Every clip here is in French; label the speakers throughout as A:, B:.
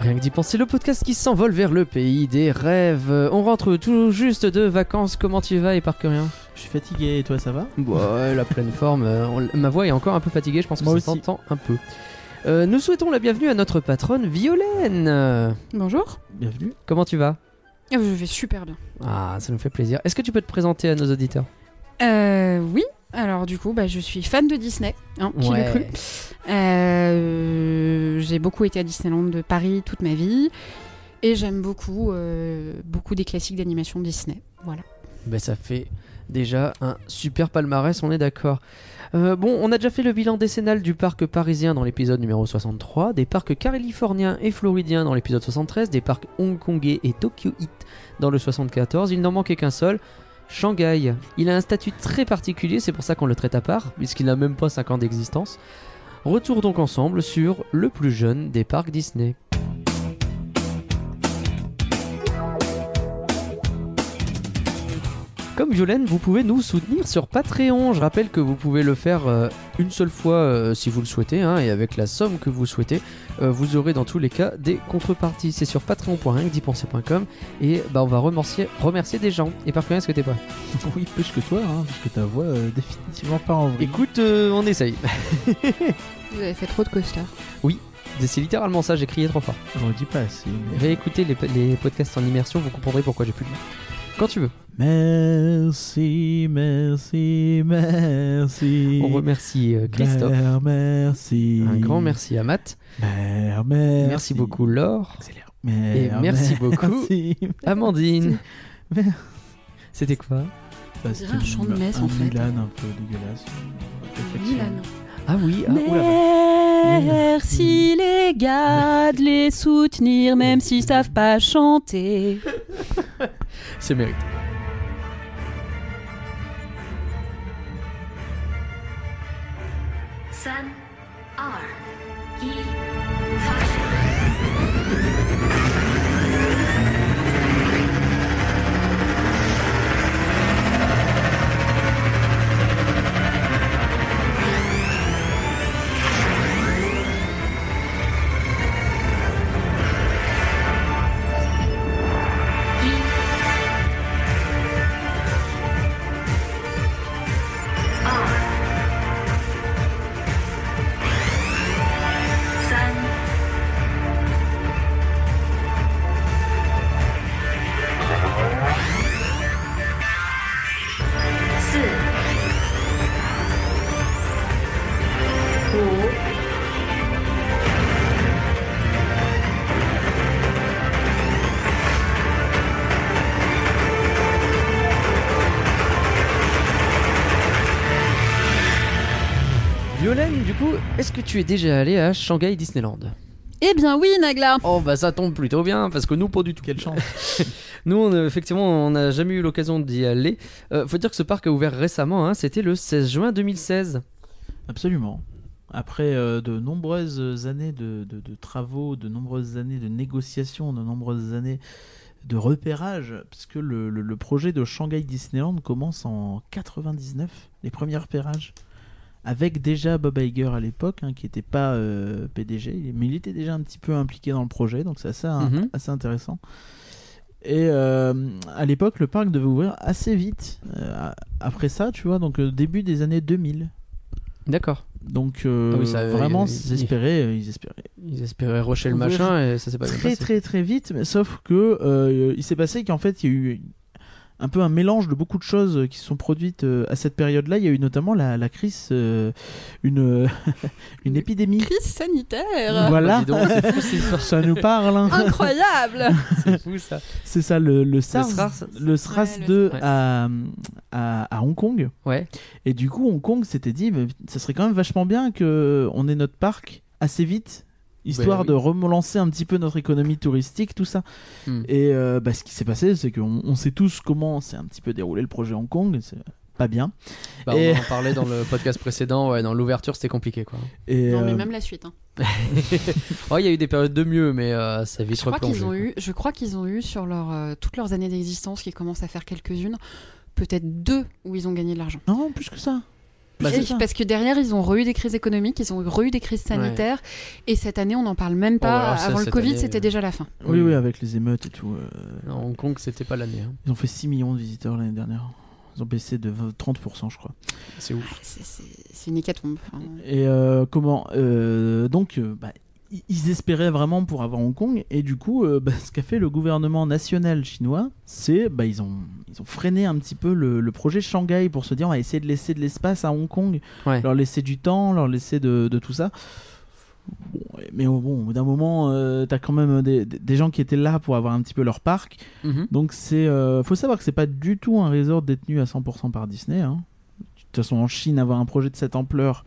A: Rien que d'y penser, le podcast qui s'envole vers le pays des rêves. Euh, On rentre tout juste de vacances, comment tu vas et par que rien
B: Je suis fatigué et toi ça va
A: Ouais, la pleine forme. euh, on- ma voix est encore un peu fatiguée, je pense que
B: Moi
A: ça
B: aussi.
A: s'entend un peu. Euh, nous souhaitons la bienvenue à notre patronne Violaine. Euh,
C: Bonjour.
B: Bienvenue.
A: Comment tu vas
C: Euh, Je vais super bien.
A: Ah, ça nous fait plaisir. Est-ce que tu peux te présenter à nos auditeurs
C: Euh, oui. Alors du coup, bah, je suis fan de Disney. Hein, qui l'a
A: Ouais.
C: cru Euh, J'ai beaucoup été à Disneyland de Paris toute ma vie. Et j'aime beaucoup, euh, beaucoup des classiques d'animation Disney. Voilà.
A: Ben, ça fait déjà un super palmarès, on est d'accord. Euh, bon, on a déjà fait le bilan décennal du parc parisien dans l'épisode numéro 63, des parcs californiens et floridiens dans l'épisode 73, des parcs hongkongais et tokyoïtes dans le 74. Il n'en manquait qu'un seul. Shanghai. Il a un statut très particulier, c'est pour ça qu'on le traite à part, puisqu'il n'a même pas 5 ans d'existence. Retour donc ensemble sur le plus jeune des parcs Disney. Comme Violaine, vous pouvez nous soutenir sur Patreon. Je rappelle que vous pouvez le faire euh, une seule fois euh, si vous le souhaitez, hein, et avec la somme que vous souhaitez, euh, vous aurez dans tous les cas des contreparties. C'est sur patreon.rienquedipenser.com et bah, on va remercier, remercier des gens. Et par contre, est-ce que t'es prêt
B: Oui, plus que toi, hein, parce que ta voix euh, définitivement pas en vrille.
A: Écoute, euh, on essaye.
C: Vous avez fait trop de costards.
A: C'est littéralement ça, j'ai crié trop fort.
B: J'en dis pas assez. mais-
A: Réécoutez les, les podcasts en immersion, vous comprendrez pourquoi j'ai plus de voix. Quand tu veux.
B: Merci, merci, merci.
A: On remercie euh, Christophe.
B: Mère, merci.
A: Un grand merci à Matt. Merci,
B: Mère, bah, merci.
A: beaucoup Laure.
B: Accélère. Mère,
A: Et merci beaucoup.
B: merci.
A: Amandine.
B: Merci.
A: C'était quoi
B: Bah,
C: dirait un
B: c'était
C: chant de messe,
B: un
C: en fait.
B: Mulan un peu dégueulasse. Réflexion.
A: Ah oui, ah, oula.
D: Merci les gars de les soutenir, même s'ils savent pas chanter.
A: C'est mérité. Violaine, du coup, est-ce que tu es déjà allée à Shanghai Disneyland
C: Eh bien oui, Nagla.
A: Oh bah ça tombe plutôt bien parce que nous pas du tout.
B: Quelle chance.
A: Nous on, euh, effectivement on n'a jamais eu l'occasion d'y aller. Euh, faut dire que ce parc a ouvert récemment, hein, c'était le 16 juin 2016.
B: Absolument. Après euh, de nombreuses années de, de- de travaux, de nombreuses années de négociations, de nombreuses années de repérage, puisque le, le- le projet de Shanghai Disneyland commence en 99, les premiers repérages, avec déjà Bob Iger à l'époque, hein, qui n'était pas euh, PDG, mais il était déjà un petit peu impliqué dans le projet, donc c'est assez, un-
A: Mhm.
B: assez intéressant. Et euh, à l'époque, le parc devait ouvrir assez vite, euh, après ça, tu vois, donc euh, début des années 2000.
A: D'accord.
B: Donc euh,
A: Ah oui, ça, euh,
B: vraiment,
A: il-
B: ils espéraient, euh, ils espéraient
A: Ils espéraient rusher le
B: Ouvrir
A: machin et ça s'est pas bien
B: très
A: Bah, passé.
B: très très vite, mais sauf que euh, il s'est passé qu'en fait il y a eu un peu un mélange de beaucoup de choses qui se sont produites euh, à cette période-là. Il y a eu notamment la, la crise, euh, une une épidémie.
C: Crise sanitaire.
B: Voilà,
A: Ah, bah, Dis donc, c'est fou, c'est ça.
B: ça nous parle. hein.
C: Ah. Incroyable.
A: C'est fou ça.
B: C'est ça le, le SARS,
A: SRAS.
B: le SRAS
C: Ouais, le-
B: 2
A: Ouais.
B: à, à, à Hong Kong.
A: Ouais.
B: Et du coup, Hong Kong s'était dit, mais ça serait quand même vachement bien que on ait notre parc assez vite, histoire
A: Ben oui.
B: de relancer un petit peu notre économie touristique, tout ça.
A: Hmm.
B: Et euh, bah, ce qui s'est passé, c'est qu'on on sait tous comment s'est un petit peu déroulé le projet Hong Kong. C'est pas bien.
A: Bah, on
B: Et-
A: en parlait dans le podcast précédent, ouais, dans l'ouverture c'était compliqué quoi.
B: Et,
C: Non mais
B: euh,
C: même la suite. hein.
A: Oh il y a eu des périodes de mieux mais euh, ça a vite
C: Je crois
A: replongé,
C: qu'ils ont
A: quoi.
C: eu, je crois qu'ils ont eu sur leur, euh, toutes leurs années d'existence, qui commencent à faire quelques-unes, peut-être deux où ils ont gagné de l'argent.
B: Non, plus que ça. Bah, c'est
C: Oui,
B: ça.
C: parce que derrière, ils ont re-eu des crises économiques, ils ont re-eu des crises sanitaires. Et cette année, on n'en parle même
A: Oh,
C: pas.
A: alors ça,
C: Avant le
A: cette
C: Covid,
A: année,
C: c'était
A: euh,
C: déjà la fin.
B: Oui, oui, avec les émeutes et tout. euh,
A: Non, Hong Kong, c'était pas l'année. hein.
B: Ils ont fait 6 millions de visiteurs l'année dernière. Ils ont baissé de 20 30%, je crois.
A: C'est ouf.
C: Ah, C'est- C'est c'est une hécatombe. Enfin,
B: Et euh, comment euh, Donc, euh, bah, i- ils espéraient vraiment pour avoir Hong Kong. Et du coup, euh, bah, ce qu'a fait le gouvernement national chinois, c'est bah, ils ont ils ont freiné un petit peu le, le projet Shanghai pour se dire on va essayer de laisser de l'espace à Hong Kong,
A: Ouais.
B: leur laisser du temps, leur laisser de, de tout ça. Bon, mais au- bon, au bout d'un moment, euh, t'as quand même des, des- des gens qui étaient là pour avoir un petit peu leur parc.
A: Mhm.
B: Donc c'est, euh, faut savoir que c'est pas du tout un resort détenu à 100% par Disney. hein. De toute façon, en Chine, avoir un projet de cette ampleur,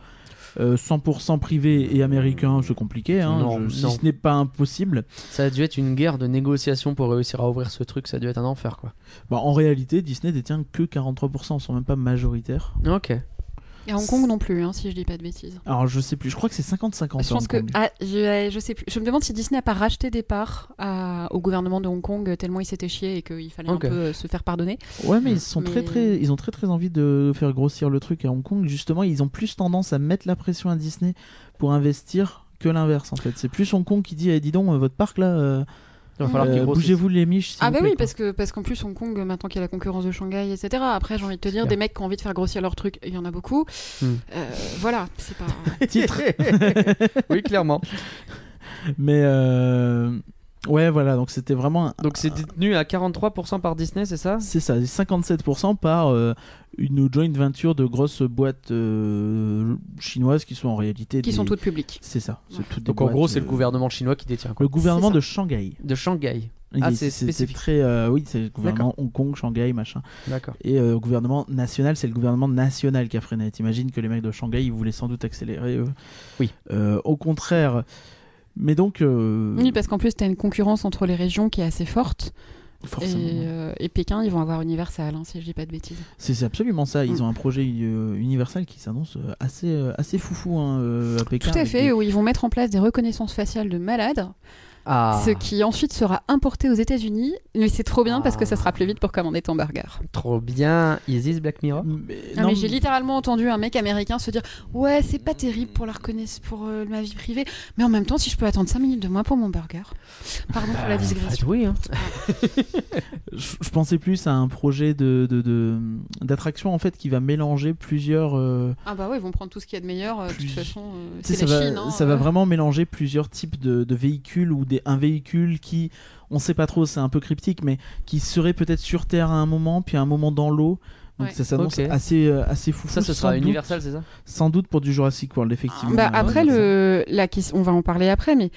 B: euh, 100% privé et américain, c'est compliqué. hein.
A: Non,
B: Je- si
A: non.
B: ce n'est pas impossible.
A: Ça a dû être une guerre de négociation pour réussir à ouvrir ce truc. Ça a dû être un enfer, quoi.
B: Bah, en réalité, Disney détient que 43%, ils sont même pas majoritaires.
A: Ok.
C: Et Hong Kong non plus, hein, si je dis pas de bêtises.
B: Alors je sais plus, je crois que c'est 50-50.
C: Je pense
B: Hong
C: que
B: Kong.
C: ah, je, je sais plus. Je me demande si Disney a pas racheté des parts à- au gouvernement de Hong Kong tellement il s'était chié et qu'il fallait
A: Ok.
C: un peu euh, se faire pardonner.
B: Ouais, mais ils sont
C: Mais-
B: très très, ils ont très très envie de faire grossir le truc à Hong Kong. Justement, ils ont plus tendance à mettre la pression à Disney pour investir que l'inverse en fait. C'est plus Hong Kong qui dit, eh, dis donc, votre parc là, euh,
A: Il va falloir
B: euh,
A: qu'ils grossissent.
B: bougez-vous les miches. s'il
C: Ah
B: vous
C: bah
B: plaît,
C: oui,
B: quoi.
C: parce que parce qu'en plus Hong Kong euh, maintenant qu'il y a la concurrence de Shanghai, etc. Après j'ai envie de te dire
A: clair.
C: des mecs qui ont envie de faire grossir leur truc, il y en a beaucoup.
A: Hmm.
C: Euh, voilà, c'est pas.
B: titre.
A: oui, clairement.
B: Mais euh, ouais, voilà. Donc c'était vraiment. un-
A: Donc c'est détenu à 43% par Disney, c'est ça
B: C'est ça, 57% par euh, une joint venture de grosses boîtes euh, chinoises qui sont en réalité.
C: qui
B: des-
C: sont toutes publiques.
B: C'est ça. c'est
C: Ouais.
B: toutes des
A: Donc en gros,
B: boîtes,
A: c'est le
B: euh,
A: gouvernement chinois qui détient, quoi.
B: Le gouvernement
C: C'est ça.
B: de Shanghai.
A: De Shanghai.
B: Il
A: Ah,
B: est-
A: c'est spécifique.
B: très, euh, oui, c'est le gouvernement Hong Kong, Shanghai, machin.
A: D'accord.
B: Et euh, le gouvernement national, c'est le gouvernement national qui a freiné. T'imagines que les mecs de Shanghai, ils voulaient sans doute accélérer. eux.
A: Oui.
B: Euh, au contraire. Mais donc. euh,
C: Oui, parce qu'en plus t'as une concurrence entre les régions qui est assez forte. Et,
B: forcément.
C: euh, et Pékin, ils vont avoir Universal, hein, si je dis pas de bêtises.
B: C'est c'est absolument ça. Ils
C: Mm.
B: ont un projet euh, universel qui s'annonce euh, assez, euh, assez foufou hein, euh, à Pékin.
C: Tout à
B: avec
C: fait,
B: des-
C: où ils vont mettre en place des reconnaissances faciales de malades,
A: Ah,
C: ce qui ensuite sera importé aux États-Unis. Mais c'est trop bien parce que ça sera plus vite pour commander ton burger.
A: trop bien. Isis Black Mirror.
B: Mais-
C: Non,
B: non,
C: Ah, mais j'ai littéralement entendu un mec américain se dire Ouais, c'est pas terrible pour, la reconnaiss- pour euh, ma vie privée, mais en même temps, si je peux attendre 5 minutes de moins pour mon burger. Pardon
B: Ah,
C: pour la
B: bah,
C: digression.
A: oui, hein.
B: je, je pensais plus à un projet de de- de- d'attraction en fait qui va mélanger plusieurs. euh,
C: Ah bah ouais, ils vont prendre tout ce qu'il y a de meilleur, euh, de toute
B: Plus-
C: façon, euh,
B: tu sais,
C: c'est
B: ça
C: la
B: va,
C: Chine. hein,
B: ça va
C: euh.
B: vraiment mélanger plusieurs types de, de véhicules ou des, un véhicule qui, on sait pas trop, c'est un peu cryptique, mais qui serait peut-être sur Terre à un moment, puis à un moment dans l'eau. Donc
C: Ouais.
B: ça s'annonce
A: Ok.
B: assez, euh, assez foufou.
A: Ça, ce
B: sans
A: sera
B: doute-
A: Universal, c'est ça
B: Sans doute pour du Jurassic World, effectivement.
C: Bah,
B: Ouais,
C: après,
B: ouais,
C: le, la question, on va en parler après, mais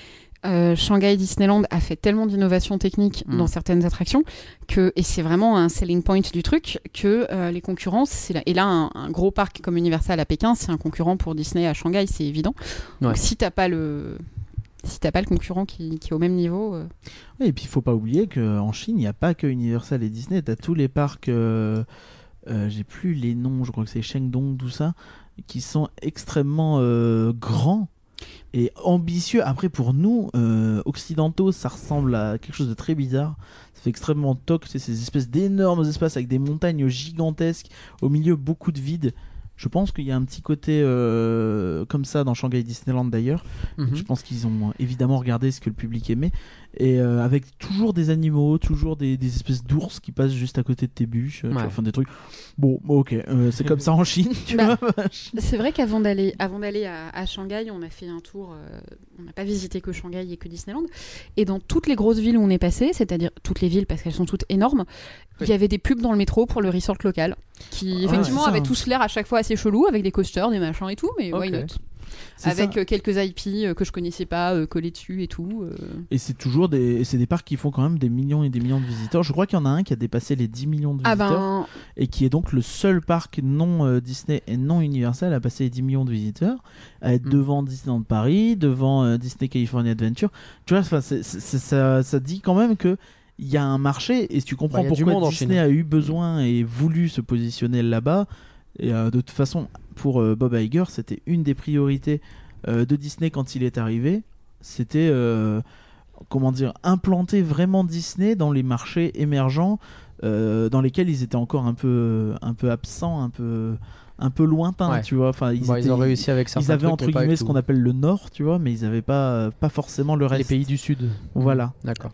C: euh, Shanghai Disneyland a fait tellement d'innovations techniques
A: Mm.
C: dans certaines attractions que, et c'est vraiment un selling point du truc, que euh, les concurrences, c'est là- et là, un, un gros parc comme Universal à Pékin, c'est un concurrent pour Disney à Shanghai, c'est évident.
A: Ouais.
C: Donc, si t'as pas le. Si t'as pas le concurrent qui, qui est au même niveau, euh,
B: Ouais, Et puis, il faut pas oublier qu'en Chine, il n'y a pas que Universal et Disney. Tu as tous les parcs, euh, euh, j'ai plus les noms, je crois que c'est Shengdong, tout ça, qui sont extrêmement euh, grands et ambitieux. Après, pour nous, euh, occidentaux, ça ressemble à quelque chose de très bizarre. Ça fait extrêmement toc, c'est ces espèces d'énormes espaces avec des montagnes gigantesques, au milieu beaucoup de vide. Je pense qu'il y a un petit côté euh, comme ça dans Shanghai Disneyland d'ailleurs.
A: Mhm.
B: Je
A: Bah,
B: pense qu'ils ont euh, évidemment regardé ce que le public aimait. Et euh, avec toujours des animaux, toujours des, des espèces d'ours qui passent juste à côté de tes bûches, euh, tu
A: Ouais.
B: vois, enfin des trucs. Bon, ok, euh, c'est comme ça en Chine, tu
C: Bah,
B: vois.
C: c'est vrai qu'avant d'aller avant d'aller à, à Shanghai, on a fait un tour. euh, on n'a pas visité que Shanghai et que Disneyland. Et dans toutes les grosses villes où on est passé, c'est-à-dire toutes les villes parce qu'elles sont toutes énormes, il y avait des pubs dans le métro pour le resort local, qui
B: Ouais,
C: effectivement
B: Ah, c'est ça.
C: avaient tous l'air à chaque fois assez chelou, avec des coasters, des machins et tout, mais why
A: Ok.
C: not
B: C'est
C: Avec
B: ça.
C: euh, quelques IP euh, que je connaissais pas euh, collés dessus et tout. euh.
B: Et c'est toujours des, et c'est des parcs qui font quand même des millions et des millions de visiteurs. Je crois qu'il y en a un qui a dépassé les 10 millions de
C: Ah
B: visiteurs
C: ben,
B: et qui est donc le seul parc non euh, Disney et non Universal à passer les 10 millions de visiteurs, à être
A: Mm.
B: devant Disneyland Paris, devant euh, Disney California Adventure. Tu vois, enfin, c'est- c'est- c'est- ça, ça dit quand même que il y a un marché et si tu comprends
A: Bah, il y a du
B: pourquoi
A: monde en
B: Disney
A: Chine. Mm.
B: a eu besoin et voulu se positionner là-bas. Et euh, de toute façon, pour euh, Bob Iger, c'était une des priorités euh, de Disney quand il est arrivé. C'était euh, comment dire implanter vraiment Disney dans les marchés émergents euh, dans lesquels ils étaient encore un peu, un peu absents, un peu, un peu lointains,
A: Ouais.
B: tu vois. Enfin, ils,
A: Bon,
B: étaient-
A: ils ont réussi avec
B: ils
A: certains
B: avaient
A: trucs,
B: entre
A: mais pas avec
B: guillemets ce
A: tout.
B: qu'on appelle le Nord, tu vois, mais ils n'avaient pas, pas forcément le
A: les
B: reste.
A: pays du Sud.
B: Voilà.
A: D'accord.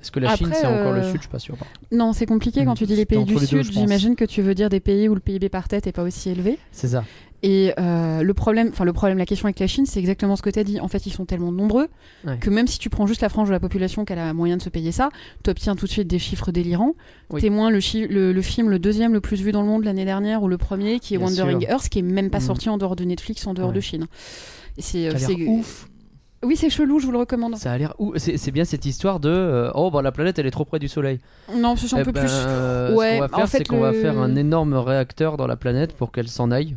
A: Est-ce que la
C: Après,
A: Chine c'est encore le
C: euh,
A: Sud Je suis pas sûr.
C: Non, c'est compliqué quand
B: Mm.
C: tu dis les pays
B: C'était
C: du
B: entre les deux,
C: Sud.
B: je pense.
C: J'imagine que tu veux dire des pays où le PIB par tête est pas aussi élevé.
A: C'est ça.
C: Et euh, le problème, enfin le problème, la question avec la Chine, c'est exactement ce que tu as dit. En fait, ils sont tellement nombreux
A: Ouais.
C: que même si tu prends juste la frange de la population qu'elle a moyen de se payer ça, tu obtiens tout de suite des chiffres délirants.
A: Oui.
C: Témoin, le, chi- le, le film le deuxième le plus vu dans le monde l'année dernière ou le premier qui est
A: Bien
C: Wandering
A: sûr.
C: Earth, qui est même pas
A: Mm.
C: sorti en dehors de Netflix, en dehors
A: Ouais.
C: de Chine. Et C'est euh,
A: Ça a
C: c'est-
A: l'air ouf.
C: Oui, c'est chelou, je vous le recommande.
A: Ça a l'air ouf. C'est c'est bien cette histoire de euh, oh bah la planète elle est trop près du soleil.
C: Non, ce sont un
A: Eh
C: peu
A: ben,
C: plus.
A: euh, ce qu'on
C: Ouais,
A: va
C: en
A: faire,
C: fait,
A: c'est qu'on va
C: le-
A: faire un énorme réacteur dans la planète pour qu'elle s'en aille.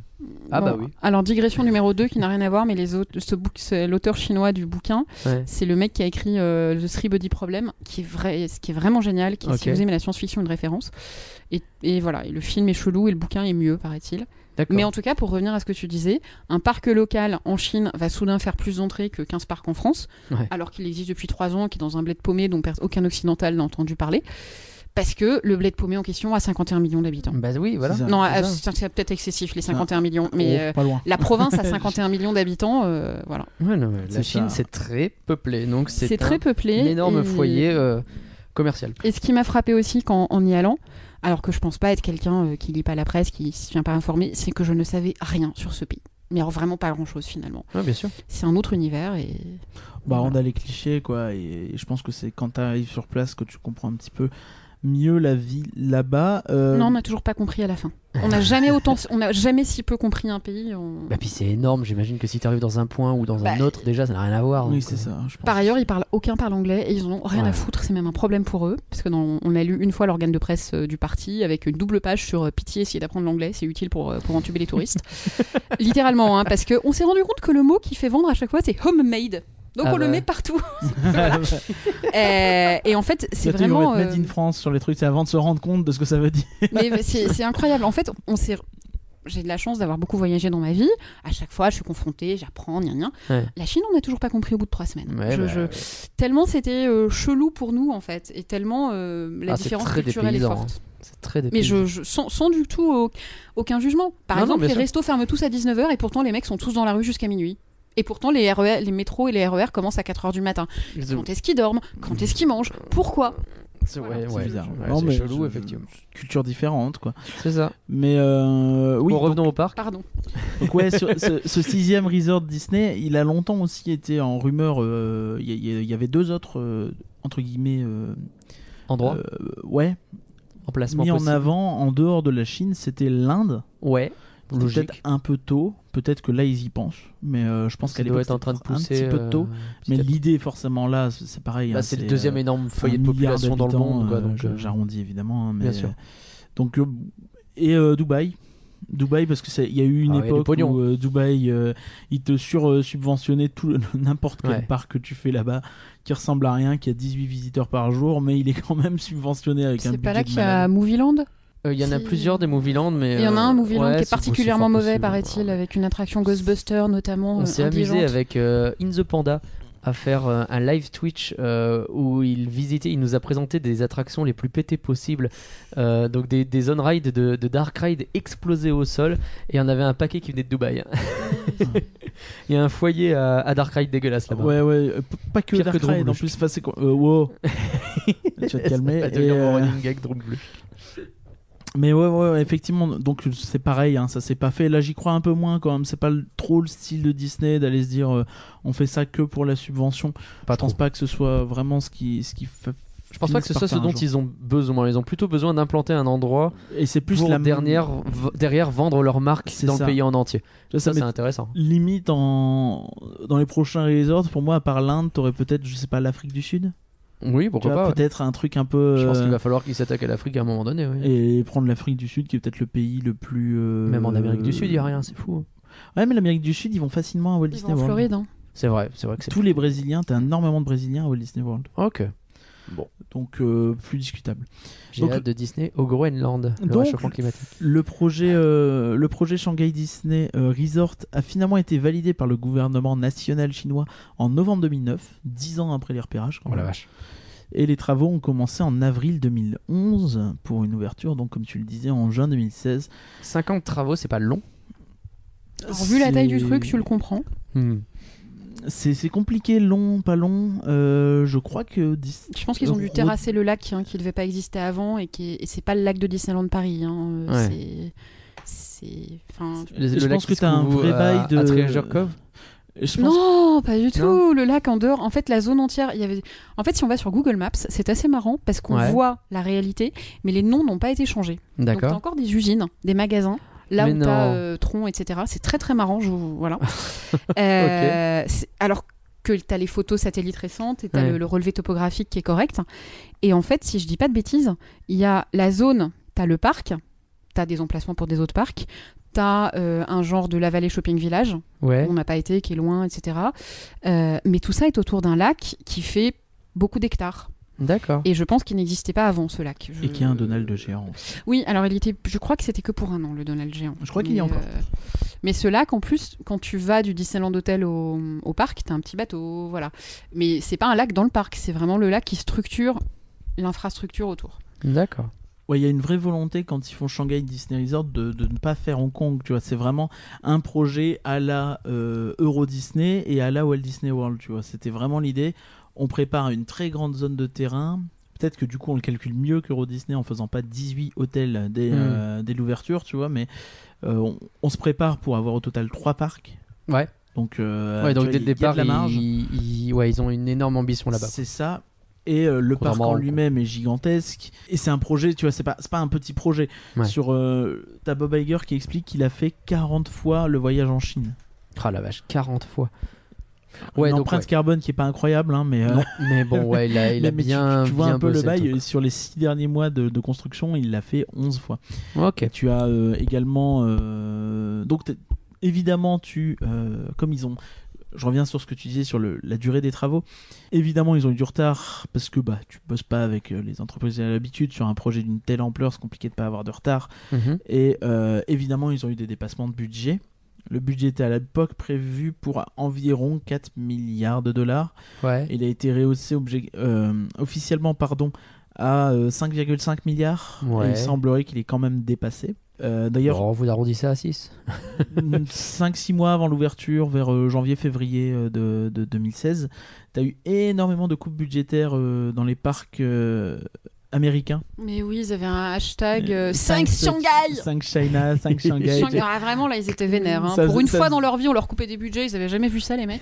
A: Ah
C: Bon,
A: bah oui.
C: Alors digression numéro 2 qui n'a rien à voir, mais les autres, ce bouc- ce- l'auteur chinois du bouquin,
A: Ouais.
C: c'est le mec qui a écrit euh, The Three Body Problem, qui est vrai, ce qui est vraiment génial, qui est, si
A: Ok.
C: vous aimez la science-fiction une référence. Et, et voilà, et le film est chelou et le bouquin est mieux, paraît-il.
A: D'accord.
C: Mais en tout cas, pour revenir à ce que tu disais, un parc local en Chine va soudain faire plus d'entrées que 15 parcs en France,
A: Ouais.
C: alors qu'il existe depuis 3 ans, qui est dans un bled paumé dont pers- aucun occidental n'a entendu parler, parce que le bled paumé en question a 51 millions d'habitants.
A: Bah Ah. oui, voilà.
B: C'est ça.
C: Non,
B: C'est
C: ah,
B: ça.
C: c'est c'est peut-être excessif les 51 millions, mais
B: Oh,
C: euh,
B: pas loin.
C: la province a 51 millions d'habitants, euh, voilà.
A: Ouais, non, mais la
B: C'est
A: Chine
B: ça.
A: c'est très peuplé, donc c'est
C: C'est
A: un
C: très peuplé.
A: énorme
C: et-
A: foyer euh, commercial.
C: Et ce qui m'a frappé aussi quand, en y allant, alors que je pense pas être quelqu'un euh, qui lit pas la presse, qui se tient pas informé, c'est que je ne savais rien sur ce pays. Mais alors vraiment pas grand chose finalement.
A: Ouais, bien sûr.
C: C'est un autre univers et.
B: Bah,
C: Voilà.
B: on a les clichés, quoi. Et, et je pense que c'est quand tu arrives sur place que tu comprends un petit peu mieux la vie là-bas. Euh,
C: Non, on n'a toujours pas compris à la fin. On n'a jamais autant, on n'a jamais si peu compris un pays. on-
A: Bah puis c'est énorme. J'imagine que si t'arrives dans un point ou dans un
C: Bah,
A: autre, déjà ça n'a rien à voir.
B: Oui,
A: donc,
B: c'est
A: euh,
B: ça. je pense.
C: Par ailleurs, ils parlent, aucun parle anglais et ils ont rien
A: Ouais.
C: à foutre, c'est même un problème pour eux. Parce que dans- on a lu une fois l'organe de presse euh, du parti avec une double page sur euh, pitié, essayez d'apprendre l'anglais, c'est utile pour, euh, pour entuber les touristes. Littéralement, hein, parce qu'on s'est rendu compte que le mot qui fait vendre à chaque fois, c'est homemade. Donc
A: Ah
C: on le
A: bah.
C: met partout.
B: Voilà.
C: Euh, et en fait, c'est
B: Surtout, ils vont
C: vraiment.
B: mettre
C: euh,
B: Made in France sur les trucs, c'est avant de se rendre compte de ce que ça veut dire.
C: mais c'est c'est incroyable. En fait, on s'est. J'ai de la chance d'avoir beaucoup voyagé dans ma vie. À chaque fois, je suis confrontée, j'apprends, rien, rien.
A: Ouais.
C: La Chine, on n'a toujours pas compris au bout de trois semaines.
A: ouais,
C: Je-
A: bah,
C: je-
A: ouais.
C: Tellement c'était euh, chelou pour nous en fait, et tellement euh, la
A: Ah, c'est
C: différence
A: très
C: culturelle est
A: dépaysant, hein.
C: forte.
A: c'est très
C: Mais
A: dépaysant.
C: je, je- sans, sans du tout au- aucun jugement. Par
A: Non, non,
C: exemple,
A: bien
C: les
A: sûr.
C: restos ferment tous à 19h et pourtant les mecs sont tous dans la rue jusqu'à minuit. Et pourtant les, RER, les métros et les RER commencent à 4h du matin.
A: Je-
C: Quand est-ce qu'ils dorment Quand est-ce qu'ils mangent Pourquoi
A: C'est
C: Voilà,
A: ouais,
C: c'est
A: ouais,
B: bizarre.
A: ouais,
B: Non,
A: c'est
B: mais
A: chelou,
B: je-
A: effectivement.
B: Culture différente, quoi.
A: C'est ça.
B: Mais euh, oui,
A: bon, revenons au parc.
C: Pardon.
B: Donc ouais, sur- ce, ce sixième resort Disney, il a longtemps aussi été en rumeur. euh, Il y, a- il y avait deux autres euh, entre guillemets, euh,
A: Endroit,
B: euh, ouais,
A: emplacement
B: mis en
A: Ah, possible.
B: avant en dehors de la Chine, c'était l'Inde.
A: Ouais,
B: C'était
A: logique.
B: Peut-être un peu tôt. Peut-être que là ils y pensent, mais euh, je pense
A: Ça
B: qu'elle
A: doit
B: est
A: être en train de
B: un
A: pousser.
B: petit peu tôt.
A: euh,
B: mais
A: petit à
B: l'idée forcément là, c'est c'est pareil.
A: petit.
B: hein,
A: Bah, c'est le
B: c'est,
A: deuxième
B: euh,
A: énorme foyer
B: un
A: de
B: milliard
A: population dans le
B: d'habitants,
A: monde. quoi,
B: euh,
A: donc,
B: je-
A: euh,
B: j'arrondis évidemment. hein, mais,
A: bien sûr.
B: euh, Donc euh, et euh, Dubaï. Dubaï parce que c'est- il y a eu une
A: Ah ouais, du
B: époque
A: pognon.
B: où euh, Dubaï euh, ils te sur euh, subventionnaient tout le- n'importe quel
A: Ouais.
B: parc que tu fais là-bas qui ressemble à rien qui a 18 visiteurs par jour mais il est quand même subventionné avec un
C: C'est
B: budget
C: pas là
B: de
C: qu'il y a
B: malade.
C: Movieland
A: Euh, Il y en a
C: Si.
A: plusieurs des Movie Land, mais
C: Il y en a un
A: euh,
C: Movieland
A: ouais,
C: qui
A: c'est
C: est particulièrement
A: possible,
C: mauvais,
A: c'est fort
C: paraît-il, euh,
A: possible.
C: avec une attraction Ghostbuster notamment.
A: On
C: euh,
A: s'est amusé
C: indigente.
A: avec euh, In the Panda à faire euh, un live Twitch euh, où il visitait, il nous a présenté des attractions les plus pétées possibles, Euh, donc des, des on-rides de, de Dark Ride explosés au sol, et on avait un paquet qui venait de Dubaï. hein.
C: Ah
A: Il y a un foyer à, à Dark Ride dégueulasse là-bas.
B: Ouais ouais, euh, p- pas que
A: Pire que
B: Dark
A: Drôle,
B: Ride en
A: je-
B: plus enfin, c'est quoi euh, wow. tu vas te
A: Ça
B: calmer
A: va
B: et,
A: devenir mon
B: euh,
A: running gag, Drôle Bleu.
B: Mais ouais, ouais, ouais, effectivement, donc c'est pareil, hein, ça s'est pas fait. Là, j'y crois un peu moins quand même. C'est pas le- trop le style de Disney d'aller se dire euh, on fait ça que pour la subvention.
A: Pas
B: je pense pas que ce soit vraiment ce qui, ce qui fait.
A: Je pense pas que ce soit ce dont ils ont besoin. Ils ont plutôt besoin d'implanter un endroit
B: Et c'est plus
A: pour
B: la
A: dernière, v- derrière vendre leur marque
B: C'est
A: dans
B: ça.
A: le pays en entier. Ça,
B: Ça, ça
A: c'est
B: m'est-
A: intéressant.
B: Limite en dans les prochains resorts, pour moi, à part l'Inde, t'aurais peut-être, je sais pas, l'Afrique du Sud.
A: Oui,
B: Tu
A: pourquoi
B: vois,
A: pas. ouais.
B: peut-être un truc un peu.
A: Je pense
B: euh,
A: qu'il va falloir qu'ils s'attaquent à l'Afrique à un moment donné. oui.
B: Et prendre l'Afrique du Sud, qui est peut-être le pays le plus. euh,
A: Même en Amérique du Sud, il n'y a rien, c'est fou.
B: Ouais, mais l'Amérique du Sud, ils vont facilement à Walt
C: Ils
B: Disney
C: vont en
B: World.
C: Floride. hein.
A: C'est vrai, c'est vrai que c'est.
B: Tous les Brésiliens, t'as énormément de Brésiliens à Walt Disney World.
A: Ok.
B: Donc euh, plus discutable.
A: J'ai
B: Donc-
A: hâte de Disney au Groenland, le
B: Donc-
A: réchauffement climatique.
B: Le projet, euh, le projet Shanghai Disney euh, Resort a finalement été validé par le gouvernement national chinois en novembre 2009, dix ans après les repérages. quand même.
A: vache.
B: Et les travaux ont commencé en avril 2011 pour une ouverture, donc comme tu le disais, en juin 2016.
A: 50 travaux, c'est pas long.
C: Alors, vu la taille du
B: C'est-
C: truc, tu le comprends.
A: Hmm.
B: C'est c'est compliqué, long, pas long. Euh, je crois que dis-
C: Je pense qu'ils ont dû
B: Re-
C: terrasser le lac hein, qui ne devait pas exister avant et qui est- et c'est pas le lac de Disneyland Paris. hein, euh,
A: Ouais.
C: c'est- C'est. Enfin,
A: Le-
B: Je
A: le lac
B: pense que
A: qui se
B: t'as un
A: trouve
B: vrai
A: à-
B: bail de-
A: à Treasure Cove.
B: Je pense
C: Non, pas du tout.
A: Non.
C: Le lac en dehors, en fait, la zone entière. Il y avait. En fait, si on va sur Google Maps, c'est assez marrant parce qu'on
A: Ouais.
C: voit la réalité, mais les noms n'ont pas été changés. Donc t'as
A: D'accord.
C: encore des usines, des magasins. Là
A: Mais
C: où t'as
A: non.
C: euh, Tron, etc. C'est très très marrant. Je vous... Voilà. Euh, c'est- Alors que t'as les photos satellites récentes et t'as
A: Ouais.
C: le, le relevé topographique qui est correct. Et en fait, si je dis pas de bêtises, il y a la zone, t'as le parc, t'as des emplacements pour des autres parcs, t'as euh, un genre de la vallée shopping village
A: Ouais.
C: on n'a pas été, qui est loin, etc. Euh, mais tout ça est autour d'un lac qui fait beaucoup d'hectares.
A: D'accord.
C: Et je pense qu'il n'existait pas avant ce lac. Je-
B: Et qu'il y a un Donald de géant.
C: Oui, alors il était, je crois que c'était que pour un an, le Donald géant.
B: Je crois qu'il y a
C: Mais,
B: encore.
C: euh, Mais ce lac, en plus, quand tu vas du Disneyland Hotel au, au parc, t'as un petit bateau, voilà. Mais c'est pas un lac dans le parc, c'est vraiment le lac qui structure l'infrastructure autour.
A: D'accord.
B: Ouais, il y a une vraie volonté quand ils font Shanghai Disney Resort de, de ne pas faire Hong Kong, tu vois. C'est vraiment un projet à la euh, Euro Disney et à la Walt Disney World, tu vois. C'était vraiment l'idée. On prépare une très grande zone de terrain. Peut-être que du coup, on le calcule mieux qu'Euro Disney en faisant pas 18 hôtels dès,
A: Mm.
B: euh, dès l'ouverture, tu vois. Mais euh, on, on se prépare pour avoir au total 3 parcs.
A: Ouais.
B: Donc, euh,
A: ouais, donc
B: tu
A: dès le
B: vois, il y a de
A: départ,
B: la marge.
A: ils... ils- ouais, ils ont une énorme ambition là-bas.
B: C'est ça. Et euh, le parc
A: Contrairement à
B: en
A: Hong Kong.
B: lui-même est gigantesque. Et c'est un projet, tu vois, c'est pas, c'est pas un petit projet.
A: Ouais.
B: Sur euh, t'as Bob Iger qui explique qu'il a fait 40 fois le voyage en Chine.
A: Ah la vache, 40 fois. Ouais,
B: Une
A: donc,
B: empreinte
A: ouais.
B: carbone qui est pas incroyable, hein, mais, euh,
A: Non, mais bon, ouais, il a, il a
B: mais- mais tu-
A: bien.
B: tu, vois
A: bien
B: un peu le
A: bossé
B: bail.
A: truc,
B: sur les 6 derniers mois de, de construction, il l'a fait 11 fois.
A: quoi. Ok.
B: Tu as euh, également. euh, donc, t'es- évidemment, tu. euh, comme ils ont. Je reviens sur ce que tu disais sur le- la durée des travaux. Évidemment, ils ont eu du retard parce que bah, tu bosses pas avec euh, les entreprises à l'habitude sur un projet d'une telle ampleur, c'est compliqué de pas avoir de retard.
A: Mhm.
B: Et euh, évidemment, ils ont eu des dépassements de budget. Le budget était à l'époque prévu pour environ 4 milliards de dollars.
A: Ouais.
B: Il a été rehaussé obje- euh, officiellement pardon, à euh, 5,5 milliards.
A: Ouais.
B: Et il semblerait qu'il est quand même dépassé. Euh, D'ailleurs,
A: Oh, vous arrondissez à 6.
B: 5-6 mois avant l'ouverture, vers euh, janvier-février euh, de, de 2016, tu as eu énormément de coupes budgétaires euh, dans les parcs euh, américains.
C: Mais oui, ils avaient un hashtag
B: Euh,
C: 5
B: cinq-
C: Shanghai
B: 5 China, 5 Shanghai.
C: Shanghai, ah, vraiment, là, ils étaient vénères. hein.
B: Ça
C: Pour
B: faisait-
C: une
B: ça
C: fois
B: faisait-
C: dans leur vie, on leur coupait des budgets, ils avaient jamais vu ça, les mecs.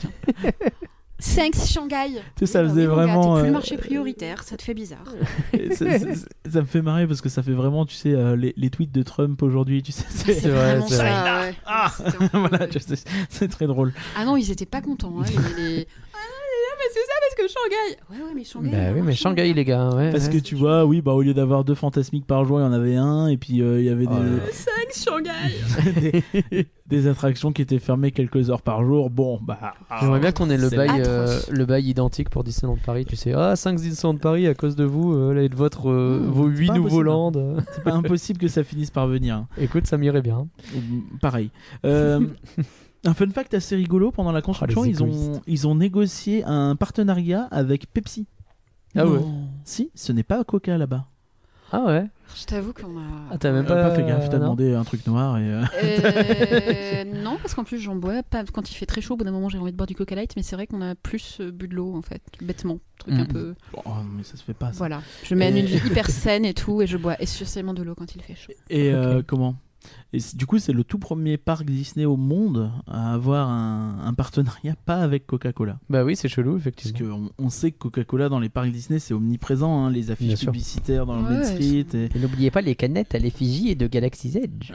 C: 5 Shanghai
B: Tu sais, ça
C: Oui, bah
B: faisait
C: oui, mon gars,
B: vraiment,
C: T'es plus
B: euh,
C: le marché prioritaire, ça te fait bizarre.
B: Et ça, ça- ça- ça me fait marrer parce que ça fait vraiment, tu sais, euh, les, les tweets de Trump aujourd'hui, tu sais, c'est-
A: C'est vrai,
C: vraiment
A: c'est
C: ça,
A: vrai.
C: ouais. C'était un peu-
B: Ah, voilà, tu sais, c'est très drôle.
C: Ah non, ils étaient pas contents. hein, les- les- Ah, mais c'est ça parce que Shanghai Ouais, ouais, mais Shanghai.
A: Bah oui, mais Shanghai, les gars. Ouais,
B: Parce que
A: ouais.
B: tu vois, oui, bah au lieu d'avoir deux fantasmiques par jour, il y en avait un, et puis euh, il y avait
A: Oh là là.
C: 5 Shanghai
B: des, des- des attractions qui étaient fermées quelques heures par jour. Bon, bah.
A: Ah, J'aimerais bien qu'on ait le
B: c'est
A: bail,
C: atroce.
A: euh, le bail identique pour Disneyland Paris. Tu sais, ah, 5 Disneyland Paris à cause de vous, euh, là, et de votre, euh,
B: Mmh,
A: vos
B: c'est
A: 8
B: pas
A: nouveaux
B: impossible.
A: landes.
B: C'est pas impossible que ça finisse par venir. hein.
A: Écoute, ça m'irait bien.
B: Ou- Pareil. Euh, un fun fact assez rigolo pendant la construction,
A: Ah, les
B: ils ont
A: égoïstes.
B: ils ont négocié un partenariat avec Pepsi.
A: Ah ouais.
B: Si, ce n'est pas Coca là-bas.
A: Ah ouais.
C: Je t'avoue qu'on a.
A: Ah, t'as même
B: Euh,
A: pas,
B: pas fait gaffe, t'as
A: non.
B: demandé un truc noir et. euh,
C: Euh, non, parce qu'en plus j'en bois pas. Quand il fait très chaud, au bout d'un moment j'ai envie de boire du coca light, mais c'est vrai qu'on a plus euh, bu de l'eau en fait, bêtement. Truc un
A: Mm.
C: peu.
B: Bon, mais ça se fait pas. Ah, ça.
C: Voilà. Je mène
B: Et-
C: une vie hyper saine et tout, et je bois essentiellement de l'eau quand il fait chaud.
B: Et euh, comment et c'est- du coup, c'est le tout premier parc Disney au monde à avoir un, un partenariat pas avec Coca-Cola.
A: Bah oui, c'est chelou,
B: Parce
A: effectivement.
B: qu'on on sait que Coca-Cola dans les parcs Disney, c'est omniprésent. hein, les
A: Bien
B: affiches
A: sûr.
B: publicitaires dans
C: Ouais,
B: le Main Street et
A: Et n'oubliez pas les canettes à l'effigie et de Galaxy's Edge.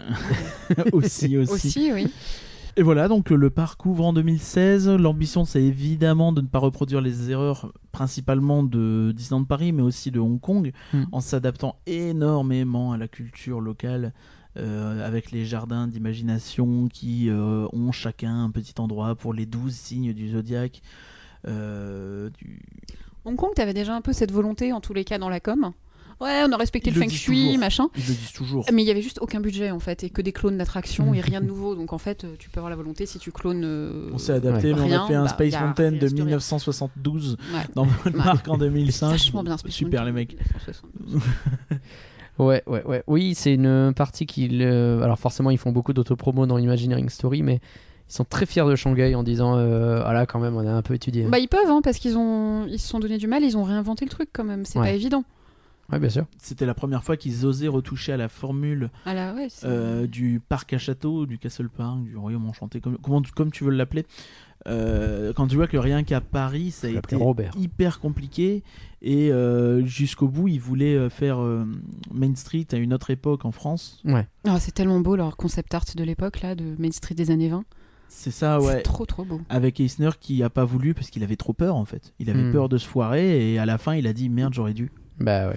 B: aussi, aussi.
C: Aussi, oui.
B: Et voilà, donc euh, le parc ouvre en 2016. L'ambition, c'est évidemment de ne pas reproduire les erreurs principalement de Disneyland Paris, mais aussi de Hong Kong,
C: Hmm.
A: Mm.
B: en s'adaptant énormément à la culture locale, euh, avec les jardins d'imagination qui euh, ont chacun un petit endroit pour les 12 signes du zodiaque. Euh, du-
C: Hong Kong, t'avais déjà un peu cette volonté, en tous les cas, dans la com. ouais, on a respecté
B: Ils
C: le
B: le
C: feng
B: disent
C: shui,
B: toujours.
C: machin.
B: Ils le disent toujours.
C: Mais il y avait juste aucun budget en fait, et que des clones d'attractions et rien de nouveau. Donc en fait, euh, tu peux avoir la volonté si tu clones. euh,
B: On s'est adapté,
C: ouais.
B: mais on a
C: Rien,
B: fait un
C: bah,
B: Space
C: y a-
B: Mountain
C: y a
B: de
C: ce que-
B: 1972
C: ouais.
B: dans votre
C: Ouais.
B: marque en 2005.
C: Vachement bien Space
B: Super
C: Mountain
B: les mecs.
C: 1972.
A: Ouais, ouais, ouais. Oui, c'est une partie qu'ils. euh, alors, forcément, ils font beaucoup d'autopromo dans l'Imagineering Story, mais ils sont très fiers de Shanghai en disant euh, Ah là, quand même, on a un peu étudié.
C: bah ils peuvent hein, parce qu'ils ont ils se sont donné du mal, ils ont réinventé le truc quand même. C'est
A: Ouais.
C: pas évident.
A: Ouais, bien sûr.
B: C'était la première fois qu'ils osaient retoucher à la formule
C: Ah là, ouais, c'est-
B: euh, du parc à château, du Castle Park, du Royaume Enchanté, comme, comment tu- comme tu veux l'appeler. Euh, quand tu vois que rien qu'à Paris, ça a
A: Je
B: été
A: l'appelais Robert.
B: hyper compliqué et euh, jusqu'au bout, ils voulaient euh, faire euh, Main Street à une autre époque en France.
C: Ah, c'est tellement beau leur concept art de l'époque là, de Main Street des années 20.
B: C'est ça, Ah ouais.
C: C'est trop trop beau.
B: avec Eisner qui a pas voulu parce qu'il avait trop peur en fait. Il avait
A: Hmm.
B: peur de se foirer et à la fin il a dit merde j'aurais dû.
A: Bah ouais.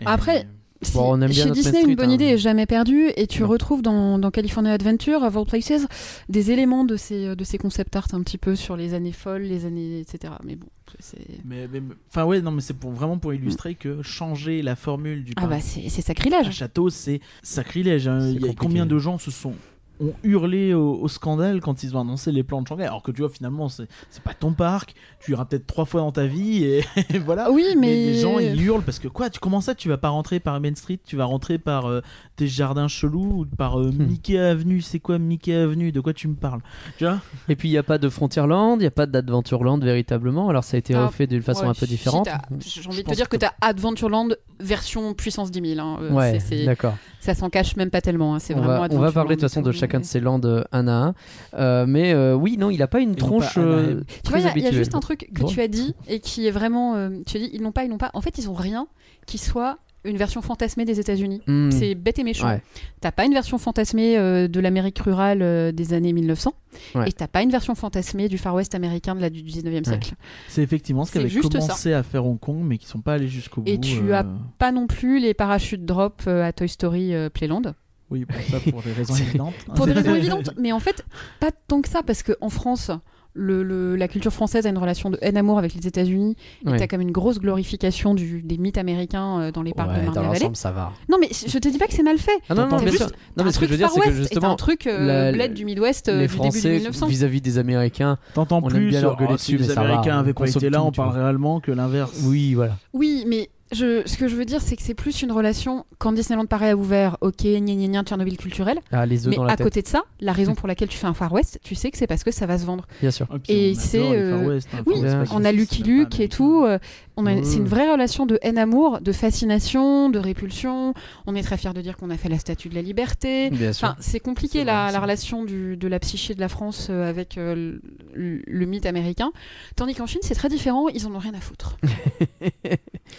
B: Et-
C: Après- Si-
A: on aime bien
C: Chez
A: notre
C: Disney,
A: Main
C: une bonne
A: Street,
C: idée
A: hein.
C: est jamais perdue et tu
A: Non.
C: retrouves dans, dans California Adventure, of all places, des éléments de ces, euh, de ces concept art un petit peu sur les années folles, les années etc. Mais bon, c'est
B: Mais, mais- mais- enfin ouais non mais c'est pour vraiment pour illustrer que changer la formule du
C: ah bah
B: parc
C: c'est c'est
B: à
C: sacrilège.
B: château c'est sacrilège. hein.
A: C'est
B: Il y a
A: compliqué.
B: combien de gens se sont ont hurlé au, au scandale quand ils ont annoncé les plans de Shanghai alors que tu vois finalement c'est c'est pas ton parc tu iras peut-être trois fois dans ta vie et, et voilà
C: Ah oui, mais, euh,
B: les gens ils hurlent parce que quoi tu comment ça tu vas pas rentrer par Main Street tu vas rentrer par euh, tes jardins chelous ou par euh,
C: Hmm.
B: Mickey Avenue c'est quoi Mickey Avenue de quoi tu me parles tu vois
A: Et puis, il n'y a pas de Frontierland, il n'y a pas d'Adventureland véritablement. Alors, ça a été
C: Ah,
A: refait d'une façon
C: Ouais,
A: un peu
C: si
A: différente.
C: t'as- J'ai envie de te
B: pense
C: dire que
B: que-
C: t'as Adventureland version puissance 10 000. hein. Euh,
A: Ouais,
C: c'est- c'est-
A: d'accord.
C: ça s'en cache même pas tellement. hein. C'est
A: On
C: vraiment
A: va, on va
C: Adventureland
A: parler de toute
C: et
A: façon
C: tout,
A: de chacun
C: mais-
A: de ces lands euh, un à un. Euh, mais euh, oui, non, il n'a pas une
B: Et non
A: tronche
B: pas Anna
A: euh,
B: M.
C: Tu vois,
A: très
C: il y a- il y, a
A: habituelle.
C: juste un truc que
A: Bon.
C: tu as dit et qui est vraiment. euh, tu as dit, ils n'ont pas, ils n'ont pas. En fait, ils ont rien qui soit une version fantasmée des États-Unis.
A: Hmm.
C: C'est bête et méchant.
A: Ouais.
C: T'as pas une version fantasmée euh, de l'Amérique rurale euh, des années 1900
A: Ouais.
C: et t'as pas une version fantasmée du Far West américain de la, du 19e siècle.
B: c'est effectivement ce
C: C'est
B: qu'avait
C: juste
B: commencé à faire Hong Kong mais qui sont pas allés jusqu'au bout euh,
C: Et tu as- Pas non plus les parachutes drop euh, à Toy Story euh, Playland.
B: oui bon, ça pour des raisons évidentes
C: Pour des raisons évidentes, mais en fait, pas tant que ça, parce qu'en France, le, le- la culture française a une relation de haine-amour avec les États-Unis.
A: Ouais.
C: Et t'as comme une grosse glorification du, des mythes américains euh, dans les parcs
A: Ouais,
C: de
A: dans
C: Marne-la-Vallée.
A: l'ensemble, ça va.
C: Non, mais je je te dis pas que c'est mal fait.
A: Ah non, non,
C: T'as
A: bien
C: juste-
A: sûr. Non, mais
C: un
A: ce que
C: truc
A: je veux dire,
C: Far
A: c'est que
C: West et t'as
A: justement,
C: un truc euh,
A: la-
C: bled du Midwest euh,
A: les
C: du début
A: Français,
C: de 1900.
A: vis-à-vis des Américains,
B: t'entends
A: On aime
B: plus
A: bien leur
B: oh,
A: gueuler
B: si
A: dessus,
B: les
A: mais ça va,
B: Américains
A: on
B: avaient pas
A: consomme
B: été là
A: tout,
B: on
A: tu vois.
B: parlerait allemand que l'inverse
A: oui, voilà.
C: Oui, mais je, ce que je veux dire, c'est que c'est plus une relation. Quand Disneyland Paris a ouvert, ok, gna gna gna, Tchernobyl culturel.
A: Ah, les œufs
C: Mais
A: dans
C: à
A: la tête,
C: côté de ça, la raison pour laquelle tu fais un Far West, tu sais que c'est parce que ça va se vendre.
A: bien sûr.
B: Ah, puis
C: Et
B: on adore
C: c'est,
B: les Far
C: euh,
B: West, hein,
C: oui,
B: Far West,
A: on
B: parce que
C: On a
B: c'est
C: Lucky
B: même pas
C: Luke et
B: américain.
C: tout. euh, on a-
A: Ouais.
C: C'est une vraie relation de haine-amour, de fascination, de répulsion. On est très fiers de dire qu'on a fait la Statue de la Liberté.
A: Bien sûr.
C: Enfin, c'est compliqué
B: C'est
C: la,
B: vrai,
C: la
B: ça.
C: relation du- de la psyché de la France euh, avec euh, le, le mythe américain. Tandis qu'en Chine, c'est très différent, ils en ont rien à foutre.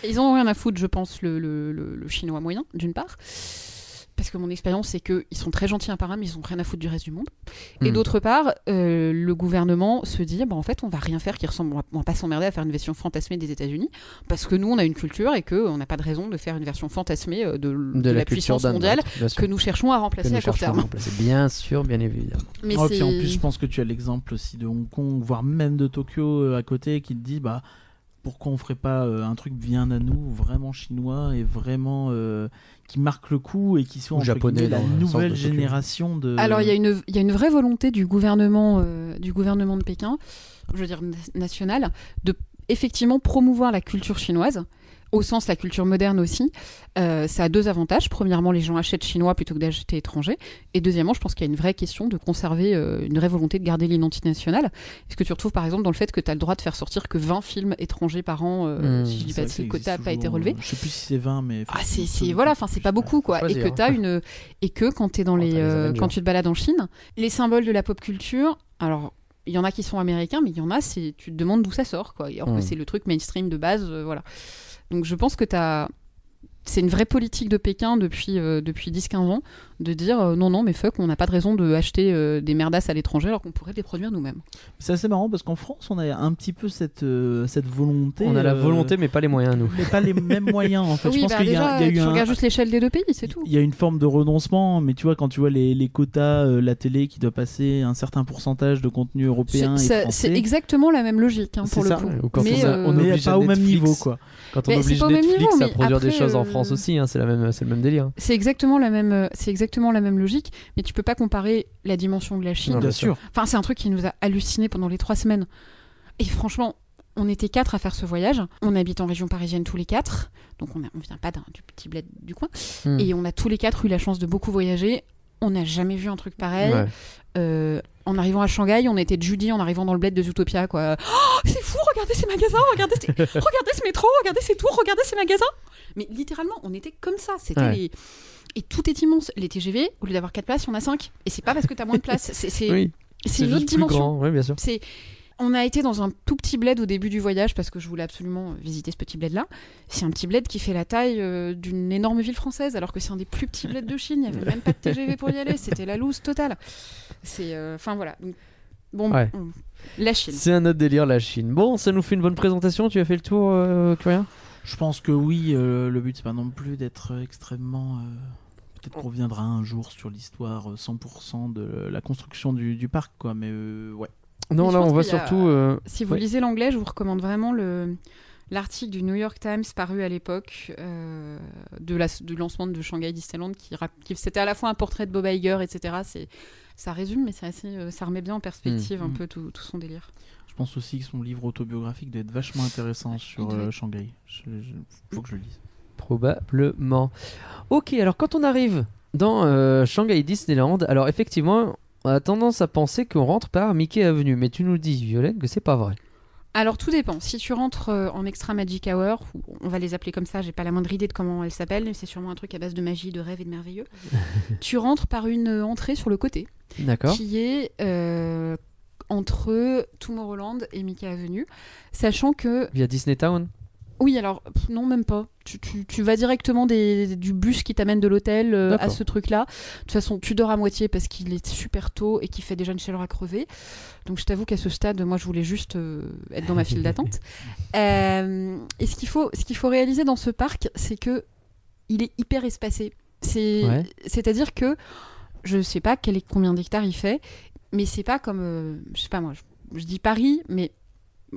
C: ils en ont rien à foutre, je pense, le, le- le- le chinois moyen, d'une part. Parce que mon expérience, c'est qu'ils sont très gentils un par un, mais ils ont rien à foutre du reste du monde. Et
A: Hmm.
C: d'autre part, euh, le gouvernement se dit, bah, en fait, on va rien faire qui ressemble, on va- on va pas s'emmerder à faire une version fantasmée des États-Unis, parce que nous, on a une culture et qu'on n'a pas de raison de faire une version fantasmée euh, de, de la, puissance
A: d'un
C: mondiale
A: autre, bien sûr,
C: que nous cherchons à
A: que
C: remplacer
A: nous
C: à court
A: cherchons à
C: terme.
A: remplacer. Bien sûr, bien évidemment.
C: Mais
B: Ah,
C: c'est-
B: puis en plus, je pense que tu as l'exemple aussi de Hong Kong, voire même de Tokyo euh, à côté, qui te dit bah pourquoi on ferait pas euh, un truc bien à nous, vraiment chinois et vraiment euh, qui marque le coup et qui soit
A: Ou
B: entre
A: japonais,
B: guillemets, la
A: dans le sens
B: nouvelle
A: de Tokyo.
B: génération de.
C: Alors il y, a une, il y a une vraie volonté du gouvernement, euh, du gouvernement de Pékin, je veux dire na- national, de effectivement promouvoir la culture chinoise, au sens la culture moderne aussi. Euh, ça a deux avantages. Premièrement, les gens achètent chinois plutôt que d'acheter étranger. Et deuxièmement, je pense qu'il y a une vraie question de conserver, euh, une vraie volonté de garder l'identité nationale. Ce que tu retrouves par exemple dans le fait que tu as le droit de faire sortir que 20 films étrangers par an, euh,
A: Hmm.
C: si je dis
B: C'est
C: pas
B: vrai
C: de- si le
B: que ça
C: quota n'a
B: existe
C: pas été
B: toujours,
C: relevé.
B: euh, Je sais plus si c'est 20, mais.
C: Ah, c'est,
B: faut-
C: c'est-
B: faut-
C: voilà,
B: faut-
C: enfin c'est
B: faut-
C: pas beaucoup quoi, et
A: choisir.
C: que t'as une et que quand t'es dans
B: Oh,
A: Quand
C: les,
A: t'as les
C: euh,
A: Avengers.
C: quand tu te balades en Chine, les symboles de la pop culture, alors il y en a qui sont américains, mais il y en a c'est tu te demandes d'où ça sort quoi, alors
A: Hmm.
C: que c'est le truc mainstream de base, euh, voilà. Donc je pense que t'as c'est une vraie politique de Pékin depuis, euh, depuis 10-15 ans de dire euh, non, non, mais fuck, on n'a pas de raison d'acheter des merdasses à l'étranger alors qu'on pourrait les produire nous-mêmes.
B: C'est assez marrant parce qu'en France, on a un petit peu cette, euh, cette volonté.
A: On a la
B: euh,
A: volonté, mais pas les moyens, nous.
B: Mais pas les mêmes moyens en fait.
C: oui,
B: je pense
C: bah,
B: qu'il y
C: déjà,
B: a, il y a eu
C: tu
B: un,
C: regardes juste l'échelle des deux pays, c'est tout.
B: Il y a une forme de renoncement, mais tu vois, quand tu vois les, les quotas, euh, la télé qui doit passer un certain pourcentage de contenu européen
C: C'est-
B: et
C: ça-
B: français,
C: C'est exactement la même logique hein,
B: C'est
C: pour le
B: ça.
C: coup.
A: Ou quand
C: Mais,
A: on,
C: euh,
A: on
B: on n'est
A: oblige
B: pas au même
A: Netflix-
B: niveau, quoi.
A: Quand on
C: Mais c'est
A: oblige
C: pas au même
A: Netflix
C: niveau,
A: à
C: mais
A: produire des
C: après,
A: choses en
C: euh,
A: France aussi, hein, c'est la même- c'est le même délire.
C: C'est exactement la même, euh, c'est exactement la même logique, mais tu peux pas comparer la dimension de la Chine.
A: Non,
B: Bien
A: bien
B: sûr.
C: Enfin, c'est un truc qui nous a halluciné pendant les trois semaines. Et franchement, on était quatre à faire ce voyage. On habite en région parisienne tous les quatre, donc on, a- on vient pas d'un- du petit bled du coin.
A: Hmm.
C: Et on a tous les quatre eu la chance de beaucoup voyager. On n'a jamais vu un truc pareil.
A: Ouais.
C: Euh, en arrivant à Shanghai, on était Judy en arrivant dans le bled de Zootopia, quoi. Oh, c'est fou, regardez ces magasins, regardez, ces- regardez ce métro, regardez ces tours, regardez ces magasins. Mais littéralement, on était comme ça. C'était
A: Ouais.
C: les- Et tout est immense. Les TGV, au lieu d'avoir 4 places, il y en a 5. Et c'est pas parce que t'as moins de place. C'est c'est-
A: Oui,
C: c'est une
A: juste
C: autre
A: plus
C: dimension.
A: grand, oui, bien sûr.
C: C'est. On a été dans un tout petit bled au début du voyage parce que je voulais absolument visiter ce petit bled-là. C'est un petit bled qui fait la taille euh, d'une énorme ville française, alors que c'est un des plus petits bleds de Chine. Il n'y avait même pas de TGV pour y aller. C'était la loose totale. C'est. euh, Enfin voilà. Donc, bon.
A: Ouais.
C: on- La Chine.
A: C'est un autre délire la Chine. Bon, ça nous fait une bonne présentation. Tu as fait le tour, euh, Curien
B: Je pense que oui, euh, le but c'est pas non plus d'être extrêmement. euh, Peut-être qu'on reviendra un jour sur l'histoire euh, 100% de la construction du, du parc, quoi. Mais euh, ouais.
A: Non,
C: Mais je
A: là, on
C: pense
A: va
C: qu'il y a-
A: surtout. euh,
C: Si vous
A: Ouais.
C: lisez l'anglais, je vous recommande vraiment le l'article du New York Times paru à l'époque euh, de la- du lancement de Shanghai Disneyland qui, rap- qui- c'était à la fois un portrait de Bob Iger etc c'est ça résume mais c'est assez euh, ça remet bien en perspective un
B: Mm.
C: peu tout, tout son délire
B: Je pense aussi que son livre autobiographique doit être vachement intéressant sur
C: il doit
B: euh,
C: être- Mm.
B: Shanghai. Je- je- faut que je le lise.
A: Probablement. Ok, alors quand on arrive dans euh, Shanghai Disneyland, alors effectivement, on a tendance à penser qu'on rentre par Mickey Avenue, mais tu nous dis, Violette, que c'est pas vrai.
C: alors tout dépend si tu rentres euh, en extra magic hour ou on va les appeler comme ça j'ai pas la moindre idée de comment elles s'appellent mais c'est sûrement un truc à base de magie de rêve et de merveilleux tu rentres par une euh, entrée sur le côté
A: D'accord
C: qui est euh, entre Tomorrowland et Mickey Avenue, sachant que
A: Via Disney Town
C: oui, alors pff, non même pas. Tu, tu- tu vas directement des- du bus qui t'amène de l'hôtel euh, à
A: D'accord.
C: ce truc-là. De toute façon, tu dors à moitié parce qu'il est super tôt et qu'il fait déjà une chaleur à crever. Donc je t'avoue qu'à ce stade, moi, je voulais juste euh, être dans ma file d'attente. Euh, et ce qu'il faut, ce qu'il faut réaliser dans ce parc, c'est que il est hyper espacé. C'est,
A: Ouais.
C: c'est-à-dire que je sais pas quel est, combien d'hectares il fait, mais c'est pas comme, euh, je sais pas moi, je, je dis Paris, mais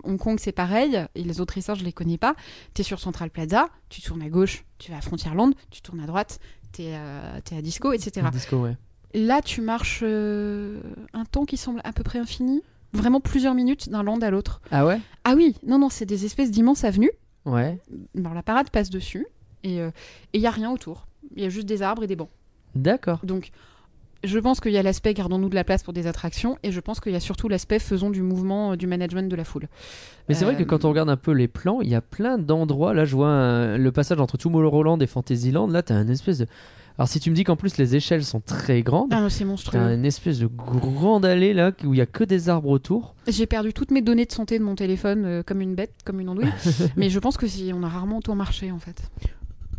C: Hong Kong c'est pareil. Et les autres essais, je les connais pas. T'es sur Central Plaza, tu tournes à gauche, tu vas à Frontierland, tu tournes à droite, t'es à, t'es à Disco, etc.
A: Disco, ouais.
C: Là, tu marches euh, un temps qui semble à peu près infini, vraiment plusieurs minutes d'un land à l'autre.
A: Ah ouais
C: Ah oui, non, non, c'est des espèces d'immenses avenues.
A: Ouais.
C: Alors la parade passe dessus et il n'y a rien autour. Il y a juste des arbres et des bancs.
A: D'accord.
C: Donc, je pense qu'il y a l'aspect gardons-nous de la place pour des attractions et je pense qu'il y a surtout l'aspect faisons du mouvement, euh, du management de la foule.
A: Mais c'est vrai que
C: Euh,
A: quand on regarde un peu les plans, il y a plein d'endroits. Là, je vois un- le passage entre Tomorrowland et Fantasyland. Là, t'as un espèce de. Alors, si tu me dis qu'en plus les échelles sont très grandes,
C: Ah, c'est
A: t'as
C: monstrueux.
A: une espèce de grande allée là où il y a que des arbres autour.
C: J'ai perdu toutes mes données de santé de mon téléphone euh, comme une bête, comme une andouille. mais je pense que si on a rarement autant marché en fait.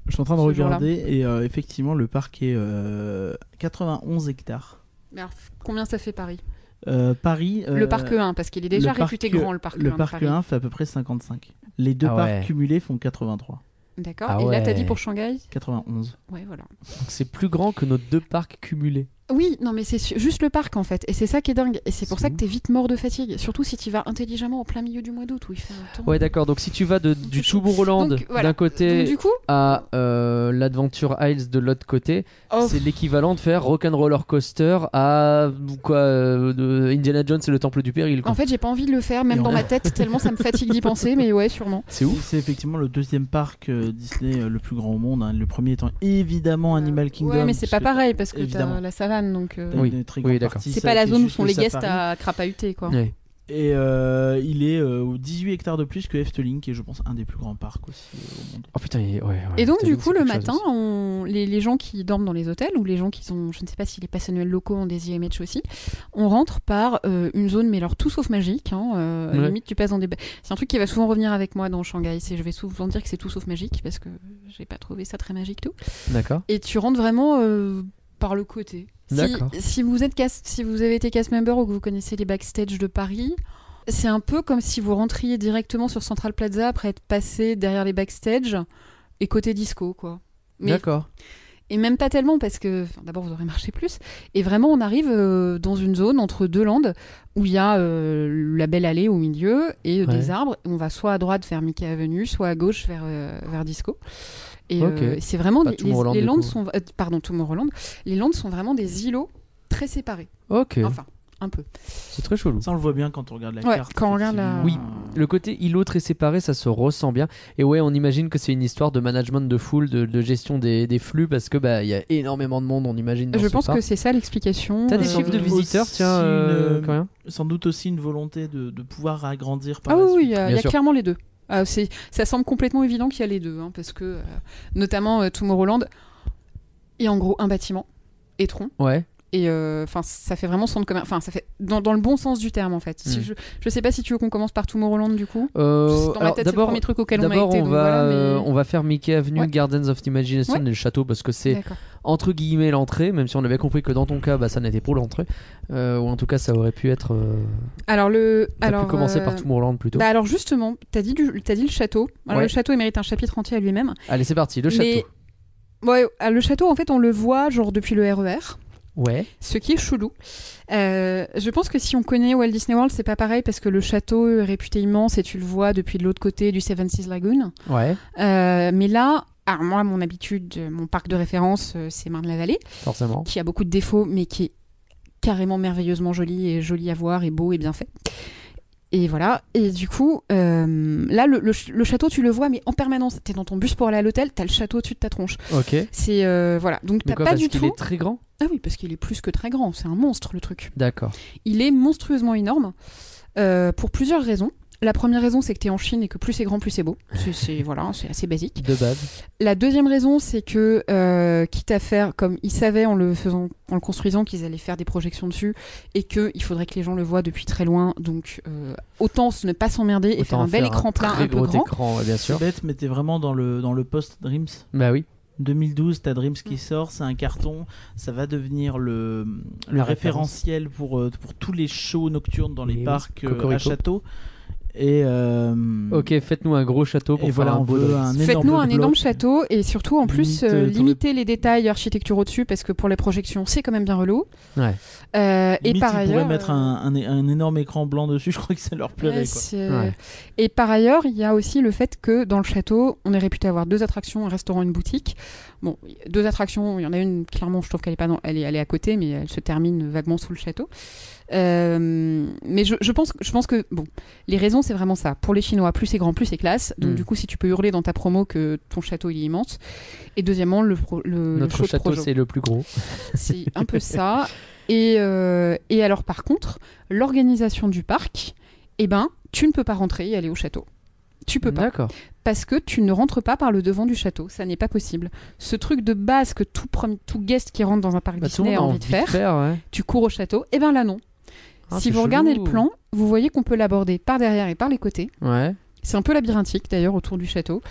B: Je suis en train de
C: Ce jour-là.
B: regarder et euh, effectivement, le parc est euh, 91 hectares.
C: Mais alors, combien ça fait Paris
B: Euh, Paris. euh,
C: Le parc 1, parce qu'il est déjà
B: le parc-
C: réputé grand le parc E 1.
B: Le parc 1 fait à peu près 55. Les deux
A: Ah
B: parcs
A: ouais.
B: cumulés font 83.
C: D'accord.
A: Ah
C: Et là, t'as
A: ouais.
C: dit pour Shanghai
B: 91.
C: Ouais, voilà.
A: Donc, c'est plus grand que nos deux parcs cumulés.
C: Oui, non, mais c'est su- juste le parc en fait. Et c'est ça qui est dingue. Et c'est pour
A: C'est
C: ça
A: ouf.
C: que t'es vite mort de fatigue. Surtout si tu vas intelligemment au plein milieu du mois d'août où il fait un temps.
A: Ouais, d'accord. Donc, si tu vas de, du Tomorrowland
C: Donc, voilà.
A: d'un côté
C: Donc, du coup,
A: à euh, l'Adventure Isles de l'autre côté,
C: oh,
A: c'est l'équivalent de faire Rock'n'Roller Coaster à quoi euh, de Indiana Jones et le Temple du Péril. quoi.
C: En fait, j'ai pas envie de le faire,
B: Et
C: même dans
B: on-
C: ma tête, tellement ça me fatigue d'y penser, mais ouais, sûrement.
A: C'est ouf.
B: C'est effectivement le deuxième parc euh, Disney euh, le plus grand au monde. hein. Le premier étant évidemment Animal Kingdom.
C: Ouais, mais c'est pas
B: puisque
C: pareil parce que
B: évidemment.
C: t'as la savane, donc. euh,
B: t'as une
A: Oui,
B: très grande
A: oui, d'accord.
B: partie,
C: C'est
B: ça
C: pas
B: a
C: la
B: été
C: zone où
B: juste
C: sont
B: le
C: les guests
B: safari.
C: à crapahuter, quoi.
A: Ouais.
B: Et euh, il est euh, aux 18 hectares de plus que Efteling, qui est, je pense, un des plus grands parcs aussi euh, au monde.
A: Oh putain, il est- ouais, ouais,
C: Et donc,
A: Tallinn,
C: du coup,
A: c'est
C: le
A: quelque chose
C: matin, on- les, les gens qui dorment dans les hôtels ou les gens qui sont, je ne sais pas si les personnels locaux ont des IMH aussi, on rentre par euh, une zone, mais alors tout sauf magique. hein, euh,
A: Ouais.
C: Limite, tu passes dans des. ba- C'est un truc qui va souvent revenir avec moi dans Shanghai. C'est, je vais souvent dire que c'est tout sauf magique parce que j'ai pas trouvé ça très magique tout.
A: aussi. D'accord.
C: Et tu rentres vraiment euh, par le côté. Si-
A: D'accord.
C: Si, vous êtes cast- si vous avez été cast member ou que vous connaissez les backstage de Paris, c'est un peu comme si vous rentriez directement sur Central Plaza après être passé derrière les backstage et côté disco, quoi. Mais,
A: D'accord.
C: et même pas tellement parce que enfin, d'abord vous aurez marché plus. Et vraiment, on arrive euh, dans une zone entre deux landes où il y a euh, la belle allée au milieu et euh,
A: Ouais.
C: des arbres. On va soit à droite vers Mickey Avenue, soit à gauche vers, euh, vers disco. Et
A: Ok.
C: euh, c'est vraiment
A: Pas
C: des- les,
A: Tomorrowland,
C: les
A: du
C: landes
A: coup.
C: sont euh, pardon Tomorrowland, les landes sont vraiment des îlots très séparés.
A: Ok,
C: Enfin, un peu.
A: c'est très chelou.
B: Ça, on le voit bien quand on regarde la
C: Ouais,
B: carte.
C: quand on regarde la-
B: effectivement.
A: Le côté îlot très séparé, ça se ressent bien. Et ouais, on imagine que c'est une histoire de management de foule, de, de gestion des, des flux, parce que bah il y a énormément de monde, on imagine. dans
C: Je
A: ce
C: pense
A: parc.
C: que c'est ça l'explication.
A: T'as des
C: euh,
A: chiffres de
B: euh,
A: visiteurs,
B: aussi
A: tiens, euh,
B: une-
A: quand même
B: Sans doute aussi une volonté de, de pouvoir agrandir par
C: Ah
B: la
C: oui, oui,
B: suite.
C: il y a,
A: Bien
C: il y a
A: sûr.
C: clairement les deux. Ah, c'est- ça semble complètement évident qu'il y a les deux, hein, parce que euh, notamment euh, Tomorrowland est en gros un bâtiment, étron,
A: Ouais.
C: et euh, enfin ça fait vraiment centre commercial. Enfin ça fait dans, dans le bon sens du terme en fait. Si
A: Mm.
C: je, je sais pas si tu veux qu'on commence par Tomorrowland du coup.
A: Euh,
C: dans ma
A: alors,
C: tête c'est le
A: d'abord,
C: premier truc auquel on a été.
A: D'abord, on,
C: donc
A: va,
C: voilà, mais-
A: euh, on va faire Mickey Avenue,
C: Ouais.
A: Gardens of Imagination
C: Ouais.
A: et le château parce que c'est
C: D'accord.
A: entre guillemets l'entrée, même si on avait compris que dans ton cas, bah, ça n'était pour l'entrée, Euh, ou en tout cas, ça aurait pu être. euh,
C: Alors le,
A: t'as
C: alors
A: pu commencer
C: euh,
A: par Tomorrowland plutôt.
C: Bah alors justement, t'as dit, du- t'as dit le château. Alors
A: Ouais.
C: le château, il mérite un chapitre entier à lui-même.
A: Allez, c'est parti, le château.
C: Mais- Ouais, ah, le château, en fait, on le voit genre depuis le E RER,
A: Ouais.
C: ce qui est chelou. Euh, je pense que si on connaît Walt Disney World, c'est pas pareil parce que le château est réputé immense et tu le vois depuis de l'autre côté du Seven Seas Lagoon.
A: Ouais,
C: Euh, mais là, alors moi, mon habitude, euh, mon parc de référence, euh, c'est Marne-la-Vallée,
A: forcément.
C: qui a beaucoup de défauts, mais qui est carrément merveilleusement joli et joli à voir et beau et bien fait. Et voilà. Et du coup, euh, là, le, le ch- le château, tu le vois, mais en permanence. T'es dans ton bus pour aller à l'hôtel, t'as le château au-dessus de ta tronche.
A: Ok.
C: C'est euh, voilà, donc
A: Mais
C: t'as
A: quoi,
C: pas
A: parce
C: du
A: qu'il
C: tout.
A: est très grand
C: Ah oui, parce qu'il est plus que très grand, c'est un monstre le truc.
A: D'accord.
C: Il est monstrueusement énorme euh, pour plusieurs raisons. La première raison, c'est que t'es en Chine et que plus c'est grand, plus c'est beau. C'est- C'est voilà, c'est assez basique.
A: De base.
C: La deuxième raison, c'est que euh, quitte à faire comme ils savaient en le faisant, en le construisant, qu'ils allaient faire des projections dessus et que il faudrait que les gens le voient depuis très loin. Donc euh, autant se ne pas s'emmerder et
A: Autant
C: faire un bel écran plein,
A: très
C: un peu
A: gros
C: grand.
A: écran, ouais, bien sûr.
B: C'est bête, mais t'es vraiment dans le, dans le post-Dreams.
A: Bah oui.
B: 2012, t'as Dreams
C: Mm.
B: qui sort, c'est un carton, ça va devenir le, le
A: La référence.
B: référentiel pour, euh, pour tous les shows nocturnes dans les
A: Mais oui,
B: parcs euh, à
A: Cocorico.
B: château. Et, euh,
A: Ok, faites-nous un gros château pour
B: et
A: faire
B: voilà,
A: un
B: on
A: beau
B: veut
A: Dreams.
B: un énorme
C: Faites-nous un
B: bloc.
C: énorme château et surtout en
B: Limite,
C: plus
B: euh,
C: euh,
B: t'aurais-
C: limitez les détails architecturaux dessus parce que pour les projections c'est quand même bien relou.
A: Ouais.
C: Euh, et
B: Limite,
C: par
B: ils
C: ailleurs,
B: pourraient mettre un, un, un énorme écran blanc dessus, je crois que ça leur
C: euh,
B: plairait.
C: ouais,
B: quoi.
C: c'est-
A: Ouais.
C: Et par ailleurs, il y a aussi le fait que dans le château, on est réputé avoir deux attractions, un restaurant, une boutique. Bon, deux attractions, il y en a une clairement, je trouve qu'elle est pas, dans... elle est, elle est à côté, mais elle se termine vaguement sous le château. Euh, mais je, je pense, je pense que bon, les raisons c'est vraiment ça. Pour les Chinois, plus c'est grand, plus c'est classe. Donc
A: Mm.
C: du coup, si tu peux hurler dans ta promo que ton château il est immense. Et deuxièmement, le, pro- le, le
A: Notre
C: show de
A: château,
C: projo.
A: c'est le plus gros.
C: C'est un peu ça. Et, euh, et alors, par contre, l'organisation du parc, eh ben, tu ne peux pas rentrer et aller au château. Tu peux pas.
A: D'accord. Bah,
C: Parce que tu ne rentres pas par le devant du château. Ça n'est pas possible. Ce truc de base que tout, premi- tout guest qui rentre dans un parc
A: Bah, tout le
C: Disney
A: monde
C: a envie de faire,
A: ouais.
C: tu cours au château, eh ben là non.
A: Ah,
C: si
A: c'est
C: vous regardez le
A: chelou.
C: plan, vous voyez qu'on peut l'aborder par derrière et par les côtés.
A: Ouais.
C: C'est un peu labyrinthique d'ailleurs autour du château.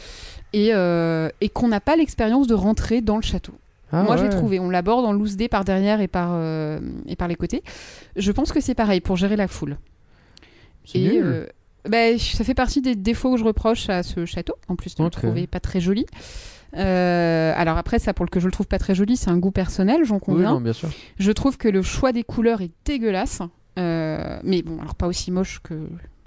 C: Et, euh, et qu'on n'a pas l'expérience de rentrer dans le château.
A: Ah,
C: Moi,
A: ouais.
C: j'ai trouvé. On l'aborde en loose dé par derrière et par, euh, et par les côtés. Je pense que c'est pareil pour gérer la foule.
A: C'est
C: Et,
A: nul.
C: euh, bah, ça fait partie des défauts que je reproche à ce château, en plus de
A: Ok.
C: le trouver pas très joli. Euh, alors après, ça, pour le que je le trouve pas très joli, c'est un goût personnel, j'en
A: Oui,
C: conviens.
A: non, bien sûr.
C: je trouve que le choix des couleurs est dégueulasse. Euh, mais bon, alors pas aussi moche que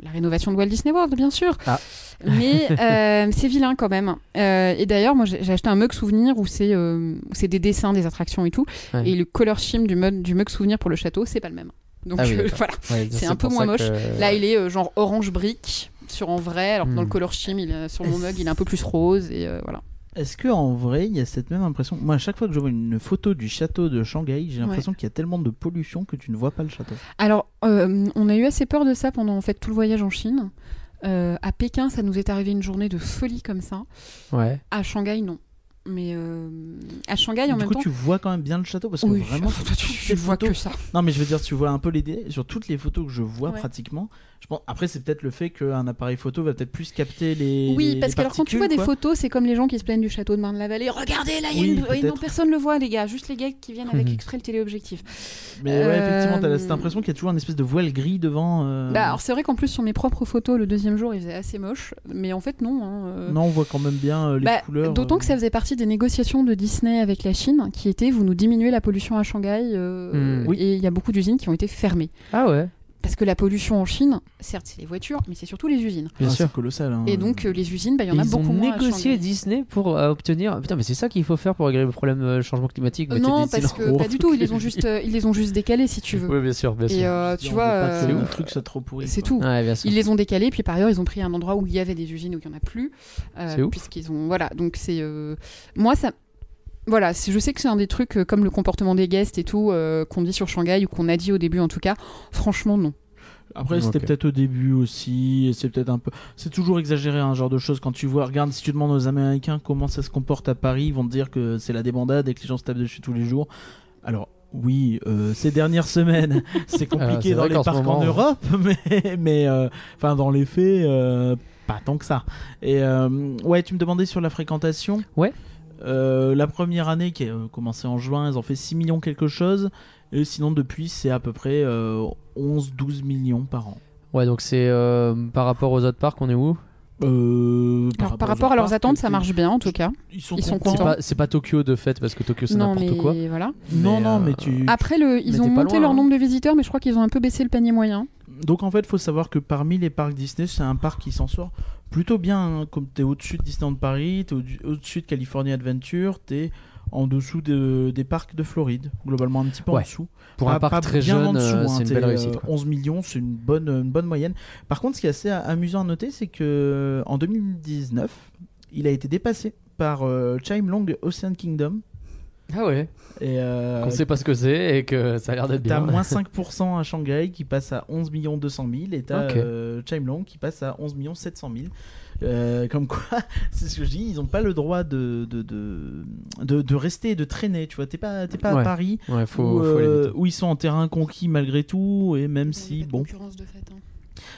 C: la rénovation de Walt Disney World, bien sûr.
A: Ah.
C: Mais euh, c'est vilain quand même. Euh, et d'ailleurs, moi, j'ai j'ai acheté un mug souvenir où c'est euh, où c'est des dessins des attractions et tout.
A: Ouais.
C: Et le color scheme du mug, du mug souvenir pour le château, c'est pas le même. Donc
A: Ah oui,
C: euh,
A: d'accord.
C: voilà.
A: Ouais,
C: C'est un peu
A: pour
C: moins
A: ça
C: moche.
A: que-
C: Là, il est euh, genre orange brique sur en vrai, alors que dans
A: Hmm.
C: le color scheme, il est- sur mon mug, il est un peu plus rose. Et euh, voilà.
B: Est-ce que en vrai, il y a cette même impression Moi, à chaque fois que je vois une photo du château de Shanghai, j'ai l'impression qu'il y a tellement de pollution que tu ne vois pas le château.
C: Alors, euh, on a eu assez peur de ça pendant en fait tout le voyage en Chine. Euh, à Pékin, ça nous est arrivé une journée de folie comme ça.
A: Ouais.
C: À Shanghai, non. Mais euh, à Shanghai, en
B: du
C: même
B: coup,
C: temps.
B: tu vois quand même bien le château parce que
C: Oui,
B: vraiment,
C: tu-
B: sur
C: tu,
B: toutes
C: tu
B: les
C: vois
B: photos-
C: que ça.
B: Non, mais je veux dire, tu vois un peu les dé- sur toutes les photos que je vois
C: Ouais.
B: pratiquement. Je pense. Après, c'est peut-être le fait qu'un appareil photo va peut-être plus capter les.
C: Oui,
B: les-
C: parce
B: les
C: que alors, quand tu vois des
B: particules, quoi.
C: photos, c'est comme les gens qui se plaignent du château de Marne-la-Vallée. Regardez, là, il y a
B: Oui,
C: une. oui, non,
B: peut-être. Mmh.
C: personne le voit, les gars. Juste les gars qui viennent avec
A: Mhm.
C: exprès le téléobjectif.
B: Mais ouais, effectivement, t'as
C: Euh,
B: la- cette impression qu'il y a toujours une espèce de voile gris devant. euh,
C: Bah, alors, c'est vrai qu'en plus, sur mes propres photos, le deuxième jour, il faisait assez moche. Mais en fait, non. hein, euh,
B: Non, on voit quand même bien euh, les
C: Bah,
B: couleurs.
C: D'autant
B: euh,
C: que ça faisait partie des négociations de Disney avec la Chine, qui était vous nous diminuez la pollution à Shanghai, euh,
A: Hmm.
B: Oui.
C: et il y a beaucoup d'usines qui ont été fermées.
A: Ah ouais.
C: Parce que la pollution en Chine, certes, c'est les voitures, mais c'est surtout les usines.
A: Bien
B: Ah,
A: sûr.
B: C'est colossal. hein.
C: Et donc, euh, les usines, bah, il
A: Et
C: y en a
A: ils
C: beaucoup
A: ont
C: moins. à
A: négocié
C: Shanghai.
A: Disney pour euh, obtenir. Putain, mais c'est ça qu'il faut faire pour régler le problème euh, changement climatique.
C: Euh,
A: mettez
C: non,
A: Disney
C: parce
A: en
C: que
A: gros
C: pas du
A: toute
C: tout. Ils les
A: la
C: ont
A: vie.
C: juste, euh, ils les ont juste décalés, si tu veux.
A: Oui, bien sûr, bien sûr.
C: Et
B: Je
C: euh,
B: veux
C: tu
B: dire, on
C: vois,
B: veut pas que
C: euh,
B: le truc soit trop pourri.
C: c'est
B: quoi.
C: tout.
A: Ouais, bien sûr.
C: Ils les ont décalés, puis par ailleurs, ils ont pris un endroit où il y avait des usines où il n'y en a plus. euh,
A: C'est ouf.
C: Puisqu'ils ont. Voilà, donc c'est. euh, Moi, ça. Voilà, c'est- je sais que c'est un des trucs euh, comme le comportement des guests et tout euh, qu'on dit sur Shanghai ou qu'on a dit au début en tout cas. Franchement, non.
B: Après, c'était
A: Ok.
B: peut-être au début aussi, et c'est peut-être un peu. C'est toujours exagéré, un genre de choses. Quand tu vois, regarde, si tu demandes aux Américains comment ça se comporte à Paris, ils vont te dire que c'est la débandade et que les gens se tapent dessus tous les jours. Alors. Oui, euh, ces dernières semaines,
A: Ah,
B: c'est
A: c'est
B: compliqué dans
A: vrai
B: les
A: qu'en ce
B: parcs en
A: moment,
B: Europe, mais, mais euh, enfin dans les faits, euh, pas tant que ça. Et euh, ouais, tu me demandais sur la fréquentation.
A: Ouais.
B: Euh, la première année qui a euh, commencé en juin, ils ont fait 6 millions quelque chose. Et sinon, depuis, c'est à peu près 11-12 millions par an.
A: Ouais, donc c'est euh, par rapport aux autres parcs, on est où
B: Euh,
C: Alors, par
B: aux
C: rapport à
B: autres
C: leurs
B: parcs,
C: attentes, ça
B: ils-
C: marche bien en tout cas.
B: Ils sont,
C: Ils sont
B: contents.
A: C'est
C: contents.
A: pas, c'est pas Tokyo de fait, parce que Tokyo c'est
C: non,
A: n'importe
C: mais
A: quoi.
C: voilà.
B: Non,
A: Mais,
B: non,
A: euh,
B: mais tu.
C: Après, le,
A: Mais
C: ils ont
A: t'es pas
C: monté
A: loin,
C: leur
A: hein.
C: nombre de visiteurs, mais je crois qu'ils ont un peu baissé le panier moyen.
B: Donc en fait, faut savoir que parmi les parcs Disney, c'est un parc qui s'en sort plutôt bien. hein. Comme t'es au-dessus de Disneyland Paris, t'es au- au-dessus de California Adventure, t'es en dessous de- des parcs de Floride, globalement un petit peu en
A: Ouais.
B: dessous.
A: Pour
B: Pas-
A: un parc
B: pas
A: très
B: bien en
A: jeune,
B: dessous,
A: euh,
B: hein,
A: c'est une
B: t'es,
A: belle
B: euh,
A: réussite. quoi.
B: 11 millions, c'est une bonne, une bonne moyenne. Par contre, ce qui est assez a- amusant à noter, c'est que en 2019, il a été dépassé par euh, Chime Long Ocean Kingdom.
A: Ah ouais,
B: Et euh,
A: qu'on sait pas ce que c'est et que ça a l'air d'être
B: T'as
A: bien.
B: moins 5% à Shanghai qui passe à 11 millions 200 000 et t'as
A: Ok.
B: euh, Chime Long qui passe à 11 millions 700 000. Euh, comme quoi, c'est ce que je dis, ils n'ont pas le droit de, de, de, de, de rester et de traîner. Tu vois, t'es pas, t'es pas
A: Ouais.
B: à Paris
A: Ouais, faut,
B: où,
A: faut aller
B: euh,
A: vite.
B: où ils sont en terrain conquis malgré tout. Et même si, bon,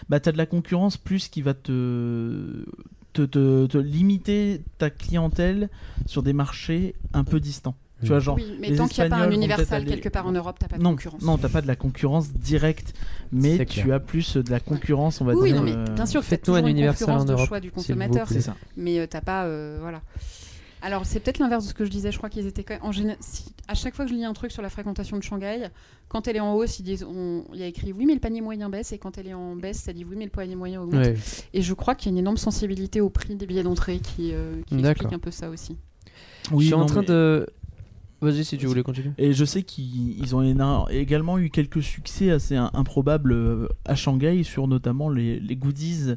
B: bah, t'as de la concurrence plus qui va te, te, te, te limiter ta clientèle sur des marchés un peu distants.
A: Mm.
B: Tu vois, genre,
C: oui, mais
B: les
C: tant qu'il n'y a pas
B: Espagnols
C: un
B: vont
C: Universal
B: peut-être aller-
C: quelque part en Europe, t'as pas de
B: non,
C: concurrence.
B: non, t'as pas de la concurrence directe, mais
A: C'est
B: tu
A: clair.
B: as plus euh, de la concurrence, on va
C: oui,
B: dire.
C: non, mais
B: euh,
C: bien sûr, que t'as
A: faites-nous un
C: toujours une
A: Universal
C: concurrence
A: en Europe,
C: de choix du
A: s'il vous
C: consommateur,
A: plaît.
B: C'est ça.
C: mais euh, t'as pas, euh, voilà. Alors c'est peut-être l'inverse de ce que je disais. Je crois qu'ils étaient quand même- en géné- si- à chaque fois que je lis un truc sur la fréquentation de Shanghai, quand elle est en hausse, ils disent, on- il y a écrit oui, mais le panier moyen baisse, et quand elle est en baisse, ça dit oui, mais le panier moyen augmente.
A: Ouais.
C: Et je crois qu'il y a une énorme sensibilité au prix des billets d'entrée qui, euh, qui
A: D'accord.
C: explique un peu ça aussi.
A: je
B: Oui,
A: suis en
B: non,
A: train
B: mais-
A: de. Vas-y, si tu voulais continuer.
B: Et je sais qu'ils ils ont éna- également eu quelques succès assez im- improbables euh, à Shanghai sur notamment les, les goodies.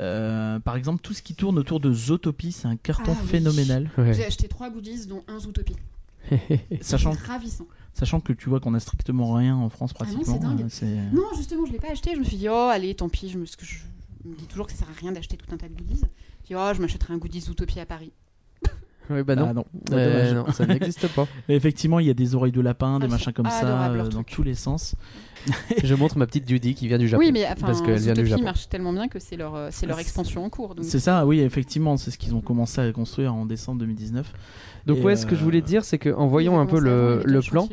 B: Euh, par exemple, tout ce qui tourne autour de Zootopie, c'est un carton
C: Ah oui.
B: phénoménal.
C: J'ai acheté trois goodies, dont un Zootopie.
B: Sachant,
C: Ravissant.
B: sachant que tu vois qu'on a strictement rien en France
C: Ah non,
B: pratiquement.
C: c'est dingue.
B: euh, c'est-
C: Non, justement, je l'ai pas acheté. Je me suis dit, oh, allez, tant pis. Je me, parce que je, je me dis toujours que ça sert à rien d'acheter tout un tas de goodies. Je dis, oh, je m'achèterai un goodies Zootopie à Paris.
A: Oui, bah non.
B: Ah non,
A: Euh,
B: dommage.
A: non, ça n'existe pas.
B: Mais effectivement, il y a des oreilles de lapin, des
C: Ah, ils
B: machins
C: sont
B: comme ça,
C: adorables, leurs
B: euh, dans
C: trucs.
B: tous les sens.
A: Je montre ma petite Judy qui vient du Japon.
C: oui, mais enfin,
A: parce qu'elle vient du
C: Zootopie
A: Japon.
C: marche tellement bien que c'est leur, euh, c'est leur
B: C'est-
C: expansion en cours. Donc,
B: C'est ça, oui, effectivement, c'est ce qu'ils ont commencé à construire en décembre 2019.
A: Donc
B: Et,
A: ouais, ce que je voulais
B: euh,
A: dire, c'est que en voyant un peu le, le plan,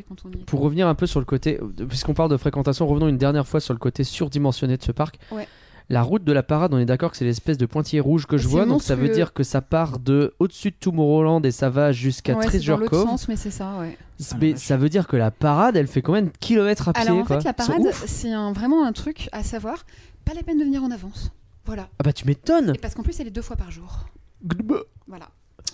A: pour revenir un peu sur le côté, puisqu'on parle de fréquentation, revenons une dernière fois sur le côté surdimensionné de ce parc.
C: Ouais.
A: La route de la parade, on est d'accord que c'est l'espèce de pointillé rouge que je
C: C'est
A: vois, donc ça veut
C: monstrueux.
A: dire que ça part de au-dessus de Tomorrowland et ça va jusqu'à
C: ouais, c'est dans
A: Treasure
C: l'autre
A: Cove.
C: sens, mais c'est ça, ouais.
B: Ah, la
A: Mais
B: vache.
A: ça veut dire que la parade, elle fait combien de kilomètres à pied
C: Alors en
A: quoi
C: fait, la
A: Ils sont
C: parade,
A: ouf.
C: c'est un- vraiment un truc à savoir. Pas la peine de venir en avance. Voilà.
A: Ah bah tu m'étonnes
C: Et parce qu'en plus, elle est deux fois par jour. Voilà.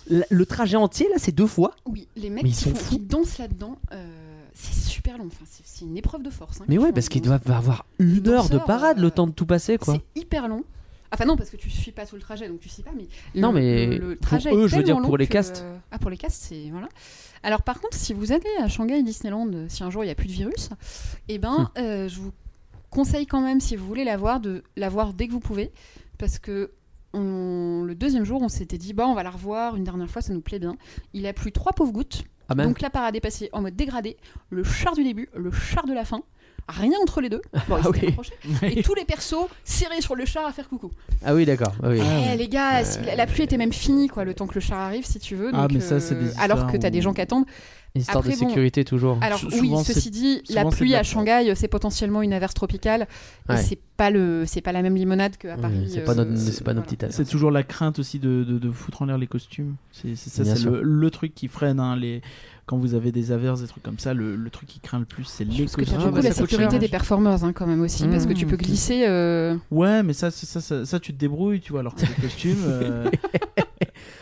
A: La- Le trajet entier là, c'est deux fois
C: Oui, les mecs
A: Mais ils
C: qui,
A: sont
C: font-
A: fous.
C: qui dansent là-dedans, euh, c'est super long. Enfin, c'est- c'est une épreuve de force. hein,
A: Mais
C: qu'ils
A: ouais,
C: font,
A: parce
C: ils
A: qu'il
C: dansent.
A: doit avoir une
C: Les
A: heure de
C: danseurs,
A: parade,
C: euh,
A: le temps de tout passer quoi.
C: C'est hyper long. Enfin non, parce que tu suis pas tout le trajet, donc tu sais pas. Mais le-
A: Non, mais
C: le, le
A: pour
C: trajet
A: eux,
C: est
A: je veux dire,
C: tellement
A: pour
C: long
A: les
C: que,
A: castes.
C: euh, Ah, pour les castes, c'est voilà. Alors par contre, si vous allez à Shanghai Disneyland, euh, si un jour il y a plus de virus, eh
A: Hum.
C: ben, euh, je vous conseille quand même, si vous voulez l'avoir, de l'avoir dès que vous pouvez, parce que on- le deuxième jour, on s'était dit bah on va la revoir une dernière fois, ça nous plaît bien. Il a plu trois pauvres gouttes.
A: Ah ben,
C: Donc la parade est passée en mode dégradé, le char du début, le char de la fin, rien entre les deux. Bon, ils
A: Ah
C: s'étaient
A: oui.
C: rapprochés. Et tous les persos serrés sur le char à faire coucou.
A: ah oui d'accord. Ah oui.
C: Eh,
B: ouais.
C: les gars, si- la, la pluie était même finie quoi, le temps que le char arrive si tu veux.
B: Ah,
C: donc, euh,
B: mais ça, c'est des histoires
C: alors que t'as des
B: où-
C: gens qui attendent.
A: Histoire de
C: Après, bon,
A: sécurité toujours.
C: Alors
B: Sou-
C: oui,
B: souvent,
C: ceci dit, la
B: souvent, c'est de
C: pluie
B: la-
C: à Shanghai, euh, c'est potentiellement une averse tropicale.
A: Ouais.
C: Et c'est pas le, c'est pas la même limonade qu'à
A: Oui,
C: Paris.
A: c'est pas
C: euh,
A: notre, c'est pas notre
C: voilà.
A: petit hasard.
B: C'est toujours la crainte aussi de, de, de foutre en l'air les costumes. C'est c'est ça,
A: Bien
B: c'est
A: sûr.
B: le, le truc qui freine hein, les, quand vous avez des averses, des trucs comme ça, le, le truc qui craint le plus, c'est
C: Parce que
B: l'écologie.
C: t'as
A: Ah,
C: du coup
A: bah,
C: la
A: ça coûte
C: sécurité
A: cher.
C: des performeurs hein, quand même aussi, parce que tu
A: Mmh.
C: peux glisser. euh,
B: Ouais, mais ça, c'est- ça, ça, ça, tu te débrouilles, tu vois, alors que les costumes. euh,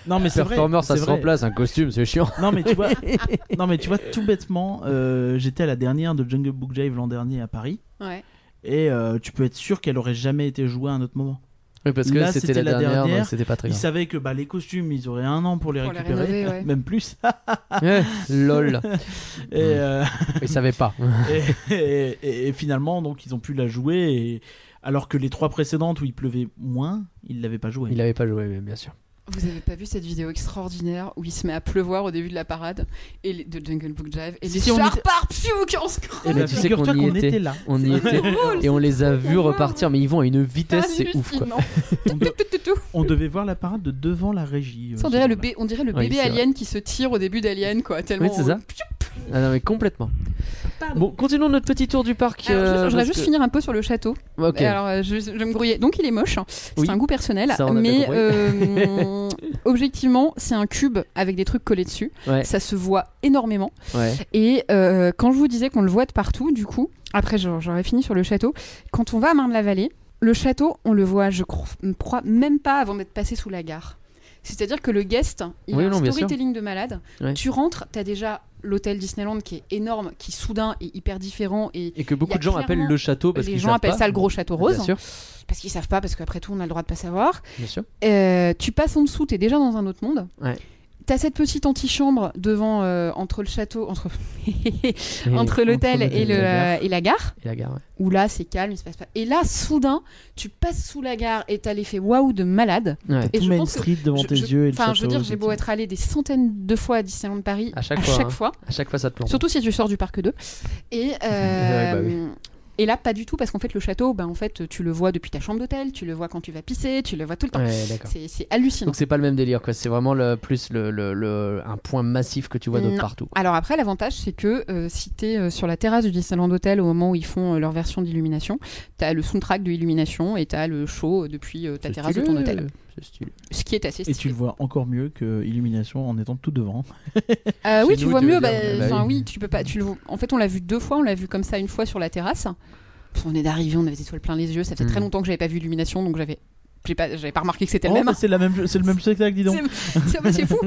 B: Non, mais c'est vrai.
A: Performer, ça
B: c'est
A: se
B: vrai.
A: remplace, un costume, c'est chiant.
B: Non, mais tu vois, non, mais tu vois tout bêtement, euh, j'étais à la dernière de Jungle Book Jive l'an dernier à Paris,
C: Ouais.
B: et euh, tu peux être sûr qu'elle aurait jamais été jouée à un autre moment.
A: Oui, parce que
B: Là,
A: c'était la,
B: c'était la
A: dernière,
B: dernière.
A: donc c'était pas très
B: Ils
A: grave.
B: savaient que bah, les costumes, ils auraient un an pour les
C: Pour les
B: récupérer,
C: rénover, ouais.
B: même plus.
A: Eh, lol, Mm.
B: et, euh,
A: ils savaient pas.
B: et, et- et- et finalement, donc, ils ont pu la jouer. et- Alors que les trois précédentes où il pleuvait moins, ils l'avaient pas joué.
A: Il avait pas joué, mais bien sûr.
C: Vous avez pas vu cette vidéo extraordinaire où il se met à pleuvoir au début de la parade et les- de Jungle Book Jive et
B: Si,
C: les
B: si, on
C: chars
B: était-
C: partent, pfiou, qui en scroll.
B: Et
A: Eh, Mais
B: bah,
A: tu sais
B: figure-toi
A: qu'on y
B: qu'on
A: était.
B: était. là.
A: On y était et on les a
C: Ah,
A: vus repartir, mais ils vont à une vitesse, c'est ouf quoi.
C: Hallucinant.
B: On, de-
C: Tout, tout, tout, tout.
B: on devait voir la parade de devant la régie. euh,
C: Ça, on
B: ce
C: dirait le,
B: jour-là.
C: bé- on dirait le
A: Oui,
C: bébé
A: c'est
C: alien qui se tire au début d'Alien, quoi. Tellement.
A: Oui, c'est ça. Ah non, mais complètement. Bon, continuons notre petit tour du parc.
C: Alors, je-
A: euh,
C: je voudrais
A: parce
C: juste
A: que-
C: finir un peu sur le château.
A: Ok.
C: Alors, euh, je, je vais me grouiller. Donc, il est moche. hein. C'est
A: Oui.
C: un goût personnel.
A: Ça, on a bien
C: mais
A: compris.
C: euh, objectivement, c'est un cube avec des trucs collés dessus.
A: Ouais,
C: Ça se voit énormément.
A: ouais.
C: Et euh, quand je vous disais qu'on le voit de partout, du coup, après j'en- j'aurais fini sur le château, quand on va à Marne-la-Vallée, le château, on le voit, je cro- crois, même pas avant d'être passé sous la gare. C'est-à-dire que le guest, il
A: Oui,
C: a
A: non,
C: un
A: bien sûr.
C: storytelling de malade.
A: Ouais.
C: Tu rentres, t'as déjà l'hôtel Disneyland qui est énorme, qui soudain est hyper différent et
A: Et que
C: Il
A: beaucoup
C: y a
A: de gens appellent
C: clairement-
A: le château Oh, parce
C: les
A: qu'ils
C: gens
A: savent
C: appellent
A: pas.
C: ça le gros château rose
A: Bien sûr,
C: parce qu'ils savent pas parce qu'après tout on a le droit de pas savoir.
A: bien sûr.
C: Euh, tu passes en dessous, t'es déjà dans un autre monde.
A: Ouais.
C: T'as cette petite antichambre devant euh, entre le château entre entre l'hôtel et, le- euh,
A: la gare.
C: et la gare
A: Et la gare, ouais.
C: où là c'est calme, il se passe pas. Et là, soudain, tu passes sous la gare et t'as l'effet waouh de malade.
A: Ouais.
C: Et
B: Tout
C: je
B: Main
C: pense que
B: Street devant
C: Je-
B: tes
C: je-
B: yeux et le
C: Enfin, je
B: château,
C: veux dire, j'ai beau être allé des centaines de fois à Disneyland Paris,
A: À chaque fois, hein. À chaque fois, ça te plante.
C: surtout si tu sors du parc 2. Et, euh,
A: vrai que bah
C: et là, pas du tout, parce qu'en fait, le château, ben, en fait, tu le vois depuis ta chambre d'hôtel, tu le vois quand tu vas pisser, tu le vois tout le temps.
A: Ouais, d'accord.
C: C'est- C'est hallucinant.
A: Donc c'est pas le même délire quoi, c'est vraiment le, plus le, le- le- un point massif que tu vois de
C: Non. Ah,
A: partout. quoi.
C: Alors après, l'avantage, c'est que euh, si t'es euh, sur la terrasse du Disneyland Hotel au moment où ils font euh, leur version d'illumination, t'as le soundtrack de illumination et t'as le show depuis euh, ta
A: C'est
C: terrasse de
A: stylé,
C: ton hôtel.
A: C'est stylé.
C: Ce qui est assez
B: Et
C: stylé.
B: tu le vois encore mieux que Illumination en étant tout devant.
C: Euh,
A: Chez
C: oui, tu
A: nous,
C: vois
A: tu veux
C: mieux.
A: dire.
C: bah,
A: Ah bah
C: enfin, oui, tu peux pas. Tu le... vois- En fait, on l'a vu deux fois. On l'a vu comme ça une fois sur la terrasse. Pff, on est d'arrivée, on avait des étoiles plein les yeux. Ça fait
B: Hmm.
A: Mm.
C: très longtemps que j'avais pas vu Illumination, donc j'avais, j'ai pas, j'avais pas remarqué que c'était
B: Oh,
C: le même.
B: bah, c'est la même, c'est le même spectacle, dis donc.
C: C'est- c'est- c'est fou.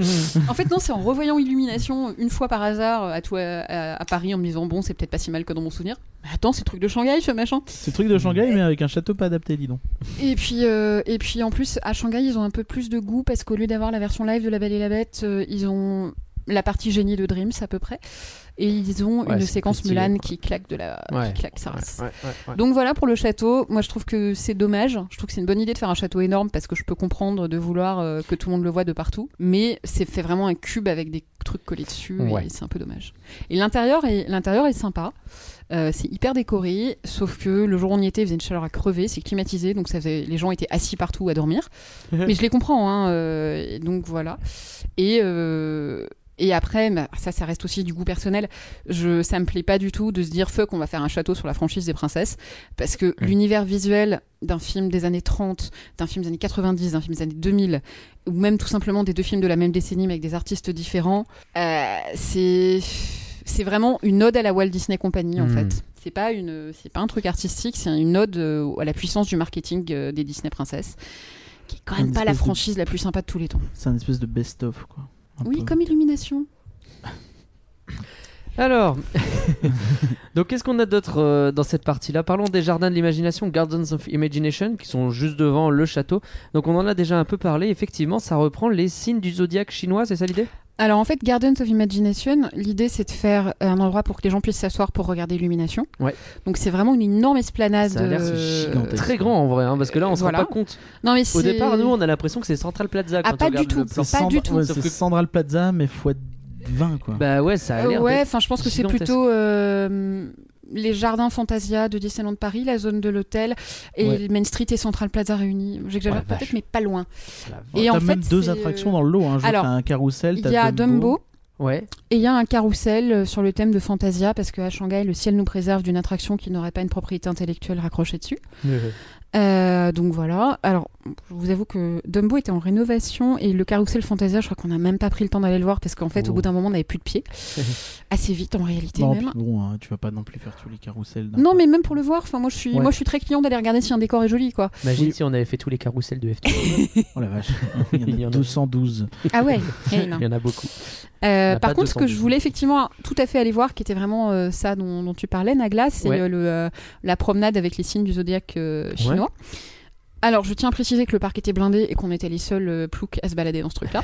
C: En fait, non, c'est en revoyant Illumination une fois par hasard euh, à toi à, à Paris en me disant bon, c'est peut-être pas si mal que dans mon souvenir. Mais attends, c'est truc de Shanghai, ce machin.
B: C'est le truc de Shanghai, mais avec un château pas adapté, dis donc.
C: Et puis, euh, et puis en plus, à Shanghai, ils ont un peu plus de goût parce qu'au lieu d'avoir la version live de La Belle et la Bête, euh, ils ont la partie génie de Dreams à peu près. Et ils ont
A: Ouais,
C: une
A: c'est plus
C: séquence
A: stylé,
C: Mulan
A: quoi.
C: qui claque de la.
A: Ouais.
C: Qui claque sa race.
A: Ouais, ouais, ouais.
C: Donc voilà pour le château. Moi, je trouve que c'est dommage. Je trouve que c'est une bonne idée de faire un château énorme parce que je peux comprendre de vouloir euh, que tout le monde le voit de partout. Mais c'est fait vraiment un cube avec des trucs collés dessus
A: Ouais.
C: et c'est un peu dommage. Et l'intérieur est, l'intérieur est sympa. Euh, c'est hyper décoré, sauf que le jour où on y était, il faisait une chaleur à crever, c'est climatisé, donc ça faisait, les gens étaient assis partout à dormir. Mais je les comprends, hein, euh, et donc voilà. Et, euh, et après, bah, ça, ça reste aussi du goût personnel. Je, ça me plaît pas du tout de se dire fuck, on va faire un château sur la franchise des princesses, parce que
B: Mm.
C: l'univers visuel d'un film des années 30, d'un film des années 90, d'un film des années 2000, ou même tout simplement des deux films de la même décennie mais avec des artistes différents, euh, c'est c'est vraiment une ode à la Walt Disney Company en
A: Mm.
C: fait. C'est pas une, c'est pas un truc artistique, c'est une ode euh, à la puissance du marketing euh, des Disney princesses, qui est quand
B: Une
C: même pas la
B: espèce de-
C: franchise la plus sympa de tous les temps.
B: C'est un espèce de best-of, quoi. Un
C: Oui,
B: peu.
C: comme Illumination.
A: Alors, donc qu'est-ce qu'on a d'autre euh, dans cette partie-là Parlons des jardins de l'imagination, Gardens of Imagination, qui sont juste devant le château. Donc on en a déjà un peu parlé. Effectivement, ça reprend les signes du zodiaque chinois, c'est ça l'idée
C: Alors en fait, Gardens of Imagination, l'idée c'est de faire euh, un endroit pour que les gens puissent s'asseoir pour regarder l'illumination.
A: Ouais.
C: Donc c'est vraiment une énorme esplanade.
A: Ça a l'air
C: euh,
B: c'est gigantesque.
A: Très grand en vrai, hein, parce que là on se
C: Voilà.
A: rend pas compte.
C: Non mais
A: Au
C: c'est-
A: départ, nous on a l'impression que c'est Central Plaza.
C: Ah,
A: quand
C: pas
A: on
C: du
A: regarde
C: tout.
A: le plan.
B: C'est
C: Pas du
B: Sandra-
C: tout.
B: ouais, c'est
A: Sauf que-
B: Central Plaza, mais fois 20, quoi.
A: Bah ouais, ça a
C: Euh,
A: l'air.
C: ouais,
A: d'être-
C: enfin je pense que c'est
A: gigantesque.
C: plutôt euh, les jardins Fantasia de Disneyland Paris, la zone de l'hôtel et
B: Ouais.
C: le Main Street et Central Plaza réunis. J'exagère
A: Ouais, vache.
C: peut-être, mais pas loin.
A: La vache.
C: Et
B: t'as
C: en
B: même
C: fait,
B: deux
C: c'est,
B: attractions
C: euh,
B: dans le lot. Hein. Je vois,
C: alors,
B: t'as un carrousel, t'as
C: Il y a Dumbo.
A: Ouais.
C: Et il y a un carrousel euh, sur le thème de Fantasia, parce qu'à Shanghai, le ciel nous préserve d'une attraction qui n'aurait pas une propriété intellectuelle raccrochée dessus. Euh, donc voilà. Alors, je vous avoue que Dumbo était en rénovation et le Carousel Fantasia, je crois qu'on n'a même pas pris le temps d'aller le voir parce qu'en fait,
B: Oh.
C: au bout d'un moment, on n'avait plus de pied. Assez vite en réalité
B: Non,
C: même.
B: puis bon, hein, tu vas pas non plus faire tous les carousels. d'un
C: Non,
B: coup.
C: mais même pour le voir, enfin moi je suis,
B: Ouais.
C: moi je suis très client d'aller regarder si un décor est joli quoi.
A: Imagine
B: Oui.
A: si on avait fait tous les carousels de F2.
B: Oh la vache, il y en a,
A: Il y en a.
B: 212.
C: Ah ouais. eh, non.
A: Il y en a beaucoup.
C: Euh,
A: Il y a
C: par
A: pas
C: contre, ce que je
A: 212.
C: voulais effectivement tout à fait aller voir, qui était vraiment euh, ça dont, dont tu parlais, Nagla, c'est
A: Ouais.
C: euh, le, euh, la promenade avec les signes du zodiaque euh, chinois. Alors, je tiens à préciser que le parc était blindé et qu'on était les seuls euh, ploucs à se balader dans ce truc-là.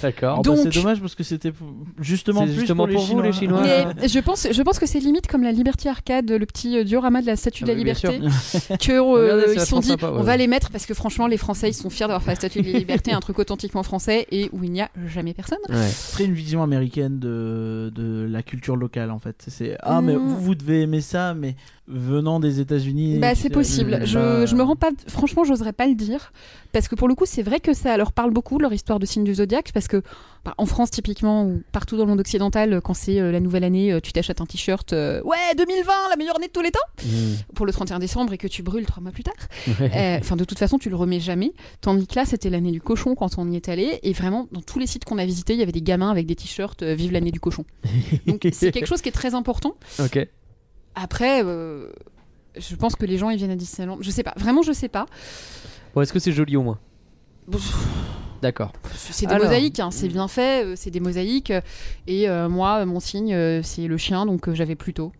A: D'accord.
B: Ah bah,
C: Donc-
B: c'est dommage parce que c'était p- justement
A: C'est
B: plus
A: justement
B: pour,
A: pour vous, les Chinois.
C: Mais
A: Voilà.
C: je pense, je pense que c'est limite comme la Liberty Arcade, le petit euh, diorama de la Statue de
A: Ah
C: la
A: oui, bien
C: Liberté, que euh,
A: Regardez, c'est
C: ils se sont
A: vachement
C: dit,
A: sympa, ouais,
C: on va
A: ouais.
C: les mettre parce que franchement, les Français, ils sont fiers d'avoir fait la Statue de la Liberté, un truc authentiquement français et où il n'y a jamais personne.
A: Ouais.
B: Très une vision américaine de, de la culture locale en fait. C'est ah mais
C: Mm.
B: vous, vous devez aimer ça, mais venant des États-Unis.
C: Bah,
B: tu
C: c'est
B: sais,
C: possible.
B: bah,
A: euh,
C: Je, je me rends pas. Franchement, j'oserais pas le dire. Parce que pour le coup, c'est vrai que ça leur parle beaucoup, leur histoire de signe du zodiaque. Parce que bah, en France, typiquement, ou partout dans le monde occidental, quand c'est euh, la nouvelle année, euh, tu t'achètes un t-shirt euh, Ouais, 2020, la meilleure année de tous les temps
A: Eh.
C: pour le 31 décembre et que tu brûles trois mois plus tard.
A: Hmm.
C: Euh, Enfin, de toute façon, tu le remets jamais. Tandis que là, c'était l'année du cochon quand on y est allé. Et vraiment, dans tous les sites qu'on a visités, il y avait des gamins avec des t-shirts euh, Vive l'année du cochon. Donc, c'est quelque chose qui est très important.
A: Ok.
C: Après, euh, je pense que les gens ils viennent à Disneyland. Je sais pas, vraiment je sais pas.
A: Bon, est-ce que c'est joli au moins D'accord.
C: C'est des
A: Alors.
C: mosaïques, hein, c'est bien fait, euh, c'est des mosaïques. euh, Et euh, moi, euh, mon signe, euh, c'est le chien, donc euh, j'avais plutôt.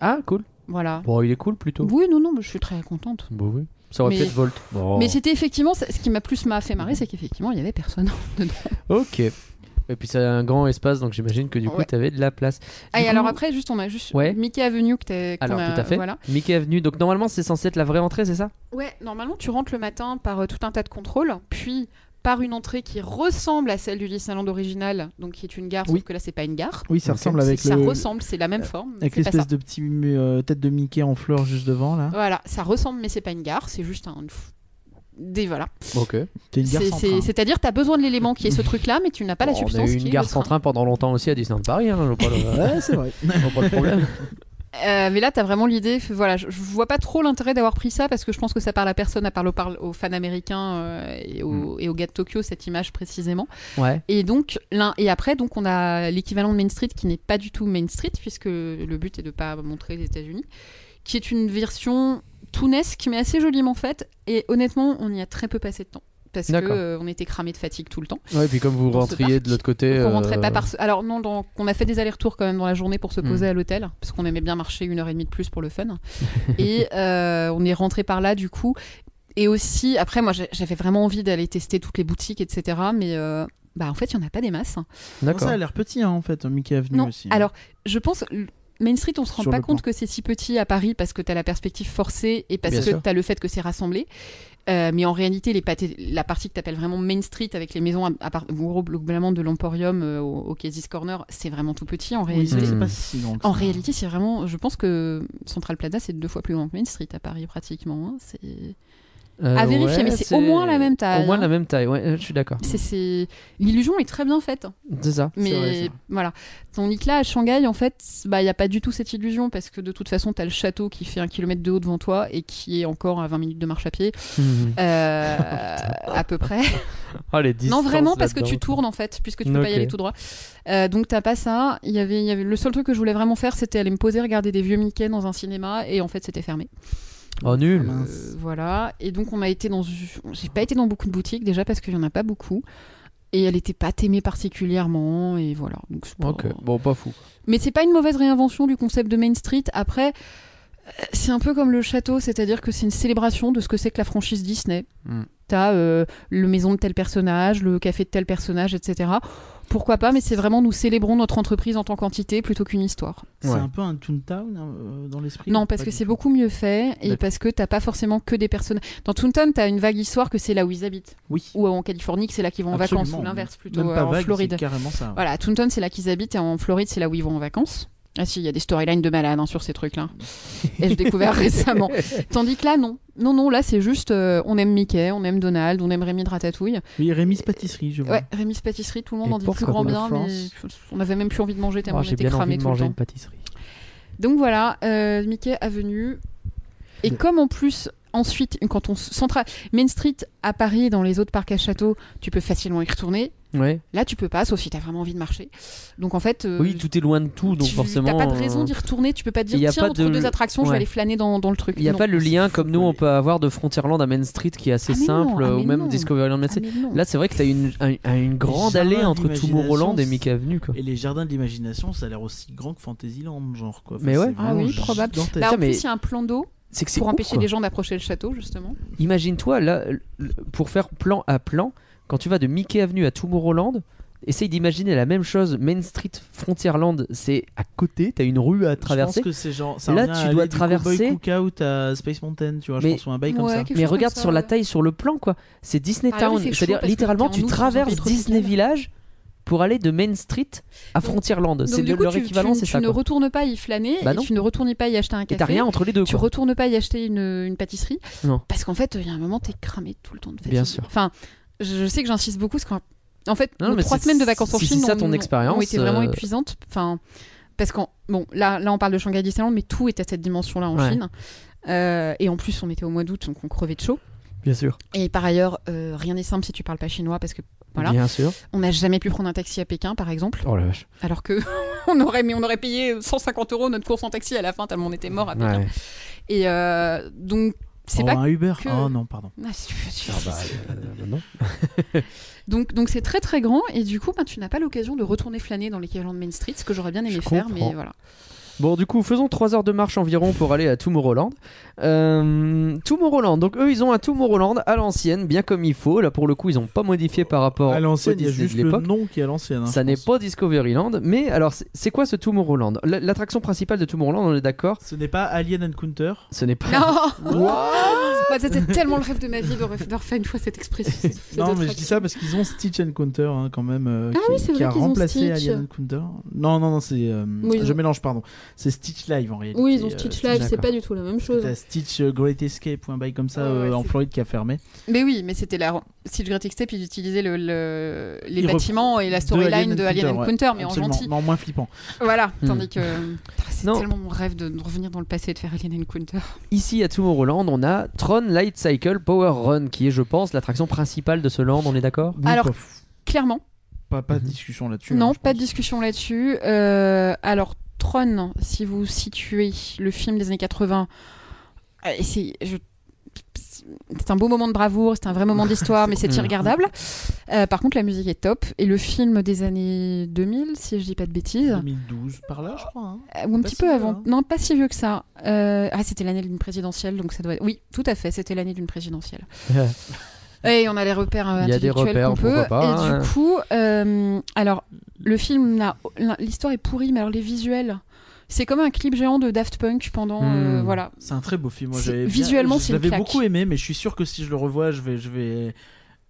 A: Ah, cool.
C: Voilà.
A: Bon, il est cool plutôt.
C: Oui, non, non, mais je suis très contente.
A: Bon, oui. Ça aurait
C: Mais-
A: pu être Volt. Bon.
C: Mais c'était effectivement ce ce qui m'a plus m'a fait marrer, c'est qu'effectivement il y avait personne.
A: Ok. Et puis c'est un grand espace, donc j'imagine que du coup
C: Ouais.
A: t'avais de la place.
C: Ah, et
A: coup-
C: alors après, juste on a juste
A: Ouais.
C: Mickey Avenue que t'as. qu'on
A: Alors
C: a-
A: tout à fait.
C: Voilà.
A: Mickey Avenue. Donc normalement c'est censé être la vraie entrée, c'est ça
C: Ouais, normalement tu rentres le matin par euh, tout un tas de contrôles, puis par une entrée qui ressemble à celle du Disneyland original, donc qui est une gare,
B: Oui.
C: sauf que là c'est pas une gare.
B: Oui, ça
A: Ok.
B: ressemble
C: C'est-
B: avec
C: ça
B: le-
C: ressemble, c'est la même
A: euh,
C: forme.
B: avec
C: c'est pas ça.
B: l'espèce de petit euh, tête de Mickey en fleurs juste devant là.
C: Voilà, ça ressemble, mais c'est pas une gare, c'est juste un. une f- Des, voilà.
A: Ok.
B: T'as une gare
C: C'est-
B: sans
C: c'est-
B: train.
C: C'est-à-dire, tu as besoin de l'élément qui est ce truc-là, mais tu n'as pas la
A: Bon, on a
C: substance.
A: eu
C: qui
A: une
C: est
A: gare
C: le
A: sans
C: train.
A: train pendant longtemps aussi à Disneyland Paris. Hein, je vois pas le-
B: Ouais, c'est vrai.
A: je vois pas le problème.
C: Euh, mais là, tu as vraiment l'idée. f- Voilà, je, je vois pas trop l'intérêt d'avoir pris ça parce que je pense que ça parle à personne, à part au- parle aux fans américains euh, et, aux, et aux gars de Tokyo, cette image précisément.
A: Ouais.
C: Et donc, l'un et après, donc on a l'équivalent de Main Street qui n'est pas du tout Main Street puisque le but est de pas montrer les États-Unis, qui est une version toonesque mais assez joliment faite. Et honnêtement, on y a très peu passé de temps parce que
A: D'accord.
C: euh, on était cramé de fatigue tout le temps.
A: Ouais, et puis comme vous
C: Dans ce
A: rentriez de
C: parc,
A: l'autre côté.
C: Donc, on rentrait pas
A: euh,
C: par. Alors non, donc, on a fait des allers-retours quand même dans la journée pour se
A: Hmm.
C: poser à l'hôtel, parce qu'on aimait bien marcher une heure et demie de plus pour le fun. et euh, on est rentré par là du coup. Et aussi, après, moi, j'ai- j'avais vraiment envie d'aller tester toutes les boutiques, etc. Mais euh, bah, en fait, il y en a pas des masses.
B: Non,
A: D'accord.
B: Ça a l'air petit hein, en fait, Mickey Avenue
C: Non.
B: aussi. hein.
C: Alors, je pense. l- Main Street, on se rend
B: Sur
C: pas
B: le
C: compte que c'est si petit à Paris parce que tu as la perspective forcée et parce
A: Bien
C: que
A: sûr.
C: tu as le fait que c'est rassemblé. Euh, mais en réalité, les pâtés- la partie que tu appelles vraiment Main Street avec les maisons à, à part, gros, globalement de l'Emporium euh, au, au Casey's Corner, c'est vraiment tout petit en
B: oui,
C: réalité.
B: c'est vrai que c'est
A: Hmm.
B: pas si grand. que
C: En
B: ça.
C: réalité, c'est vraiment. Je pense que Central Plaza, c'est deux fois plus grand que Main Street à Paris pratiquement. hein. C'est
A: Euh,
C: à vérifier,
A: ouais,
C: mais c'est au moins la même taille,
A: Au moins
C: hein.
A: la même taille, ouais, euh, je suis d'accord.
C: c'est- c'est- l'illusion est très bien faite.
A: C'est ça.
C: Mais
B: vrai, ça.
C: voilà. Tandis que là, à Shanghai, en fait, bah, il n'y a pas du tout cette illusion parce que de toute façon, tu as le château qui fait un kilomètre de haut devant toi et qui est encore à 20 minutes de marche à pied, euh, à peu près.
A: Oh, les distances
C: non, vraiment, parce que
A: là-dedans.
C: tu tournes en fait, puisque tu peux pas y
A: Ok.
C: aller tout droit. Euh, donc, t'as pas ça. Il y avait- il y avait... Le seul truc que je voulais vraiment faire, c'était aller me poser, regarder des vieux Mickey dans un cinéma et en fait, c'était fermé.
A: Oh, nul.
B: Ah, Mince.
C: Euh, voilà. Et donc, on a été dans. J'ai pas été dans beaucoup de boutiques déjà parce qu'il y en a pas beaucoup. Et elle était pas t'aimée particulièrement, et voilà. Donc, c'est pas-
A: Ok, bon, pas fou.
C: mais c'est pas une mauvaise réinvention du concept de Main Street. Après, euh, c'est un peu comme le château, c'est-à-dire que c'est une célébration de ce que c'est que la franchise Disney.
A: Mm.
C: T'as euh, le maison de tel personnage, le café de tel personnage, etc. Pourquoi pas, mais c'est vraiment nous célébrons notre entreprise en tant qu'entité plutôt qu'une histoire.
B: C'est
A: Ouais.
B: un peu un Toontown hein, euh, dans l'esprit.
C: non,
B: ou
C: parce
B: pas
C: que
B: du
C: c'est
B: tout
C: beaucoup mieux fait et
B: D'accord.
C: parce que t'as pas forcément que des personnages. Dans Toontown, t'as une vague histoire que c'est là où ils habitent.
B: Oui.
C: Ou en Californie, que c'est là qu'ils vont en
B: Absolument.
C: vacances, ou l'inverse plutôt,
B: Même
C: euh,
B: pas
C: en
B: vague, c'est
C: Floride.
B: carrément ça. ouais.
C: Voilà, à Toontown, c'est là qu'ils habitent et en Floride, c'est là où ils vont en vacances. Ah si, il y a des storylines de malades hein, sur ces trucs-là. Et je découvert récemment. Tandis que là, non. Non, non, là, c'est juste, euh, on aime Mickey, on aime Donald, on aime Rémi de Ratatouille.
B: Oui, Rémi's pâtisserie, je vois.
C: Ouais, Rémi's pâtisserie, tout le monde
A: Et
C: en dit plus
A: pourquoi
C: grand
A: pas
C: bien,
B: la
C: mais
B: France
C: on avait même plus envie de manger tellement
A: Oh,
C: on
A: J'ai
C: était
A: bien envie
C: cramés
A: de
C: tout le
A: manger
C: temps.
A: une pâtisserie.
C: Donc voilà, euh, Mickey Avenue. Et comme en plus, ensuite, quand on se centra Main Street à Paris, dans les autres parcs à château, tu peux facilement y retourner.
A: Ouais.
C: Là, tu peux pas, sauf si t'as vraiment envie de marcher. Donc en fait, euh,
A: Oui, tout est loin de tout, donc
C: tu-
A: forcément.
C: T'as pas de raison
A: euh,
C: d'y retourner. Tu peux pas te
A: y a
C: dire tiens
A: pas
C: entre
A: de-
C: deux attractions, je
A: Ouais.
C: vais aller flâner dans, dans le truc.
A: Il n'y a
C: Non.
A: pas le lien comme nous
B: oui.
A: on peut avoir de Frontierland à Main Street qui est assez
C: Ah, mais non,
A: simple,
C: ah,
A: ou
C: mais
A: même
C: non.
A: Discoveryland Main
C: Ah,
A: Street.
C: mais non.
A: Là, c'est vrai que t'as une, un- un- une grande
B: jardins
A: allée entre
B: d'imagination,
A: Tomorrowland et
B: c'est-
A: Mickey Avenue. Quoi.
B: Et les jardins de l'imagination, ça a l'air aussi grand que Fantasyland, genre quoi.
A: Mais ouais.
B: c'est
C: Ah
B: vraiment
C: oui, probable.
B: gigantesque.
C: Bah, en
A: Putain, mais-
C: plus, il y a un plan d'eau
A: C'est que c'est
C: pour
A: ouf,
C: empêcher
A: quoi.
C: les gens d'approcher le château, justement.
A: Imagine-toi, là, l- l- pour faire plan à plan, quand tu vas de Mickey Avenue à Tomorrowland, essaye d'imaginer la même chose. Main Street, Frontierland, c'est à côté, t'as une rue à traverser.
B: Je pense que c'est genre. Ça
A: Là,
B: revient
A: tu
B: à
A: dois
B: aller du
A: traverser-
B: Cowboy Cookout à Space Mountain, tu vois,
A: Mais-
B: je pense, ou un bail comme
C: Ouais,
B: ça.
C: quelque
A: Mais
C: chose
A: regarde
C: comme ça,
A: sur la
C: ouais.
A: taille, sur le plan, quoi. C'est Disney
C: Ah, là, oui,
A: Town.
C: c'est chaud
A: C'est-à-dire,
C: parce que
A: littéralement,
C: t'es en
A: tu
C: août, dans un
A: traverses
C: pays
A: Disney
C: tropical.
A: Village pour aller de Main Street à
C: Donc-
A: Frontierland.
C: Donc,
A: C'est
C: du
A: le-
C: coup,
A: leur
C: tu, tu-
A: équivalent, c'est
C: tu
A: ça.
C: ne
A: quoi.
C: retournes pas y flâner
A: Bah
C: et
A: non.
C: tu ne retournes pas y acheter un
A: Et t'as
C: café.
A: rien entre les deux,
C: tu
A: quoi.
C: retournes pas y acheter une, une pâtisserie.
A: Non.
C: Parce qu'en fait, il y a un moment, t'es cramé tout le temps de fatigue.
A: Bien sûr.
C: Enfin, je, je sais que j'insiste beaucoup parce qu'en en fait,
A: Non,
C: nos
A: mais
C: trois
A: c'est-
C: semaines de vacances en
A: si
C: Chine
A: c'est ça
C: ont-
A: ton expérience,
C: ont été vraiment
A: euh,
C: épuisantes. Enfin, parce qu'en bon, là, là, on parle de Shanghai Disneyland, mais tout est à cette dimension-là en
A: Ouais.
C: Chine. Euh, et en plus, on était au mois d'août, donc on crevait de chaud.
A: Bien sûr.
C: Et par ailleurs, euh, rien n'est simple si tu parles pas chinois parce que Voilà.
A: Bien sûr.
C: on n'a jamais pu prendre un taxi à Pékin, par exemple.
A: Oh la vache.
C: Alors que on aurait, mais on aurait payé 150 euros notre course en taxi à la fin, tellement on était mort à Pékin.
A: Ouais.
C: Et euh, donc, c'est
B: Oh,
C: pas.
B: un Uber
C: que-
B: Oh non, pardon.
C: Ah, c'est-
B: bah,
A: Euh, non.
C: Donc, donc c'est très très grand et du coup, ben, tu n'as pas l'occasion de retourner flâner dans l'équivalent de Main Street, ce que j'aurais bien aimé
A: Je
C: faire,
A: comprends.
C: mais voilà.
A: Bon, du coup, faisons 3 heures de marche environ pour aller à Tomorrowland. Euh, Tomorrowland, donc eux, ils ont un Tomorrowland à l'ancienne, bien comme il faut. Là, pour le coup, ils n'ont pas modifié par rapport
B: à l'ancienne,
A: au
B: il y a
A: Disney
B: juste
A: de
B: le
A: l'époque.
B: nom qui est à l'ancienne. hein,
A: Ça
B: je
A: n'est
B: pense.
A: pas Discoveryland, mais alors c'est- c'est quoi ce Tomorrowland L- L'attraction principale de Tomorrowland, on est d'accord
B: Ce n'est pas Alien Encounter.
A: Ce n'est pas.
C: Non
A: What
C: Moi, C'était tellement le rêve de ma vie de, ref- de refaire une fois cette expression. cette- cette
B: Non, mais je
C: attraction.
B: dis ça parce qu'ils ont Stitch Encounter hein, quand même, euh,
C: Ah
B: qui,
C: oui, c'est
B: qui
C: vrai
B: a
C: qu'ils ont
B: remplacé
C: Stitch.
B: Alien Encounter. Non, non, non, c'est. euh,
C: Oui, ils
B: je
C: ont-
B: mélange, pardon. C'est Stitch Live en réalité.
C: Oui, ils ont
B: euh,
C: Stitch Live, c'est
A: d'accord.
C: pas du tout la même chose.
B: T'as Stitch euh, Great Escape ou un bail comme ça
C: Ouais, ouais,
B: euh, en
C: c'est-
B: Floride qui a fermé.
C: Mais oui, mais c'était la. Si le Great Escape, ils utilisaient le, le- les
B: Ils
C: bâtiments et la
B: de
C: storyline
B: Alien
C: de Alien
B: Encounter, ouais,
C: Encounter, mais en
B: Absolument.
C: gentil.
B: Non, moins flippant.
C: Voilà,
A: Hmm.
C: tandis que. Putain, C'est
A: Non.
C: tellement mon rêve de de revenir dans le passé et de faire Alien Encounter.
A: Ici à Tomorrowland, on a Tron Light Cycle Power Run, qui est, je pense, l'attraction principale de ce land, on est d'accord
B: Oui,
C: Alors-
B: pas,
C: Clairement.
B: euh, pas, pas de discussion là-dessus. hein,
C: Non,
B: je
C: pas de
B: pense.
C: discussion là-dessus. Euh, alors, Tron, si vous situez le film des années 80, euh, c'est je- c'est un beau moment de bravoure, c'est un vrai moment d'histoire, mais
B: Mm.
C: c'est
A: cool.
C: irregardable. Euh, par contre, la musique est top. Et le film des années 2000, si je dis pas de bêtises,
B: 2012 par là, je crois. hein.
C: euh, ou un
B: Pas
C: petit
B: si
C: peu
B: vieux,
C: avant.
B: hein.
C: Non, pas si vieux que ça. Euh, ah, c'était l'année d'une présidentielle, donc ça doit être. Oui, tout à fait, c'était l'année d'une présidentielle. Et on a les repères euh,
A: Il y a des
C: intellectuels
A: repères,
C: qu'on peut.
A: pourquoi pas,
C: et
A: hein.
C: du coup, euh, alors, le film, n'a- l'histoire est pourrie, mais alors les visuels, c'est comme un clip géant de Daft Punk pendant. euh,
A: Hmm.
C: voilà.
B: C'est un très beau film. Moi,
C: C'est-
B: j'avais bien-
C: visuellement,
B: je
C: c'est une
B: l'avais
C: claque.
B: beaucoup aimé, mais je suis sûr que si je le revois, je vais, je vais,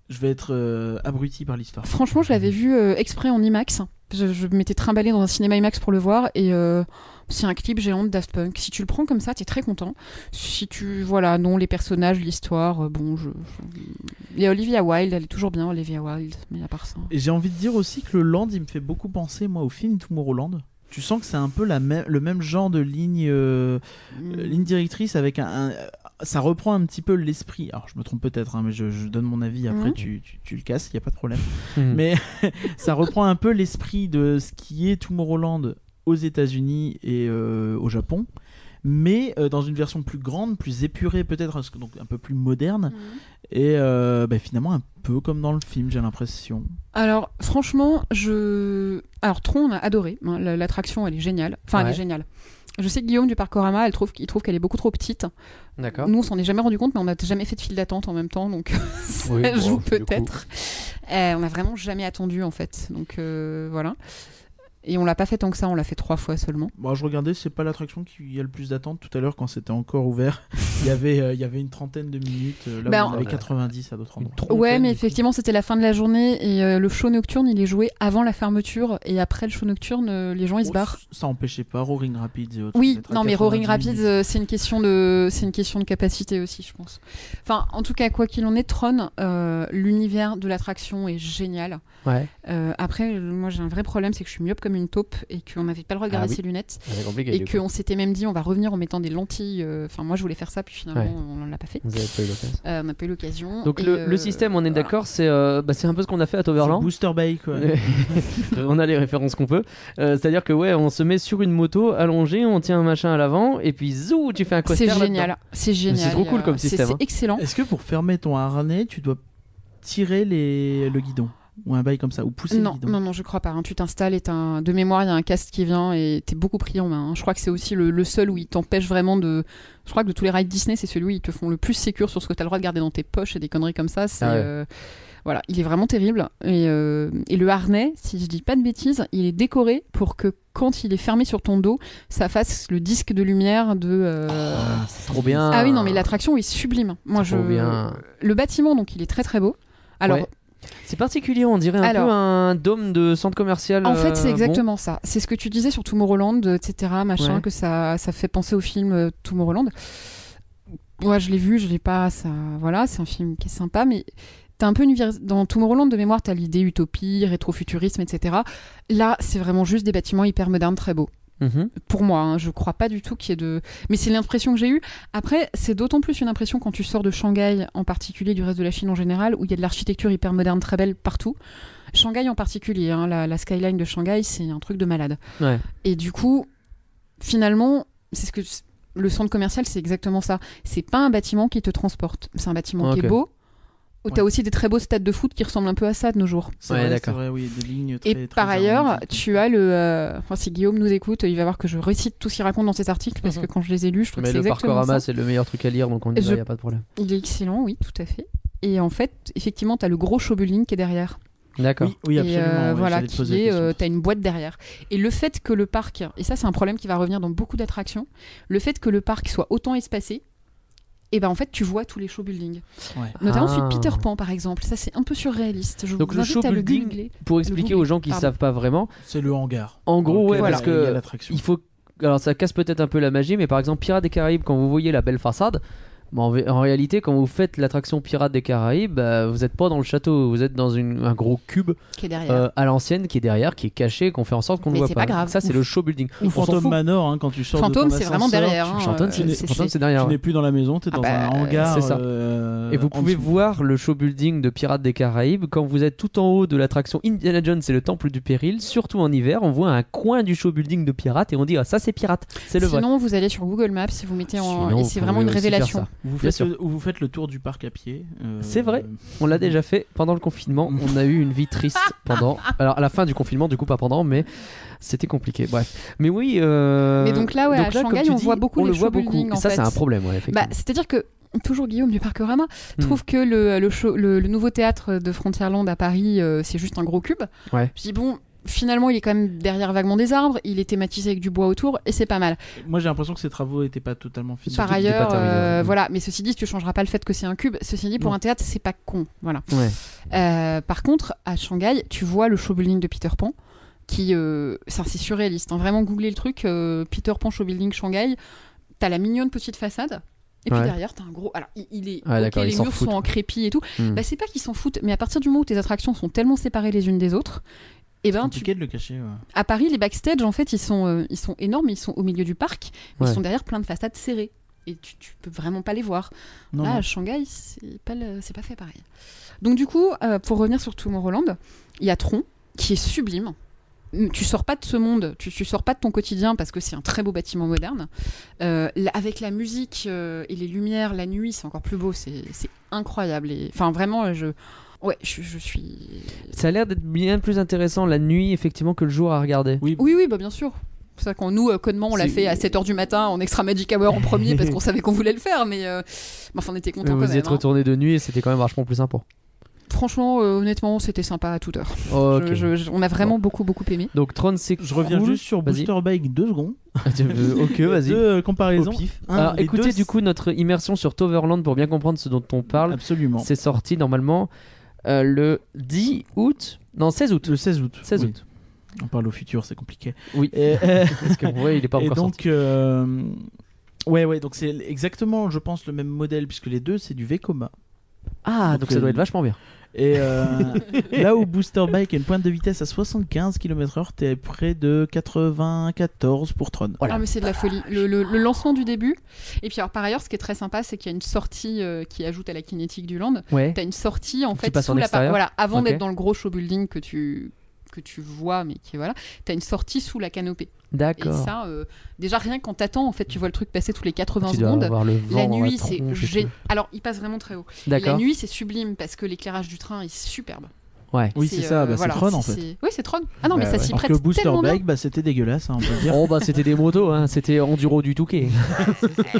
B: je vais être euh, abruti par l'histoire.
C: Franchement, je l'avais vu euh, exprès en IMAX. Je, je m'étais trimballée dans un cinéma IMAX pour le voir et euh, c'est un clip géant de Daft Punk. Si tu le prends comme ça, t'es très content. Si tu. Voilà, non, les personnages, l'histoire, euh, bon, je. je- Et Olivia Wilde, elle est toujours bien, Olivia Wilde, mais à part ça.
B: Et j'ai envie de dire aussi que le Land, il me fait beaucoup penser, moi, au film Tomorrowland. Tu sens que c'est un peu la même, le même genre de ligne, euh,
C: Mm.
B: euh, ligne directrice avec un. un- euh, ça reprend un petit peu l'esprit. Alors, je me trompe peut-être, hein, mais je, je donne mon avis. Après,
C: Mhm.
B: tu, tu, tu le casses, il n'y a pas de problème.
A: Hmm.
B: Mais ça reprend un peu l'esprit de ce qui est Tomorrowland aux États-Unis et euh, au Japon, mais euh, dans une version plus grande, plus épurée peut-être, parce que- donc un peu plus moderne, et euh, bah, finalement un peu comme dans le film, j'ai l'impression.
C: Alors, franchement, je. Alors, Tron, on a adoré. hein, la- L'attraction, elle est géniale. Enfin, elle
A: Ouais.
C: est géniale. Je sais que Guillaume du Parcorama, elle trouve, il trouve qu'elle est beaucoup trop petite.
A: D'accord.
C: Nous, on s'en est jamais rendu compte, mais on n'a jamais fait de file d'attente en même temps, donc ça
A: Oui, bon, du
C: joue
A: coup.
C: peut-être. Euh, on n'a vraiment jamais attendu, en fait. Donc, euh, voilà. Et on l'a pas fait tant que ça, on l'a fait trois fois seulement.
B: Moi, je regardais, c'est pas l'attraction qui a le plus d'attente. Tout à l'heure, quand c'était encore ouvert, il y avait, euh, il y avait une trentaine de minutes. euh, là,
C: Bah,
A: on-
B: on avait 90 à d'autres endroits.
C: Ouais, mais
A: du coup.
C: effectivement, c'était la fin de la journée et euh, le show nocturne, il est joué avant la fermeture et après le show nocturne, euh, les gens, ils se barrent.
B: Oh, Ça empêchait pas Roaring Rapids et autres.
C: Oui,
B: d'être à
C: non, mais Roaring
B: 90
C: Rapids,
B: minutes.
C: euh, c'est une question de, c'est une question de capacité aussi, je pense. Enfin, en tout cas, quoi qu'il en est, Tron, euh, l'univers de l'attraction est génial.
A: Ouais.
C: Euh, après, euh, moi, j'ai un vrai problème, c'est que je suis myope comme comme une taupe et qu'on n'avait pas le droit de
A: Ah
C: garder
A: oui.
C: ses lunettes.
A: C'est compliqué.
C: Et
A: du coup.
C: qu'on s'était même dit, on va revenir en mettant des lentilles. euh, Enfin, moi, je voulais faire ça, puis finalement,
A: Ouais.
C: on ne l'a pas fait.
A: Vous avez pas eu l'occasion.
C: Euh, on n'a pas eu l'occasion.
A: Donc
C: Et,
A: le, le
C: euh,
A: système, on est
C: voilà.
A: d'accord, c'est euh, bah, c'est un peu ce qu'on a fait à Toverland.
B: Booster Bay, quoi.
A: on a les références qu'on peut. Euh, C'est-à-dire que ouais, on se met sur une moto allongée, on tient un machin à l'avant et puis zou, tu fais un
C: C'est
A: coaster. là-dedans.
C: génial. C'est génial.
A: trop
C: Et,
A: cool comme
C: c'est-
A: système, hein.
C: C'est excellent.
B: Est-ce que pour fermer ton harnais, tu dois tirer les... le guidon Ou un bail comme ça Ou pousser le
C: Non,
B: guidon
C: non, non, je crois pas. hein. Tu t'installes et t'as un- de mémoire, il y a un casque qui vient et t'es beaucoup pris en main. hein. Je crois que c'est aussi le, le seul où il t'empêche vraiment de. Je crois que de tous les rides Disney, c'est celui où ils te font le plus sécure sur ce que t'as le droit de garder dans tes poches et des conneries comme ça. C'est,
A: Ah ouais.
C: euh, Voilà, il est vraiment terrible. Et, euh, et le harnais, si je dis pas de bêtises, il est décoré pour que quand il est fermé sur ton dos, ça fasse le disque de lumière de. euh,
B: Ah,
A: C'est trop bien.
C: Ah oui, non, mais l'attraction est sublime. Moi, je.
A: Trop bien.
C: Le bâtiment, donc, il est très très beau. Alors,
A: Ouais. C'est particulier, on dirait un
C: Alors-
A: peu un dôme de centre commercial.
C: En
A: euh,
C: fait, c'est
A: bon.
C: exactement ça. C'est ce que tu disais sur Tomorrowland, euh, etc., machin,
A: Ouais.
C: que ça, ça fait penser au film euh, Tomorrowland. Moi, je l'ai vu, je l'ai pas. Ça, voilà, c'est un film qui est sympa, mais t'as un peu une vir- dans Tomorrowland de mémoire, t'as l'idée utopie, rétrofuturisme, etc. Là, c'est vraiment juste des bâtiments hyper modernes, très beaux.
A: Mhm.
C: Pour moi, hein, je crois pas du tout qu'il y ait de. Mais c'est l'impression que j'ai eue. Après, c'est d'autant plus une impression quand tu sors de Shanghai, en particulier du reste de la Chine en général, où il y a de l'architecture hyper moderne, très belle partout. Shanghai en particulier, hein, la, la skyline de Shanghai, c'est un truc de malade.
A: Ouais.
C: Et du coup, finalement, c'est ce que le centre commercial, c'est exactement ça. C'est pas un bâtiment qui te transporte. C'est un bâtiment qui
A: Ok.
C: est beau. Où
B: Ouais.
C: T'as aussi des très beaux stades de foot qui ressemblent un peu à ça de nos jours.
B: C'est
A: Ouais,
B: vrai,
A: d'accord.
B: c'est vrai, oui, des lignes très,
C: Et
B: très
C: par ailleurs,
B: arrondies.
C: tu as le. euh, enfin, si Guillaume nous écoute, il va voir que je récite tout ce qu'il raconte dans cet article parce que quand je les ai lus, je trouve
A: Mais
C: que c'est
A: le
C: exactement
A: parcorama,
C: ça.
A: c'est le meilleur truc à lire, donc on y
C: Je-
A: va, y a pas de problème.
C: Il est excellent, oui, tout à fait. Et en fait, effectivement, tu as le gros Shobuling qui est derrière.
A: D'accord.
B: Oui, oui,
C: et
B: absolument.
C: euh,
B: ouais,
C: voilà,
B: j'allais te
C: qui
B: poser la
C: est.
B: question.
C: tu as une boîte derrière. Et le fait que le parc. Et ça, c'est un problème qui va revenir dans beaucoup d'attractions. Le fait que le parc soit autant espacé. Et ben en fait, tu vois tous les showbuildings.
B: Ouais.
C: Notamment
A: Ah.
C: celui de Peter Pan, par exemple. Ça, c'est un peu surréaliste. Je
A: Donc
C: vous
A: le
C: invite à le
A: showbuilding-
C: googler.
A: Pour expliquer
C: Google,
A: aux gens qui ne
C: pardon.
A: savent pas vraiment,
B: C'est le hangar.
A: En gros,
B: Dans
A: ouais,
B: lequel
A: parce
B: il y a
A: que
B: l'attraction.
A: il faut. Alors ça casse peut-être un peu la magie, mais par exemple Pirates des Caraïbes, quand vous voyez la belle façade, bah, en, vé- en réalité, quand vous faites l'attraction Pirates des Caraïbes, bah, vous n'êtes pas dans le château, vous êtes dans une- un gros cube
C: Qui est derrière.
A: euh, à l'ancienne qui est derère, qui est caché, qu'on fait en sorte qu'on ne
C: Mais
A: voit
C: c'est
A: pas.
C: pas grave.
A: Ça c'est
C: Ouf.
A: le show building.
B: Ou Phantom Manor, hein, quand tu sors
C: Fantôme,
B: de ton
C: c'est vraiment
B: ascenseur,
C: derrière. hein,
A: Chanton,
C: euh,
A: c'est
C: c'est-
A: Chanton,
C: c'est-
A: c'est derrière.
B: Tu
A: ouais.
B: n'es plus dans la maison, tu es
C: Ah
B: dans
C: bah,
B: un hangar.
A: hein. c'est ça.
B: euh,
A: Et vous
B: en
A: pouvez
B: dessous.
A: voir le show building de Pirates des Caraïbes quand vous êtes tout en haut de l'attraction Indiana Jones et le Temple du Péril, surtout en hiver, on voit un coin du show building de pirates et on dit ah ça c'est pirate, c'est le vrai.
C: Sinon, vous allez sur Google Maps, vous mettez en.
A: Sinon,
C: et
A: vous pouvez
C: c'est vraiment une
A: aussi faire
C: révélation.
A: ça.
B: Ou vous,
A: Bien
B: faites
A: sûr.
B: le, ou vous faites le tour du parc à pied. euh,
A: C'est vrai. On l'a déjà fait pendant le confinement. On a eu une vie triste pendant. Alors, à la fin du confinement, du coup, pas pendant, mais c'était compliqué. Bref. Mais oui. euh,
C: Mais donc là, ouais, à
A: comme
C: Shanghai,
A: tu
C: on voit beaucoup
A: on
C: les
A: le voit
C: showbuilding,
A: beaucoup. Et
C: en
A: ça,
C: fait.
A: c'est un problème, ouais,
C: Bah,
A: effectivement.
C: C'est-à-dire que, toujours Guillaume du Parcorama,
A: Hmm.
C: trouve que le, le, show- le- le nouveau théâtre de Frontierland à Paris, euh, c'est juste un gros cube.
A: Ouais.
C: Je dis, bon, finalement, il est quand même derrière vaguement des arbres, il est thématisé avec du bois autour, et c'est pas mal.
B: Moi, j'ai l'impression que ces travaux n'étaient pas totalement finis.
C: Par
A: qu'il est
C: ailleurs,
A: pas Mm. terminé,
C: euh,
A: ouais.
C: voilà, mais ceci dit, tu changeras pas le fait que c'est un cube. Ceci dit, pour
B: Non.
C: un théâtre, c'est pas con. Voilà.
A: Ouais.
C: Euh, par contre, à Shanghai, tu vois le showbuilding de Peter Pan, qui, euh, ça, c'est surréaliste. hein. Vraiment, googlez le truc, euh, Peter Pan showbuilding Shanghai. T'as la mignonne petite façade, et puis
A: Ouais.
C: derrière, t'as un gros. Alors, il, il est.
A: Ah,
C: ok,
A: d'accord, ils
C: les
A: s'en
C: murs
A: foutent.
C: sont en crépi et tout.
A: Hmm.
C: Bah, c'est pas qu'ils s'en foutent, mais à partir du moment où tes attractions sont tellement séparées les unes des autres, et
B: C'est
C: ben, tu
B: compliqué de le cacher. ouais.
C: à Paris, les backstage, en fait, ils sont, euh, ils sont énormes, ils sont au milieu du parc, mais
A: Ouais.
C: ils sont derrière plein de façades serrées. Et tu, tu peux vraiment pas les voir.
B: Non,
C: Là,
A: Ah,
B: non.
C: à Shanghai, c'est pas, le- c'est pas fait pareil. Donc, du coup, euh, pour revenir sur Tomorrowland, il y a Tron, qui est sublime. Mm, Tu sors pas de ce monde, tu, tu sors pas de ton quotidien parce que c'est un très beau bâtiment moderne. Euh, là, avec la musique euh, et les lumières, la nuit, c'est encore plus beau, c'est c'est incroyable. Et- Enfin, vraiment, je. Ouais, je, je suis.
A: Ça a l'air d'être bien plus intéressant la nuit, effectivement, que le jour à regarder.
B: Oui,
C: Oui, oui, bah bien sûr. C'est pour ça qu'on nous, euh, connement, on l'a
A: C'est-
C: fait à 7h du matin en extra Magic Hour en premier parce qu'on savait qu'on voulait le faire, mais euh, bah, enfin, on était
A: Mais
C: contents quand
A: vous y
C: même.
A: êtes
C: hein.
A: retourné de nuit et c'était quand même vachement plus sympa.
C: Franchement, euh, honnêtement, c'était sympa à toute heure.
A: Ok.
C: Je- je- je- on a vraiment beaucoup, beaucoup aimé.
A: Donc 36.
B: Je reviens juste sur
A: Vas-y.
B: Booster Bike deux secondes.
A: ok, vas-y.
B: Deux euh,
A: Au
B: comparaisons.
A: pif.
B: Un,
A: Alors,
B: les
A: écoutez
B: deux,
A: du coup notre immersion sur Toverland pour bien comprendre ce dont on parle.
B: Absolument.
A: C'est sorti normalement euh, le 10 août. Non, 16 août.
B: Le 16 août.
A: 16
B: Oui.
A: août.
B: On parle au futur, c'est compliqué.
A: Oui.
B: Et, euh,
A: Parce que ouais, il est pas
B: et
A: encore sorti.
B: donc, euh, ouais, ouais, donc c'est exactement, je pense, le même modèle puisque les deux c'est du Vekoma.
A: Ah, donc,
B: Donc,
A: ça
B: euh,
A: doit être vachement bien.
B: Et euh, là où Booster Bike a une pointe de vitesse à 75 km/h, t'es près de 94 pour Tron.
A: Voilà.
C: Ah, mais c'est de la folie. Le, le- le lancement du début. Et puis, alors, par ailleurs, ce qui est très sympa, c'est qu'il y a une sortie euh, qui ajoute à la kinétique du land.
A: Ouais.
C: T'as une sortie en
A: Tu
C: fait
A: passes en
C: sous la
A: extérieur
C: par- voilà avant
A: Ok.
C: d'être dans le gros show building que tu que tu vois mais qui voilà t'as une sortie sous la canopée et
A: D'accord.
C: ça euh, déjà rien qu'en t'attends en fait tu vois le truc passer tous les 80
A: Tu dois
C: secondes
A: avoir le
C: la
A: vent dans
C: nuit c'est
A: tronche et
C: gé-
A: tout.
C: alors il passe vraiment très haut Et la
A: D'accord.
C: nuit c'est sublime parce que l'éclairage du train est superbe
A: Ouais.
B: Oui, c'est ça,
C: euh,
B: bah, c'est
C: voilà,
B: Tron en
C: c'est-
B: fait.
C: c'est- oui c'est Tron ah non mais
B: Bah
C: ça
B: ouais.
C: s'y
B: Alors
C: prête
B: que Booster
C: tellement bien
B: Bike, bah, c'était dégueulasse, hein, on peut le dire.
A: Oh bah c'était des motos, hein. c'était enduro du Touquet.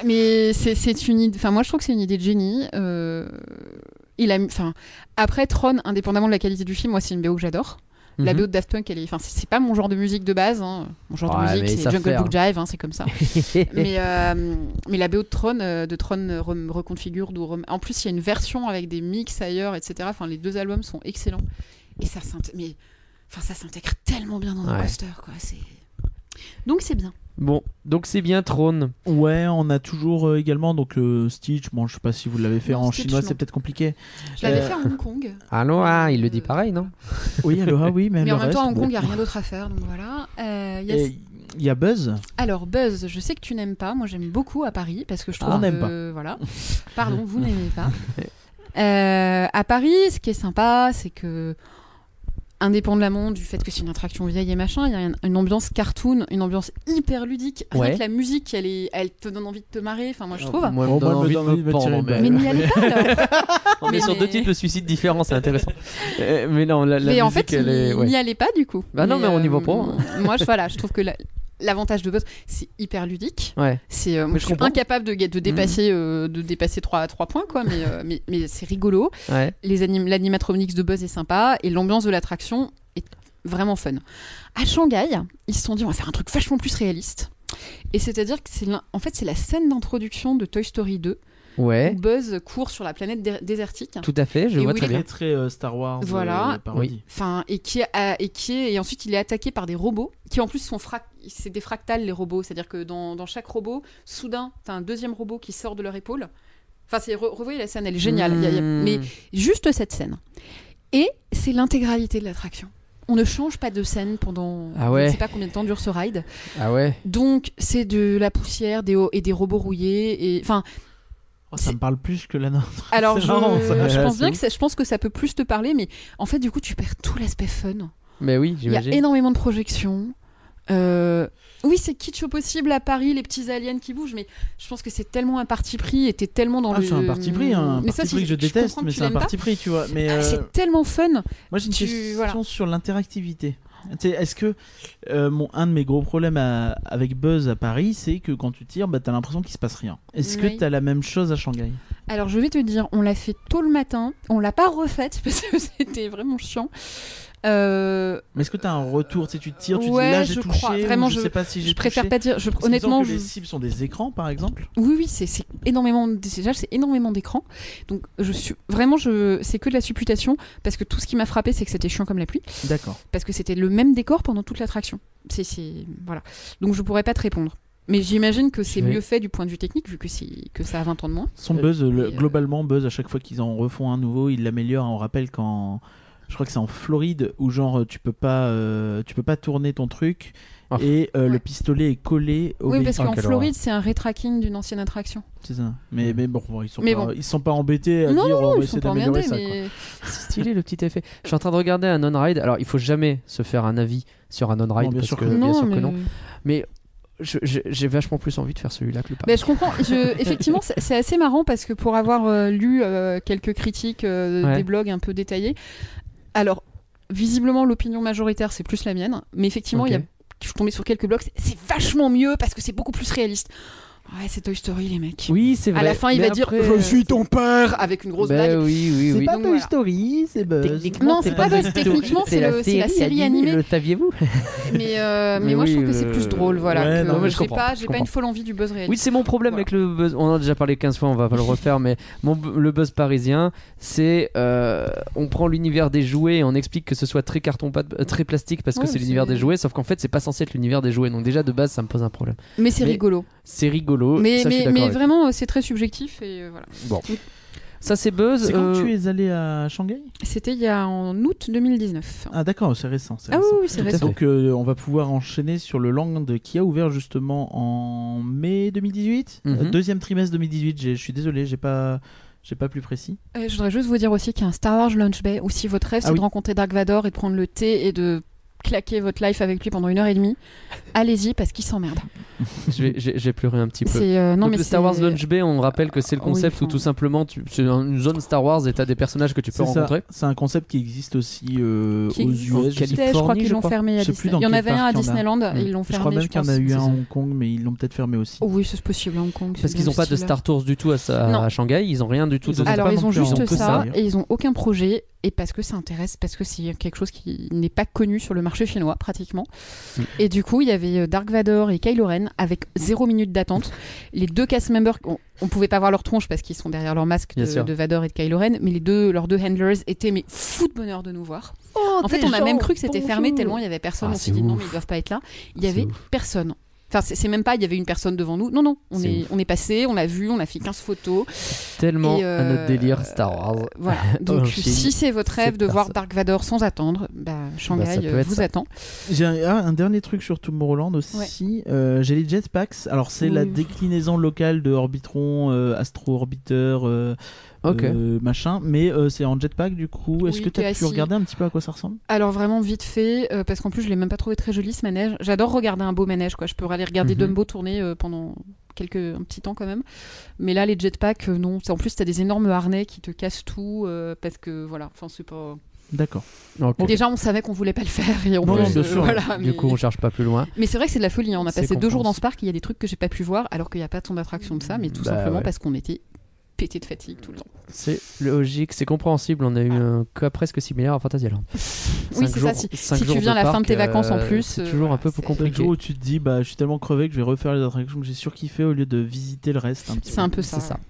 C: mais c'est- c'est une idée enfin moi je trouve que c'est une idée de génie euh, il a enfin après Tron indépendamment de la qualité du film moi c'est une BO que j'adore La
A: Mhm.
C: BO de Daft Punk, elle est. Enfin, c'est c'est pas mon genre de musique de base. hein. Mon genre
A: Ouais,
C: de
A: mais ils
C: musique, c'est
A: savent
C: Jungle
A: faire,
C: Book Jive, hein, c'est comme ça. mais, euh, mais la BO de Tron, euh, de Tron euh, rem- reconfigure. d'où rem- En plus, il y a une version avec des mix ailleurs, etc. Enfin, les deux albums sont excellents. Et ça s'int- mais, enfin, ça s'intègre tellement bien dans un
A: Ouais.
C: coaster, quoi. C'est- Donc, c'est bien.
A: Bon, donc c'est bien Trône.
B: Ouais, on a toujours euh, également donc euh, Stitch. Bon, je sais pas si vous l'avez fait
C: Non,
B: en
C: Stitch,
B: chinois,
C: non.
B: c'est peut-être compliqué.
C: Je l'avais
B: Euh,
C: fait à Hong Kong.
A: Aloha, ah, il le
C: Euh,
A: dit pareil, non
B: Oui, alors oui,
C: Mais en
B: le
C: même temps, à
B: reste,
C: Hong
B: bon.
C: Kong, il n'y a rien d'autre à faire. Donc voilà. Euh, il y a-
B: Et Il y a Buzz.
C: Alors Buzz, je sais que tu n'aimes pas. Moi, j'aime beaucoup à Paris parce que je trouve
B: Ah, on n'aime
C: que- voilà. Pardon, vous n'aimez pas. Euh, à Paris, ce qui est sympa, c'est que indépendamment du fait que c'est une attraction vieille et machin, il y a une, une ambiance cartoon, une ambiance hyper ludique. Rien
A: Ouais.
C: que la musique, elle, est, elle te donne envie de te marrer. Enfin, moi, je trouve.
A: Moi,
B: Oh,
A: me donne
B: moi,
A: envie
B: je me
A: de me
B: donne envie de
A: pendre,
B: me tirer
A: mais-
B: une
C: Mais n'y allez pas. alors.
A: On est
C: Mais-
A: sur deux types de suicides différents, c'est intéressant. Euh, mais non, la, la
C: mais
A: musique,
C: en fait,
A: elle est...
C: n'y
A: ouais.
C: n'y allez pas du coup. euh,
A: Bah non, mais on y va pas,
C: moi, je, voilà, je trouve que la- l'avantage de Buzz, c'est hyper ludique.
A: Ouais.
C: C'est euh,
A: Mais
C: moi, je,
A: je
C: suis
A: comprends. Mm.
C: incapable de, ga- de dépasser euh, de dépasser 3, trois points quoi mais euh, mais, mais c'est rigolo.
A: ouais.
C: Les anim- l'animatronics de Buzz est sympa et l'ambiance de l'attraction est vraiment fun. À Shanghai, ils se sont dit on va faire un truc vachement plus réaliste. Et c'est-à-dire que c'est l'un- en fait c'est la scène d'introduction de Toy Story 2 où
A: Ouais,
C: Buzz court sur la planète dé- désertique.
A: tout à fait, je
C: Et
A: vois
C: oui,
A: très
B: Très,
A: bien.
B: très euh, Star Wars.
C: Voilà.
B: euh, parodie.
C: Enfin, et qui est, à- et qui est- et ensuite il est attaqué par des robots qui en plus sont frac- c'est des fractales les robots, c'est-à-dire que dans, dans chaque robot, soudain, t'as un deuxième robot qui sort de leur épaule. Enfin, c'est re- revoyez la scène, elle est géniale. Il y a- il y a-
B: Hmm.
A: Mmh.
C: mais juste cette scène. Et c'est l'intégralité de l'attraction. On ne change pas de scène pendant
A: Ah ouais.
C: je ne sais pas combien de temps dure ce ride.
A: Ah ouais
C: Donc c'est de la poussière, des hauts- et des robots rouillés et enfin
B: Oh, ça me parle plus que la nôtre.
C: alors
B: C'est
C: je,
B: marrant, ça. Ah,
C: je
B: Ouais,
C: pense
B: c'est
C: bien
B: ouf.
C: que ça- je pense que ça peut plus te parler mais en fait du coup tu perds tout l'aspect fun.
A: Mais oui,
C: Il y a
A: j'imagine.
C: énormément de projections. Euh, Oui, c'est kitsch au possible à Paris, les petits aliens qui bougent, mais je pense que c'est tellement un parti pris et t'es tellement dans
B: Ah,
C: le.
B: c'est un parti pris, hein, un
C: Mais ça,
B: parti
C: si-
B: pris que je déteste,
C: comprends que
B: mais
C: tu
B: c'est un
C: l'aimes pas.
B: parti pris, tu vois. Mais
C: Ah,
B: euh,
C: C'est tellement fun.
B: moi j'ai une
C: tu-
B: question
C: voilà.
B: sur l'interactivité. Tu sais, Est-ce que euh, mon, un de mes gros problèmes à- avec Buzz à Paris, c'est que quand tu tires, bah, t'as l'impression qu'il se passe rien. Est-ce que
C: Oui.
B: t'as la même chose à Shanghai
C: Alors je vais te dire, on l'a fait tôt le matin, on l'a pas refaite parce que c'était vraiment chiant. Euh,
B: Mais est-ce que t'as un retour Tu sais, tu tires, tu
C: Ouais,
B: dis là j'ai
C: je
B: touché,
C: crois.
B: ou
C: Vraiment,
B: je,
C: je-
B: sais pas si j'ai
C: je préfère
B: touché.
C: pas dire. je-
B: Parce qu'il me semble
C: honnêtement,
B: que les
C: je-
B: cibles sont des écrans par exemple.
C: Oui, oui, c'est c'est énormément. Déjà, c'est énormément d'écrans. Donc, je suis vraiment, je, c'est que de la supputation parce que tout ce qui m'a frappé, c'est que c'était chiant comme la pluie.
B: D'accord.
C: parce que c'était le même décor pendant toute l'attraction. C'est c'est- voilà. Donc je pourrais pas te répondre. Mais j'imagine que c'est
A: Oui.
C: mieux fait du point de vue technique vu que c'est que ça a 20 ans de moins.
B: Son
A: Euh,
B: buzz, le-
C: euh,
B: globalement, buzz à chaque fois qu'ils en refont un nouveau, ils l'améliorent. On rappelle quand je crois que c'est en Floride où genre tu peux pas, euh, tu peux pas tourner ton truc
A: Ah.
B: et euh, le
C: Ouais.
B: pistolet est collé au
C: oui,
B: vé-
C: parce
A: oh,
C: qu'en
A: quelle horreur.
C: Floride, c'est un retracking d'une ancienne attraction.
B: C'est ça. Mais mais bon, bon, ils sont
C: Mais
B: pas,
C: bon.
B: ils sont pas embêtés à
C: Non,
B: dire on
C: Oh,
B: va
C: ils sont
B: essayer
C: pas
B: d'améliorer
C: regardés,
B: ça. quoi.
C: mais
A: C'est stylé le petit effet. Je suis en train de regarder un on-ride. Alors, il faut jamais se faire un avis sur un on-ride,
B: Non, bien
A: parce
B: sûr
A: que,
B: que non.
A: bien sûr
C: mais-
A: que non. Je- je- J'ai vachement plus envie de faire celui-là que le Paris.
C: Mais ben, je comprends. Je- Effectivement, c'est c'est assez marrant parce que pour avoir euh, lu euh, quelques critiques euh,
A: Ouais.
C: des blogs un peu détaillés, alors visiblement l'opinion majoritaire c'est plus la mienne, mais effectivement
A: Ok.
C: il y a, je suis tombée sur quelques blogs, c'est- c'est vachement mieux parce que c'est beaucoup plus réaliste. Ouais, c'est Toy Story les mecs.
A: Oui, c'est vrai.
C: À la fin, il
A: Mais
C: va dire
A: après-
C: Je suis ton père avec une grosse
A: Ben
C: blague.
A: oui, oui, oui.
C: pas Donc Toy voilà.
B: Story, c'est Buzz.
C: Non, c'est pas Buzz. Techniquement, c'est le- c'est la série animée.
A: Le saviez-vous
C: Mais, euh, mais,
A: Mais
C: moi, je
A: oui,
C: trouve que c'est
A: le-
C: plus drôle. Voilà.
B: Ouais,
C: que
B: non, mais je
C: j'ai
A: comprends,
C: pas,
A: je
C: j'ai pas
A: comprends.
C: une folle envie du buzz réel.
A: Oui, c'est mon problème
C: Voilà.
A: avec le buzz. On en a déjà parlé 15 fois, on va pas le refaire, mais mon, bu- le buzz parisien, c'est euh, on prend l'univers des jouets et on explique que ce soit très carton pâte, euh, très plastique parce que
C: Ouais,
A: c'est
C: c'est-
A: l'univers des jouets, sauf qu'en fait, c'est pas censé être l'univers des jouets. Donc déjà de base, ça me pose un problème.
C: Mais c'est
A: Mais-
C: rigolo.
A: C'est rigolo.
C: mais
A: ça, je suis
C: mais,
A: d'accord
C: mais
A: avec.
C: vraiment, euh, c'est très subjectif. Et euh, voilà.
A: Bon. Ça, c'est Buzz.
B: C'est quand
A: euh,
B: tu es allé à Shanghai
C: C'était il y a en août 2019.
B: Ah d'accord, c'est récent. c'est
C: Ah oui,
B: récent.
C: oui, c'est
A: Tout à
C: récent.
A: fait.
B: Donc euh, on va pouvoir enchaîner sur le Land qui a ouvert justement en mai 2018,
A: Mhm.
B: Euh, deuxième trimestre 2018. j'ai- Je suis désolé, j'ai pas, j'ai pas plus précis.
C: Euh, je voudrais juste vous dire aussi qu'il y a un Star Wars Lunch Bay où si votre rêve
B: Ah
C: c'est
B: oui.
C: de rencontrer Dark Vador et de prendre le thé et de claquer votre life avec lui pendant une heure et demie, allez-y parce qu'il s'emmerde.
A: je vais- je vais- je vais pleurer un petit peu.
C: C'est euh, non
A: Donc,
C: mais
A: le Star Wars
C: c'est- Ah
A: Launch Bay, on rappelle que c'est le
C: Oui,
A: concept où
C: enfin-
A: tout simplement tu- c'est une zone Star Wars et t'as des personnages que tu peux
B: C'est ça.
A: rencontrer.
B: C'est un concept qui existe aussi euh,
C: Qui
B: aux
C: existe.
B: US.
A: En
B: je sais-
C: Je crois
A: Californie,
C: qu'ils
A: je
C: l'ont
A: crois.
C: fermé à
B: Je sais plus
C: Disney.
B: dans
C: Il y en
B: quel
C: avait un à
B: parc il y en a.
C: Disneyland,
A: Mm.
C: ils l'ont
B: Je
C: fermé.
B: crois même qu'il y en a
C: pense.
B: eu un à
A: C'est ça.
B: Hong Kong, mais ils l'ont peut-être fermé aussi.
C: Oh oui, ça, c'est possible à Hong Kong.
A: Parce
C: c'est
A: qu'ils
C: dans
A: n'ont pas
C: ce
A: de
C: style-là.
A: Star Tours du tout à, sa-
C: Non.
A: à Shanghai, ils ont rien du tout.
B: Ils
A: de-
B: ont pas
C: Alors
B: non
C: ils ont
A: hein.
B: plus, ils
C: juste
B: ont que
C: ça,
B: ça,
C: et ils ont aucun projet et parce que ça intéresse, parce que c'est quelque chose qui n'est pas connu sur le marché chinois pratiquement.
A: Mm.
C: Et du coup il y avait euh, Dark Vador et Kylo Ren avec zéro minute d'attente. les deux cast members, on, on pouvait pas voir leur tronche parce qu'ils sont derrière leur masque
A: Bien
C: de,
A: sûr.
C: de Vador et de Kylo Ren, mais les deux, leurs deux handlers étaient mais fous de bonheur de nous voir. en fait on a même cru que c'était fermé tellement il y avait personne.
A: Ah,
C: on
A: c'est
C: s'est dit non
A: ouf.
C: mais ils doivent pas être là. Il y
A: C'est
C: avait
A: ouf.
C: personne. Enfin, c'est c'est même pas, il y avait une personne devant nous. Non, non, on
A: C'est
C: est, on est passé, on a vu, on a fait 15 photos.
A: tellement
C: Et, euh,
A: à notre délire Star Wars.
C: Voilà.
A: Oh,
C: Donc,
A: j'ai
C: si
A: une-
C: c'est votre rêve
A: cette
C: de voir
A: personne.
C: Dark Vador sans attendre, bah,
A: Bah,
C: Shanghai
A: ça peut
C: euh,
A: être
C: vous
A: ça.
C: attend.
B: J'ai un, ah, un dernier truc sur Tomorrowland aussi. Euh, J'ai les jetpacks. Alors c'est la
C: Oui.
B: déclinaison locale de Orbitron, euh, Astro Orbiter, euh,
A: Ok.
B: euh, machin. Mais euh, c'est en jetpack du coup. Est-ce
C: Oui,
B: que
C: t'es
B: tu as pu
C: assis.
B: regarder un petit peu à quoi ça ressemble
C: Alors, vraiment vite fait, euh, parce qu'en plus, je l'ai même pas trouvé très joli ce manège. J'adore regarder un beau manège, quoi. Je peux aller regarder
A: Mhm.
C: Dumbo tourner euh, pendant quelques, un petit temps quand même. Mais là, les jetpacks, euh, non. C'est- En plus, t'as des énormes harnais qui te cassent tout, euh, parce que voilà. Enfin, c'est pas.
B: D'accord.
A: Ok.
C: Déjà, on savait qu'on voulait pas le faire et on
B: Non,
A: non,
C: pense,
A: bien
C: euh,
B: sûr.
C: voilà,
A: Du
C: mais-
A: coup, on cherche pas plus loin.
C: Mais c'est vrai que c'est de la folie. hein. On a
A: C'est
C: passé deux jours
A: compréhensible.
C: dans ce parc. Il y a des trucs que j'ai pas pu voir, alors qu'il n'y a pas tant d'attractions que ça, mais tout
A: Bah
C: simplement
A: ouais.
C: parce qu'on était pété de fatigue tout le temps.
A: C'est logique, c'est compréhensible. On a eu un cas presque similaire à Fantasyland.
C: Oui,
A: Cinq
C: c'est
A: jours-
C: ça, si-
A: cinq
C: si tu
A: jours
C: viens à la fin de tes
A: parc,
C: vacances en
A: euh,
C: plus,
A: c'est
C: euh,
A: toujours un peu
C: voilà,
B: C'est le
A: compliqué.
B: jour où tu te dis, bah, je suis tellement crevé que je vais refaire les attractions que j'ai surkiffé au lieu de visiter le reste. Un petit
C: C'est un peu ça.
A: C'est ça.
B: peu.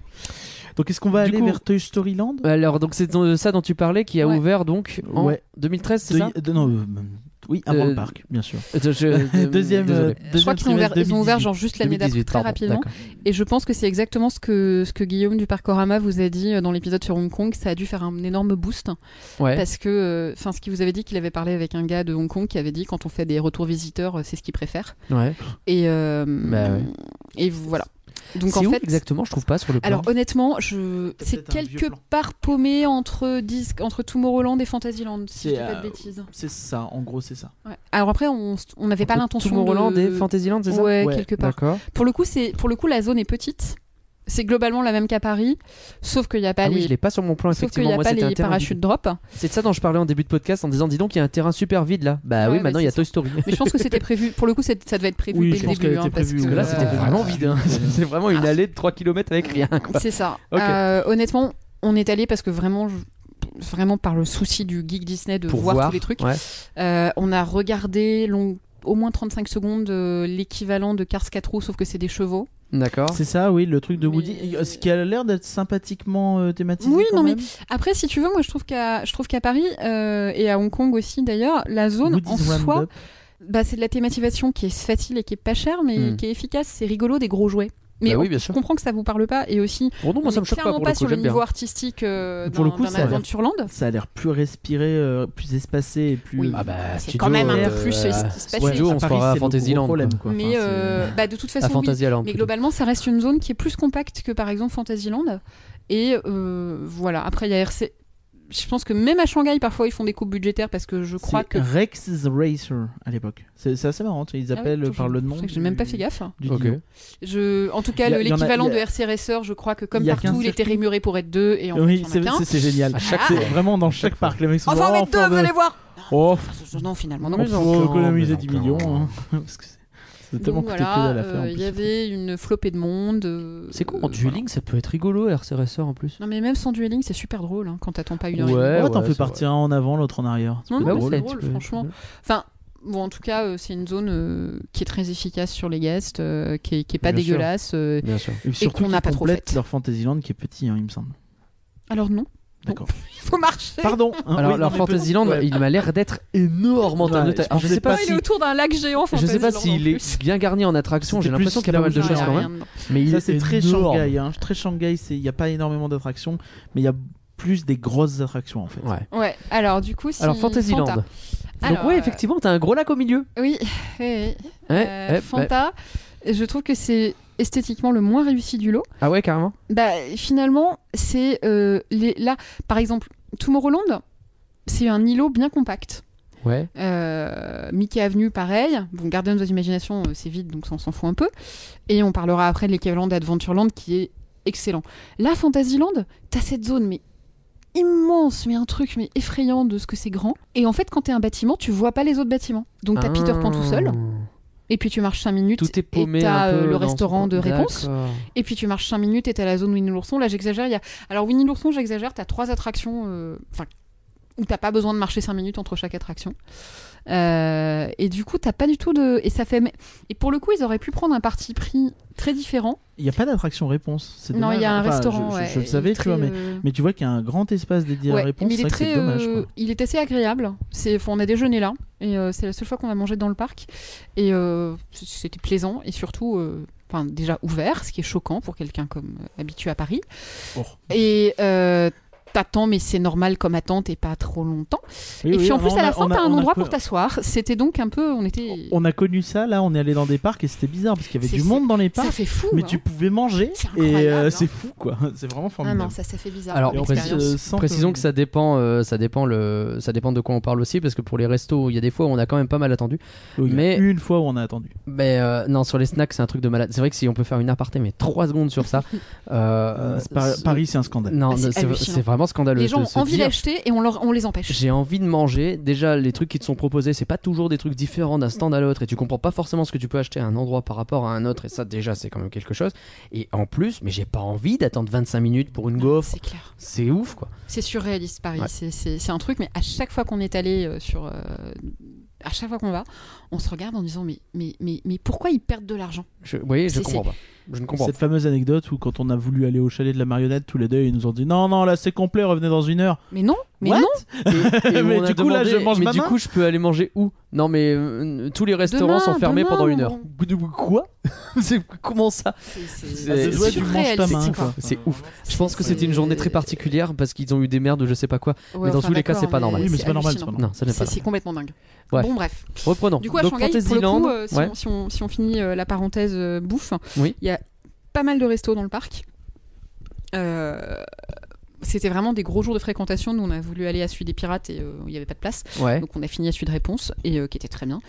B: Donc est-ce qu'on va
A: Du
B: aller
A: coup-
B: vers Toy Story Land
A: Alors, donc c'est de ça dont tu parlais qui a
C: Ouais.
A: ouvert donc en
B: Ouais.
A: 2013, c'est
B: Toy-
A: ça
B: de- non, euh, Oui, avant
A: Euh,
B: le parc, bien sûr.
A: Euh, je-
B: Deuxième,
A: désolé.
B: euh,
C: Je
B: deuxième
C: crois qu'ils ont ouvert,
B: trimestre
C: ils ont ouvert
B: 2018.
C: genre juste l'année d'après
A: 2018,
C: très
A: pardon,
C: rapidement.
A: d'accord.
C: Et je pense que c'est exactement ce que, ce que Guillaume du Parcorama vous a dit euh, dans l'épisode sur Hong Kong. Ça a dû faire un énorme boost.
A: Ouais.
C: Parce que, euh, enfin, ce qu'il vous avait dit, qu'il avait parlé avec un gars de Hong Kong qui avait dit quand on fait des retours visiteurs, euh, c'est ce qu'il préfère.
A: ouais.
C: Et, euh,
A: Bah ouais.
C: et voilà. Donc
A: C'est
C: en
A: où
C: fait.
A: exactement Je trouve pas sur le plan.
C: Alors honnêtement, je...
B: T'as
C: c'est
B: peut-être un vieux
C: quelque
B: plan.
C: part paumé entre, disque, entre Tomorrowland et Fantasyland, si je dis
B: C'est,
C: pas de
B: euh,
C: bêtises.
B: C'est ça, en gros, c'est ça.
C: Ouais. Alors après, on s- on n'avait pas
A: Entre
C: l'intention de...
A: Tomorrowland et Fantasyland, c'est ça
C: Ouais,
B: Ouais,
C: quelque part.
A: D'accord.
C: Pour le coup, c'est pour le coup la zone est petite. C'est globalement la même qu'à Paris, sauf qu'il n'y a pas
A: Ah
C: les
A: oui, je l'ai pas sur mon plan,
C: sauf qu'il
A: effectivement.
C: y a
A: Moi,
C: pas
A: c'était un
C: les
A: terrain
C: parachutes drop.
A: vide. C'est de ça dont je parlais en début de podcast en disant dis donc, il y a un terrain super vide là. Bah
C: Ouais,
A: oui, maintenant
C: bah,
A: il y a
C: c'est
A: Toy Story.
C: Mais je pense que c'était prévu. Pour le coup, c'est- ça devait être prévu
B: Oui,
C: dès
B: je
C: le
B: pense
C: début, hein,
B: qu'elle était
C: parce
B: prévue,
C: que,
B: oui.
A: Là, c'était
C: euh,
A: vraiment vide. hein. C'était vraiment une
C: Ah.
A: allée de 3 km avec rien. quoi.
C: C'est ça.
A: Ok.
C: Euh, honnêtement, on est allé parce que vraiment. je- Vraiment par le souci du geek Disney de
A: Pour
C: voir,
A: voir.
C: tous les trucs.
A: Ouais.
C: Euh, on a regardé long- au moins 35 secondes euh, l'équivalent de Cars 4 roues, sauf que c'est des chevaux.
A: D'accord.
B: C'est ça, oui, le truc de
C: Mais-
B: Woody, Et, euh, ce qui a l'air d'être sympathiquement euh, thématisé.
C: Oui,
B: quand
C: non, mais
B: même.
C: Après, si tu veux, moi je trouve qu'à je trouve qu'à Paris euh, et à Hong Kong aussi d'ailleurs, la zone
B: Woody's
C: en soi,
B: Roundup.
C: bah, c'est de la thématisation qui est facile et qui est pas chère, mais
A: Hmm.
C: qui est efficace. C'est rigolo des gros jouets. Mais
A: Bah
C: on-
A: oui, bien
C: je
A: sûr.
C: comprends que ça vous parle pas et aussi
A: Bon, non, moi,
C: on
A: ça
C: est
A: me choque pas
C: clairement
A: pour
C: pas,
A: le coup,
C: sur le
A: j'aime bien.
C: niveau artistique euh,
B: Pour
C: d'un-
B: le coup,
C: d'un
B: ça a l'air-
C: Adventureland.
B: ça a l'air plus respiré, euh, plus espacé et plus.
C: Oui.
A: Ah bah,
C: c'est
A: studio,
C: quand même un
A: euh,
C: peu plus
A: à-
C: euh, ce qui se passe.
A: Ouais, studio, on se
B: Paris,
A: croirait à
B: c'est le gros
A: Fantasyland,
B: problème,
A: quoi.
B: quoi.
C: mais
B: Enfin,
C: euh, bah, de toute
A: à
C: façon, oui.
A: Fantasyland.
C: Mais
B: euh,
A: plutôt.
C: globalement, ça reste une zone qui est plus compacte que par exemple Fantasyland. Et euh, voilà, après il y a RC. Je pense que même à Shanghai, parfois ils font des coupes budgétaires parce que je
B: c'est-
C: crois
B: c'est
C: que.
B: Rex the Racer à l'époque. C'est c'est assez marrant, tu sais, ils
C: Ah oui,
B: appellent
C: toujours.
B: par le
C: C'est
B: nom.
C: vrai que J'ai même
B: du-
C: pas fait gaffe.
B: du
A: Ok.
B: guidon.
C: Je... En tout
B: Il
C: cas,
B: y a-
C: le-
B: il y en a-
C: l'équivalent
B: il y
C: de
B: a-
C: RC Racer, je crois que comme
B: il y a
C: partout,
B: qu'un
C: il était
B: circuit.
C: rémuré pour être deux et en fait, il y
B: Oui,
C: en a
B: c'est
C: qu'un.
B: c'est- c'est génial.
A: À chaque
B: C'est
A: fois.
B: vraiment dans chaque parc, les mecs sont
C: Enfin,
B: oh,
C: on va être deux,
B: enfin,
C: vous allez voir
B: Oh,
C: Non, finalement, non.
A: Mais
B: on
A: ils
B: faut
A: ont encore,
B: économiser
A: mais
B: 10
A: encore.
B: millions. hein. Parce que c'est- c'est tellement
C: Donc
B: coûté que
C: voilà,
B: dalle à faire. en
C: euh,
B: plus,
C: il y
B: ce truc.
C: avait une flopée de monde. euh,
A: C'est con,
C: euh,
A: en dueling, ça peut être rigolo, RC Racer en plus.
C: voilà. Non, mais même sans dueling, c'est super drôle hein, quand t'attends pas une heure. et demie.
A: Ouais,
B: Ouais, t'en
A: ouais,
B: fais
A: c'est vrai.
B: partir un en avant, l'autre en arrière.
C: Non, non,
A: Bah
C: mais
A: oui,
C: c'est
A: ça, tu
C: drôle,
A: peux-
C: franchement. Enfin, bon, en tout cas, euh, c'est une zone euh, qui est très efficace sur les guests, euh, qui, est, qui est pas
A: Bien sûr.
C: dégueulasse. euh.
A: Bien sûr.
B: Et surtout
C: qu'on n'a
B: qu'ils
C: pas trop
B: complètent
C: fait.
B: leur Fantasyland qui est petit, hein, il me semble.
C: Alors non,
B: D'accord.
C: Il faut marcher.
B: Pardon.
A: Alors,
B: hein, oui, non,
A: leur
B: mais
A: Fantasyland,
B: peut- ouais.
A: il m'a l'air d'être énorme en termes de
B: Ouais,
A: taille.
B: je
A: Alors, je
B: pensais
A: sais pas
B: pas
C: Non,
A: si.
C: Il est autour d'un lac géant.
A: Je sais pas
C: Fantasyland,
A: s'il
C: en
A: est
C: plus.
A: bien garni en attractions, j'ai
B: C'était
A: l'impression
B: plus hein.
A: qu'il y a pas mal de
B: là où
A: choses
B: j'allais,
A: quand
B: ouais.
A: même. Mais il
B: Ça, c'est très
A: énorme.
B: Shanghai. hein. Très Shanghai, c'est- il n'y a pas énormément d'attractions, mais il y a plus des grosses attractions en fait.
A: Ouais.
C: Ouais, alors du coup, si
A: Alors Fantasyland.
C: Fanta.
A: Donc
C: Alors,
A: ouais, Eh,
C: euh,
A: effectivement, t'as un gros lac au milieu.
C: Oui, oui, oui.
A: Ouais,
C: Euh,
A: ouais, ouais.
C: Fanta, je trouve que c'est esthétiquement le moins réussi du lot.
A: Ah ouais, carrément.
C: Bah, finalement, c'est euh, les... là, par exemple, Tomorrowland, c'est un îlot bien compact.
A: Ouais.
C: Euh, Mickey Avenue, pareil. Bon, Gardiens de votre imagination, euh, c'est vide, donc ça, on s'en fout un peu. Et on parlera après de l'équivalent d'Adventureland qui est excellent. Là, Fantasyland, t'as cette zone, mais immense, mais un truc mais effrayant de ce que c'est grand. Et en fait, quand t'es un bâtiment, tu vois pas les autres bâtiments. Donc t'as Peter Pan tout seul, et puis tu marches 5 minutes,
A: Ah. Tout est paumé.
C: et t'as
A: un
C: euh,
A: peu
C: le
A: dans son
C: restaurant de
A: coin.
C: réponse,
A: D'accord.
C: et puis tu marches 5 minutes et t'as la zone Winnie l'ourson. Là, j'exagère. il Y a... Alors, Winnie l'ourson, j'exagère, t'as trois attractions, euh, enfin, où t'as pas besoin de marcher 5 minutes entre chaque attraction. Euh, et du coup, t'as pas du tout de. Et ça fait. Et pour le coup, ils auraient pu prendre un parti pris très différent.
B: Il n'y a pas d'attraction réponse. c'est
C: Non,
B: dommage.
C: il y a un
B: Enfin,
C: restaurant.
B: Je, je-
C: ouais,
B: je le savais,
C: très,
B: tu vois, mais,
C: euh,
B: mais tu vois qu'il y a un grand espace dédié à
C: ouais,
B: la réponse.
C: mais il
B: c'est
C: est
B: vrai que
C: très,
B: c'est dommage.
C: euh,
B: quoi.
C: il est assez agréable. C'est, enfin, on a déjeuné là, et euh, c'est la seule fois qu'on a mangé dans le parc, et euh, c- c'était plaisant et surtout, euh, enfin, déjà ouvert, ce qui est choquant pour quelqu'un comme euh, habitué à Paris.
B: Oh.
C: Et euh, t'attends, mais c'est normal comme attente et pas trop longtemps.
B: Oui, oui,
C: et puis en
B: on
C: plus,
B: a-
C: à la
B: on
C: fin,
B: a-
C: t'as un
B: on a
C: endroit
B: co-
C: pour t'asseoir. C'était donc un peu, on était,
B: On a connu ça, là, on est allé dans des parcs et c'était bizarre parce qu'il y avait
C: C'est-
B: du monde dans les
C: ça
B: parcs,
C: fait fou.
B: mais
C: hein.
B: tu pouvais manger
C: C'est
B: et
C: incroyable,
B: euh,
C: hein.
B: c'est fou quoi. C'est vraiment
C: Ah
B: formidable.
C: non, ça, ça fait bizarre.
A: Alors,
B: Et on
C: l'expérience.
B: précise- euh, sans
A: Précisons que
B: Covid.
A: ça dépend, euh, ça dépend le, ça dépend de quoi on parle aussi, parce que pour les restos, il y a des fois où on a quand même pas mal attendu.
B: Oui, il y a
A: mais-
B: une fois où on a attendu.
A: Mais euh, non, sur les snacks, c'est un truc de malade. C'est vrai que si on peut faire une aparté, mais 3 secondes sur ça. euh,
B: C'est par-
A: ce-
B: Paris, c'est un scandale.
A: Non,
C: Ah, c'est
A: c'est
C: hallucinant.
A: c'est vraiment scandaleux.
C: les
A: de
C: gens
A: se
C: ont envie
A: dire,
C: d'acheter et on, leur, on les empêche.
A: J'ai envie de manger. Déjà, les trucs qui te sont proposés, c'est pas toujours des trucs différents d'un stand à l'autre et tu comprends pas forcément ce que tu peux acheter à un endroit par rapport à un autre. Et ça, déjà, c'est quand même quelque chose. Et en plus, mais j'ai pas envie d'attendre 25 minutes pour une gaufre.
C: C'est clair.
A: C'est ouf, quoi.
C: C'est surréaliste Paris,
A: Ouais.
C: c'est- c'est c'est un truc, mais à chaque fois qu'on est allé euh, sur... euh, à chaque fois qu'on va, on se regarde en disant mais, mais, mais, mais pourquoi ils perdent de l'argent
A: Je, vous voyez, je
C: C'est-
A: comprends pas. Je ne comprends
B: Cette fameuse anecdote où quand on a voulu aller au chalet de la marionnette tous les deux, ils nous ont dit non non là c'est complet, revenez dans une heure.
C: Mais non, mais
B: What
C: non,
A: pas. Et, et
B: Mais
A: on a
B: du coup, là,
A: demandé,
B: je mange
A: mais
B: ma
A: du
B: main.
A: coup, je peux aller manger où Non, mais euh, tous les restaurants
C: Demain,
A: sont fermés
C: demain,
A: pendant une
C: mon
A: heure. Quoi C'est comment ça
C: c'est-
A: C'est-
B: Ah,
C: c'est
B: c'est
A: c'est
B: ouais, tu manges
C: surréaliste.
B: ta
C: c'est
B: main.
C: quoi.
B: quoi.
A: C'est
B: Enfin,
A: ouf. Je pense que
C: c'est-
A: c'était une journée très particulière parce qu'ils ont eu des merdes, je sais pas quoi.
C: Ouais,
A: Mais dans
C: enfin,
A: tous les cas, c'est
C: d'accord,
A: pas normal.
B: Oui, mais c'est pas normal, c'est
C: hallucinant.
B: pas normal.
A: Non, ça n'est pas.
C: C'est c'est complètement dingue.
A: Ouais.
C: Bon bref.
A: Reprenons.
C: Du coup à
A: Donc,
C: Shanghai, pour le
A: Fantasyland,
C: coup, euh, si,
A: ouais.
C: on, si on- si on finit euh, la parenthèse euh, bouffe,
A: Oui.
C: il y a pas mal de restos dans le parc. Euh, C'était vraiment des gros jours de fréquentation. Nous on a voulu aller à celui des pirates et euh, il n'y avait pas de place.
A: ouais.
C: Donc on a fini à celui de réponse et euh, qui était très bien.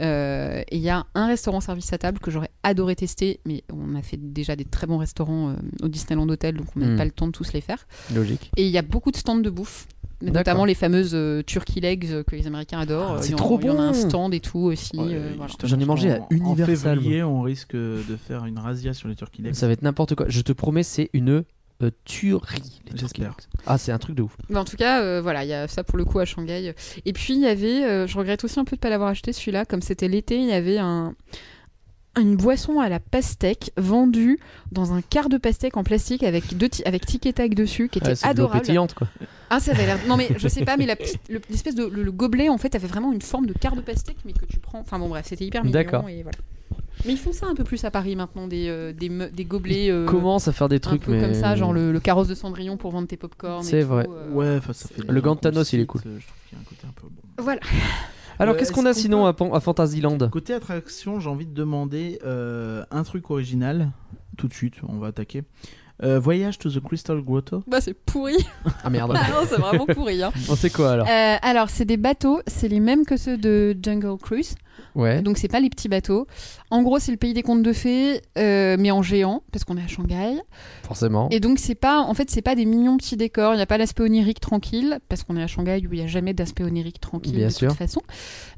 C: Euh, et il y a un restaurant service à table que j'aurais adoré tester, mais on a fait déjà des très bons restaurants euh, au Disneyland Hotel, donc on n'a
A: Mm.
C: pas le temps de tous les faire.
A: Logique.
C: Et il y a beaucoup de stands de bouffe.
A: D'accord.
C: Notamment les fameuses euh, turkey legs euh, que les Américains adorent.
A: Ah,
C: Euh,
A: c'est
C: il y en-
A: trop
C: Il y en a un
A: bon.
C: stand et tout aussi.
B: Ouais,
C: euh, voilà.
B: justement,
A: J'en ai mangé à
B: en-
A: Universal,
B: En février, on risque de faire une razzia sur les Turkey Legs.
A: Ça va être n'importe quoi. Je te promets, c'est une euh, tuerie. les Turkey
B: J'espère.
A: Legs. Ah, c'est un truc de ouf.
C: Mais en tout cas, euh, voilà, il y a ça pour le coup à Shanghai. Et puis il y avait, euh, je regrette aussi un peu de ne pas l'avoir acheté celui-là, comme c'était l'été, il y avait un, une boisson à la pastèque vendue dans un quart de pastèque en plastique avec, deux ti- avec tic et tac dessus, qui était
A: Ouais, c'est de l'eau
C: adorable.
A: pétillante, quoi.
C: Ah, ça avait l'air. Non, mais je sais pas, mais la petite- le- l'espèce de le, le gobelet en fait avait vraiment une forme de quart de pastèque, mais que tu prends. Enfin bon, bref, c'était hyper mignon.
A: D'accord.
C: et voilà. Mais ils font ça un peu plus à Paris maintenant, des, euh, des, me- des gobelets. euh,
A: Commence à faire des
C: un
A: trucs,
C: peu
A: mais.
C: comme ça, genre le, le carrosse de Cendrillon pour vendre tes popcorns. et
A: C'est
C: tout,
A: vrai.
C: euh,
B: Ouais, enfin, ça fait
A: Le gant de
B: comme
A: Thanos, il est
B: site,
A: cool.
B: euh, Je trouve qu'il y a un côté un peu bon.
C: Voilà.
A: Alors,
B: Euh,
A: qu'est-ce qu'on
B: est-ce
A: a
B: qu'on
A: sinon
B: peut-
A: à, Pan- à Fantasyland
B: Côté attraction, j'ai envie de demander euh, un truc original. Tout de suite, on va attaquer. Euh, voyage to the Crystal Grotto.
C: Bah, c'est pourri.
A: Ah merde.
C: Ah non, c'est vraiment pourri. Hein.
A: On sait quoi alors
C: Euh, alors, c'est des bateaux, c'est les mêmes que ceux de Jungle Cruise.
A: Ouais.
C: Donc, c'est pas les petits bateaux. En gros, c'est le pays des contes de fées, euh, mais en géant, parce qu'on est à Shanghai.
A: Forcément.
C: Et donc, c'est pas, en fait, c'est pas des mignons petits décors. Il n'y a pas l'aspect onirique tranquille, parce qu'on est à Shanghai où il n'y a jamais d'aspect onirique tranquille
A: Bien
C: de
A: sûr.
C: toute façon.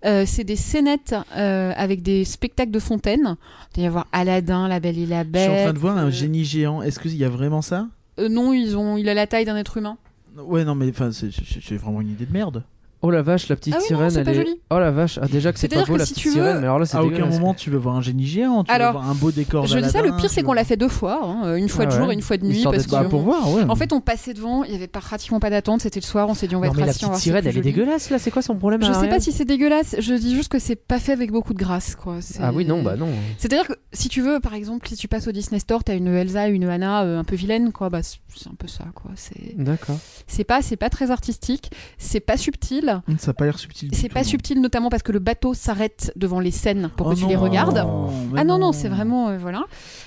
C: Euh, c'est des scénettes euh, avec des spectacles de fontaines. Il va y avoir Aladdin, La Belle et la
B: Je suis en train
C: Bête.
B: de voir
C: euh,
B: un génie géant. Est-ce qu'il y a vraiment ça
C: Euh, non, ils ont, il a la taille d'un être humain.
B: Ouais, non, mais enfin, c'est- c'est c'est vraiment une idée de merde.
A: Oh la vache, la petite
C: Ah oui, non,
A: sirène,
C: c'est
A: elle
C: pas
A: est.
C: joli.
A: Oh la vache, ah, déjà que c'est pas
C: C'est-à-dire
A: beau
C: que
A: la
C: si
A: petite
C: tu veux,
A: sirène, mais alors là c'est
B: À aucun
A: dégueulasse.
B: moment tu veux voir un génie géant, tu
C: Alors,
B: veux voir un beau décor.
C: Je dis ça, le
B: d'Aladin,
C: pire, c'est
B: tu
C: qu'on
B: veux-
C: l'a fait deux fois, hein, une fois
A: Ah
C: de jour
A: ouais.
C: et une fois de nuit.
A: Histoire
C: parce
A: d'être-
C: que-
B: Bah, pour voir, ouais.
C: En fait, on passait devant, il y avait pratiquement pas d'attente, c'était le soir, on s'est dit on va
A: Non,
C: être
A: mais la
C: assis,
A: petite
C: on va voir si
A: sirène,
C: c'est
A: elle est
C: plus joli.
A: dégueulasse là, c'est quoi son problème
C: Je
A: à
C: sais pas
A: Ariel
C: si c'est dégueulasse, je dis juste que c'est pas fait avec beaucoup de grâce, quoi. C'est-
A: Ah oui, non, bah non.
C: C'est-à-dire que si tu veux, par exemple, si tu passes au Disney Store, t'as une Elsa, une Anna euh, un peu vilaine, quoi. Bah, c'est c'est un peu ça, quoi. C'est
A: D'accord.
C: c'est pas, c'est pas très artistique, c'est pas subtil.
B: Hum, Ça a pas l'air subtil. du
C: C'est
B: tout,
C: pas
B: non.
C: subtil, notamment parce que le bateau s'arrête devant les scènes pour
B: Oh
C: que tu
B: non,
C: les regardes.
B: mais
C: Ah non, non, c'est vraiment. euh, voilà.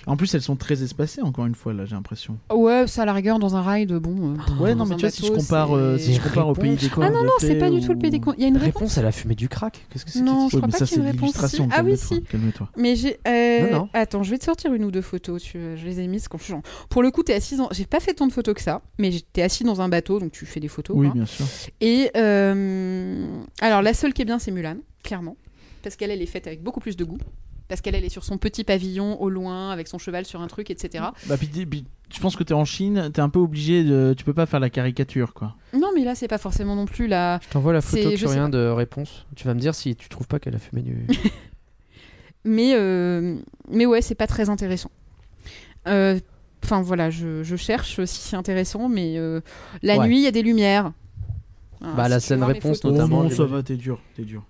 B: En plus, elles sont très espacées, encore une fois, là, j'ai l'impression.
C: Ouais, ça à la rigueur, dans un ride, bon. euh,
B: Ouais,
C: dans
B: non, mais
C: un
B: tu vois, si je
C: bateau,
B: compare, euh,
C: c'est-
B: si je
A: Des
B: compare au pays
A: réponses.
B: des
C: Ah non, non, c'est pas du tout le pays des cons. Il y a une réponse.
A: Réponse à la fumée du crack. Qu'est-ce que c'est
C: Non,
A: que
C: je
B: Oui,
C: crois
B: mais
C: pas
B: ça,
C: qu'il y
B: c'est
C: ait une réponse.
B: l'illustration.
C: si. Ah oui,
B: calme-toi,
C: si.
B: Calme-toi.
C: Mais j'ai. euh,
A: Non, non.
C: Attends, je vais te sortir une ou deux photos. Tu... Je les ai mises quand je suis en- Pour le coup, t'es assis dans. J'ai pas fait tant de photos que ça, mais j'étais assis dans un bateau, donc tu fais des photos.
B: Oui,
C: quoi.
B: bien sûr.
C: Et euh, alors la seule qui est bien, c'est Mulan, clairement, parce qu'elle elle est faite avec beaucoup plus de goût, parce qu'elle elle est sur son petit pavillon au loin avec son cheval sur un truc, etc.
B: Bah, puis, puis, je pense que t'es en Chine, t'es un peu obligé de. Tu peux pas faire la caricature, quoi.
C: Non mais là c'est pas forcément non plus la.
A: Je t'envoie la
C: C'est-
A: photo
C: je sais
A: rien de réponse. Tu vas me dire si tu trouves pas qu'elle a fumé du.
C: Mais euh, mais ouais c'est pas très intéressant. Euh, Enfin voilà, je, je cherche si c'est intéressant, mais euh, la
A: Ouais.
C: nuit il y a des lumières. Ah,
A: Bah,
C: si
A: la
C: tu
A: scène
C: vois mes
A: réponse,
C: photos,
A: notamment,
B: Oh non,
A: j'ai
B: ça
A: vu.
B: va, t'es dur, t'es dur.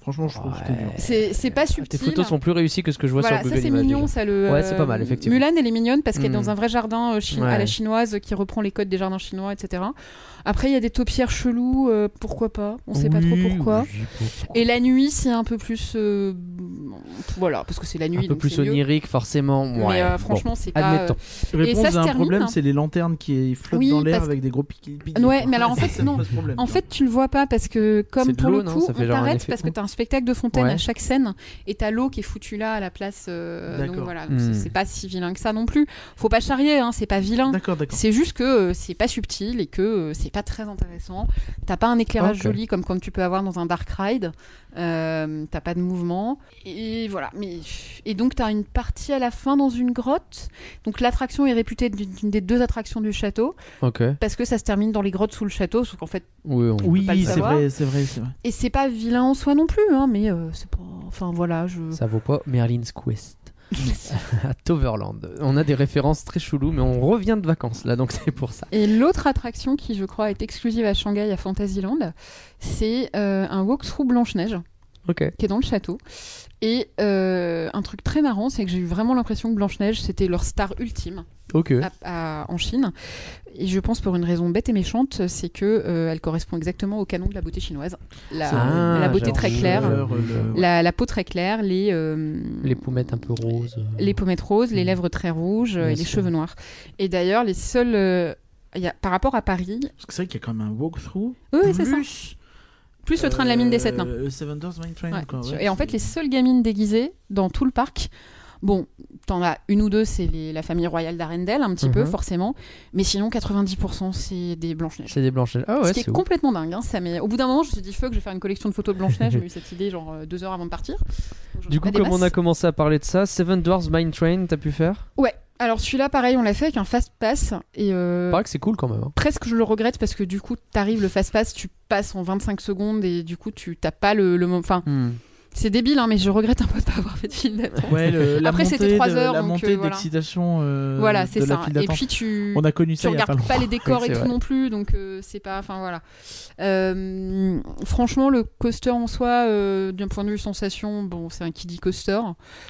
B: Franchement, je trouve que t'es dur.
A: Ouais.
C: C'est c'est pas
A: Ah, Tes
C: subtil. hein.
A: photos sont plus réussies que ce que je vois
C: Voilà,
A: sur
C: ça
A: Google
C: c'est
A: Images,
C: mignon,
A: déjà.
C: ça le.
A: Ouais, c'est pas
C: euh,
A: mal, effectivement.
C: Mulan, elle est mignonne parce qu'elle
A: Mm.
C: est dans un vrai jardin euh, chi- à
A: Ouais.
C: la chinoise qui reprend les codes des jardins chinois, etc. Après, il y a des taupières cheloues, euh, pourquoi pas On sait pas trop
B: Oui,
C: pourquoi.
B: oui, pourquoi.
C: Et la nuit, c'est un peu plus. euh, Voilà, parce que c'est la nuit.
A: Un peu
C: donc
A: plus
C: c'est mieux.
A: onirique, forcément. Ouais.
C: Mais euh,
A: bon,
C: franchement, c'est pas. euh,
A: Admettons.
B: Réponse
C: ça
B: à
C: se
B: un
C: termine,
B: problème,
C: hein.
B: c'est les lanternes qui flottent
C: Oui,
B: dans l'air
C: parce-
B: avec des gros piquets. piquets.
C: Ouais, mais alors en
B: Ça,
C: fait,
B: ça
C: non.
B: pose problème,
C: En
B: ça.
C: fait, tu le vois pas parce que,
A: C'est
C: comme
A: de
C: pour
A: l'eau,
C: le
A: non
C: coup,
A: Ça fait
C: on
A: genre un
C: t'arrête
A: effet
C: parce que
A: fond.
C: t'as un spectacle de fontaine
A: Ouais.
C: à chaque scène et t'as l'eau qui est foutue là à la place. euh, donc
B: D'accord.
C: voilà, donc
A: Hmm.
C: c'est- c'est pas si vilain que ça non plus. Faut pas charrier, hein, c'est pas vilain.
B: D'accord, d'accord.
C: C'est juste que euh, c'est pas subtil et que euh, c'est pas très intéressant. T'as pas un éclairage
A: Ok.
C: joli comme, comme tu peux avoir dans un dark ride. Euh, t'as pas de mouvement. Et voilà. Mais, et donc t'as une partie à la fin dans une grotte. Donc l'attraction est réputée d'une d'une des deux attractions du château
A: Ok.
C: parce que ça se termine dans les grottes sous le château. Sauf qu'en fait,
A: Oui, on-
B: Oui,
C: pas le
B: c'est
C: savoir.
B: vrai, c'est vrai, c'est vrai.
C: et c'est pas vilain en soi non plus, hein, mais euh, c'est pas. Enfin voilà, je.
A: Ça vaut pas Merlin's Quest. à Toverland. On a des références très chelou, mais on revient de vacances là, donc c'est pour ça.
C: Et l'autre attraction qui, je crois, est exclusive à Shanghai, à Fantasyland, c'est euh, un walkthrough Blanche-Neige.
A: Ok.
C: qui est dans le château. Et euh, un truc très marrant, c'est que j'ai eu vraiment l'impression que Blanche-Neige, c'était leur star ultime
A: Ok.
C: à- à- en Chine. Et je pense pour une raison bête et méchante, c'est que euh, elle correspond exactement au canon de la beauté chinoise.
B: C'est vrai.
C: La,
A: Ah,
C: la beauté
A: j'avoue,
C: très claire.
A: euh,
B: Le-
C: la, la peau très claire, les, euh,
A: Les pommettes un peu roses. euh.
C: les pommettes roses, les
A: Mm.
C: lèvres très rouges euh,
A: Bien
C: et les
A: sûr.
C: cheveux noirs. Et d'ailleurs, les seuls... euh, il y a- par rapport à Paris,
B: Parce que c'est vrai qu'il y a quand même un walkthrough.
C: Oui, oui, c'est ça.
B: plus,
C: plus le train de la mine des sept nains.
B: euh, Le Seven Doors Mine Train.
C: Ouais,
B: quoi,
C: tu-
B: ouais,
C: et en fait,
B: c'est-
C: les seules gamines déguisées dans tout le parc, bon, t'en as une ou deux, c'est les- la famille royale d'Arendelle, un petit peu,
A: Mhm.
C: forcément. Mais sinon, 90%, c'est des Blanches-Neiges.
A: C'est des blanches. Ah
C: Ce
A: ouais,
C: qui est,
A: c'est ouf.
C: complètement dingue. hein, ça m'est- Au bout d'un moment, je me suis dit, fuck, je vais faire une collection de photos de Blanche-Neige. J'ai eu cette idée, genre, euh, deux heures avant de partir. Donc, j'en ai
A: Du coup,
C: pas des
A: comme on a
C: masses.
A: commencé à parler de ça, Seven Dwarfs Mine Train, t'as pu faire
C: Alors, celui-là, pareil, on l'a fait avec un fast pass. Et euh,
A: Paraît que c'est cool quand même. hein.
C: presque, je le regrette parce que du coup, t'arrives, le fast pass, tu passes en 25 secondes et du coup, tu t'as pas le, le moment. Enfin,
B: hmm.
C: c'est débile, hein, mais je regrette un peu de pas avoir fait de file d'attente.
B: Ouais, le- la
C: Après,
B: montée
C: c'était trois
B: de-
C: heures,
B: La
C: donc,
B: montée
C: euh, voilà.
B: d'excitation. euh,
C: Voilà,
B: de
C: c'est
B: la
C: ça.
B: file
C: Et
B: d'attente.
C: puis tu,
B: On a connu
C: tu
B: ça il y a pas
C: regardes pas,
B: longtemps.
C: les décors
A: Oui,
C: et
A: c'est
C: tout
A: vrai.
C: non plus, donc euh, c'est pas. Enfin voilà. Euh, franchement, le coaster en soi, euh, d'un point de vue sensation, bon, c'est un kiddie coaster.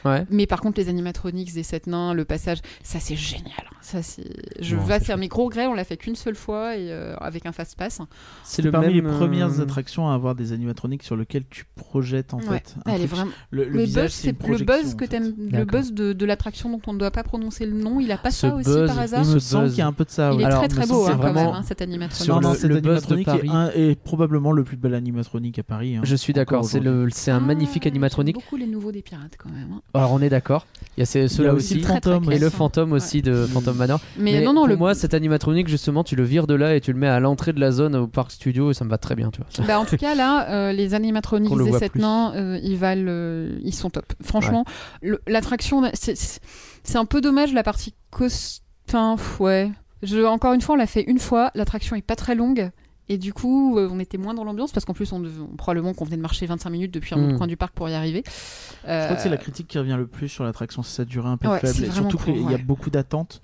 A: Ouais.
C: Mais par contre, les animatronics des sept nains, le passage, ça c'est génial. Ça c'est. Je
A: Non,
C: vais
A: c'est
C: faire mes gros regrets. On l'a fait qu'une seule fois et euh, avec un fast pass.
A: C'est
B: Parmi les
A: euh,
B: premières attractions à avoir des animatroniques sur lesquelles tu projettes en
C: Ouais.
B: fait. un
C: Elle est
B: truc.
C: vraiment.
B: Le, le
C: Le,
B: visage,
C: buzz,
B: c'est une
C: c'est- le buzz
B: projection,
C: que
B: en fait.
C: t'aimes, le
A: D'accord.
C: buzz de, de l'attraction dont on ne doit pas prononcer le nom, il a pas
A: Ce
C: ça aussi
A: buzz,
C: par
B: Il
C: hasard.
A: Ce
B: me semble
A: buzz.
B: qu'il y a un peu de ça.
C: Il
B: ouais.
C: est
A: Alors,
C: très
A: mais
C: très
A: ça,
C: beau
A: c'est
C: hein, quand même,
A: vraiment
C: hein, cet
A: sur
B: Non,
C: animatronique.
B: non,
A: le-
B: cette
A: le buzz de
B: animatronique est,
A: Paris.
B: un- est probablement le plus bel animatronique à Paris. hein,
A: Je suis d'accord,
B: encore
A: c'est le- c'est un
C: Ah,
A: magnifique
C: j'aime
A: animatronique.
C: Beaucoup les nouveaux des pirates quand même. hein.
A: Alors on est d'accord, il y a ces-
B: Il y
A: ceux-là
B: a
A: aussi.
B: aussi le
C: Très, très
B: fantôme.
A: Et
C: classe.
B: ouais.
A: le fantôme aussi de Phantom Manor.
C: Mais,
A: Mais
C: non non
A: pour
C: le
A: moi, cet animatronique, justement, tu le vires de là et tu le mets à l'entrée de la zone au parc studio et ça me va très bien, tu vois.
C: Bah, en tout cas, là, euh, les animatroniques
A: Qu'on le
C: des
A: voit
C: 7
A: plus.
C: nains, euh, ils valent, euh, ils sont top. Franchement, le- l'attraction, bah, c'est- c'est c'est un peu dommage la partie costin, ouais. Je, encore une fois, on l'a fait une fois. L'attraction est pas très longue Et du coup, euh, on était moins dans l'ambiance parce qu'en plus, on, dev- on- probablement qu'on venait de marcher 25 minutes depuis un
A: Mm.
C: autre coin du parc pour y arriver.
B: Je crois que c'est
C: Euh,
B: la critique qui revient le plus sur l'attraction, c'est sa durée un peu
C: Ouais, c'est
B: faible. Et
C: vraiment
B: surtout
C: court,
B: qu'il y a
C: ouais.
B: beaucoup d'attentes.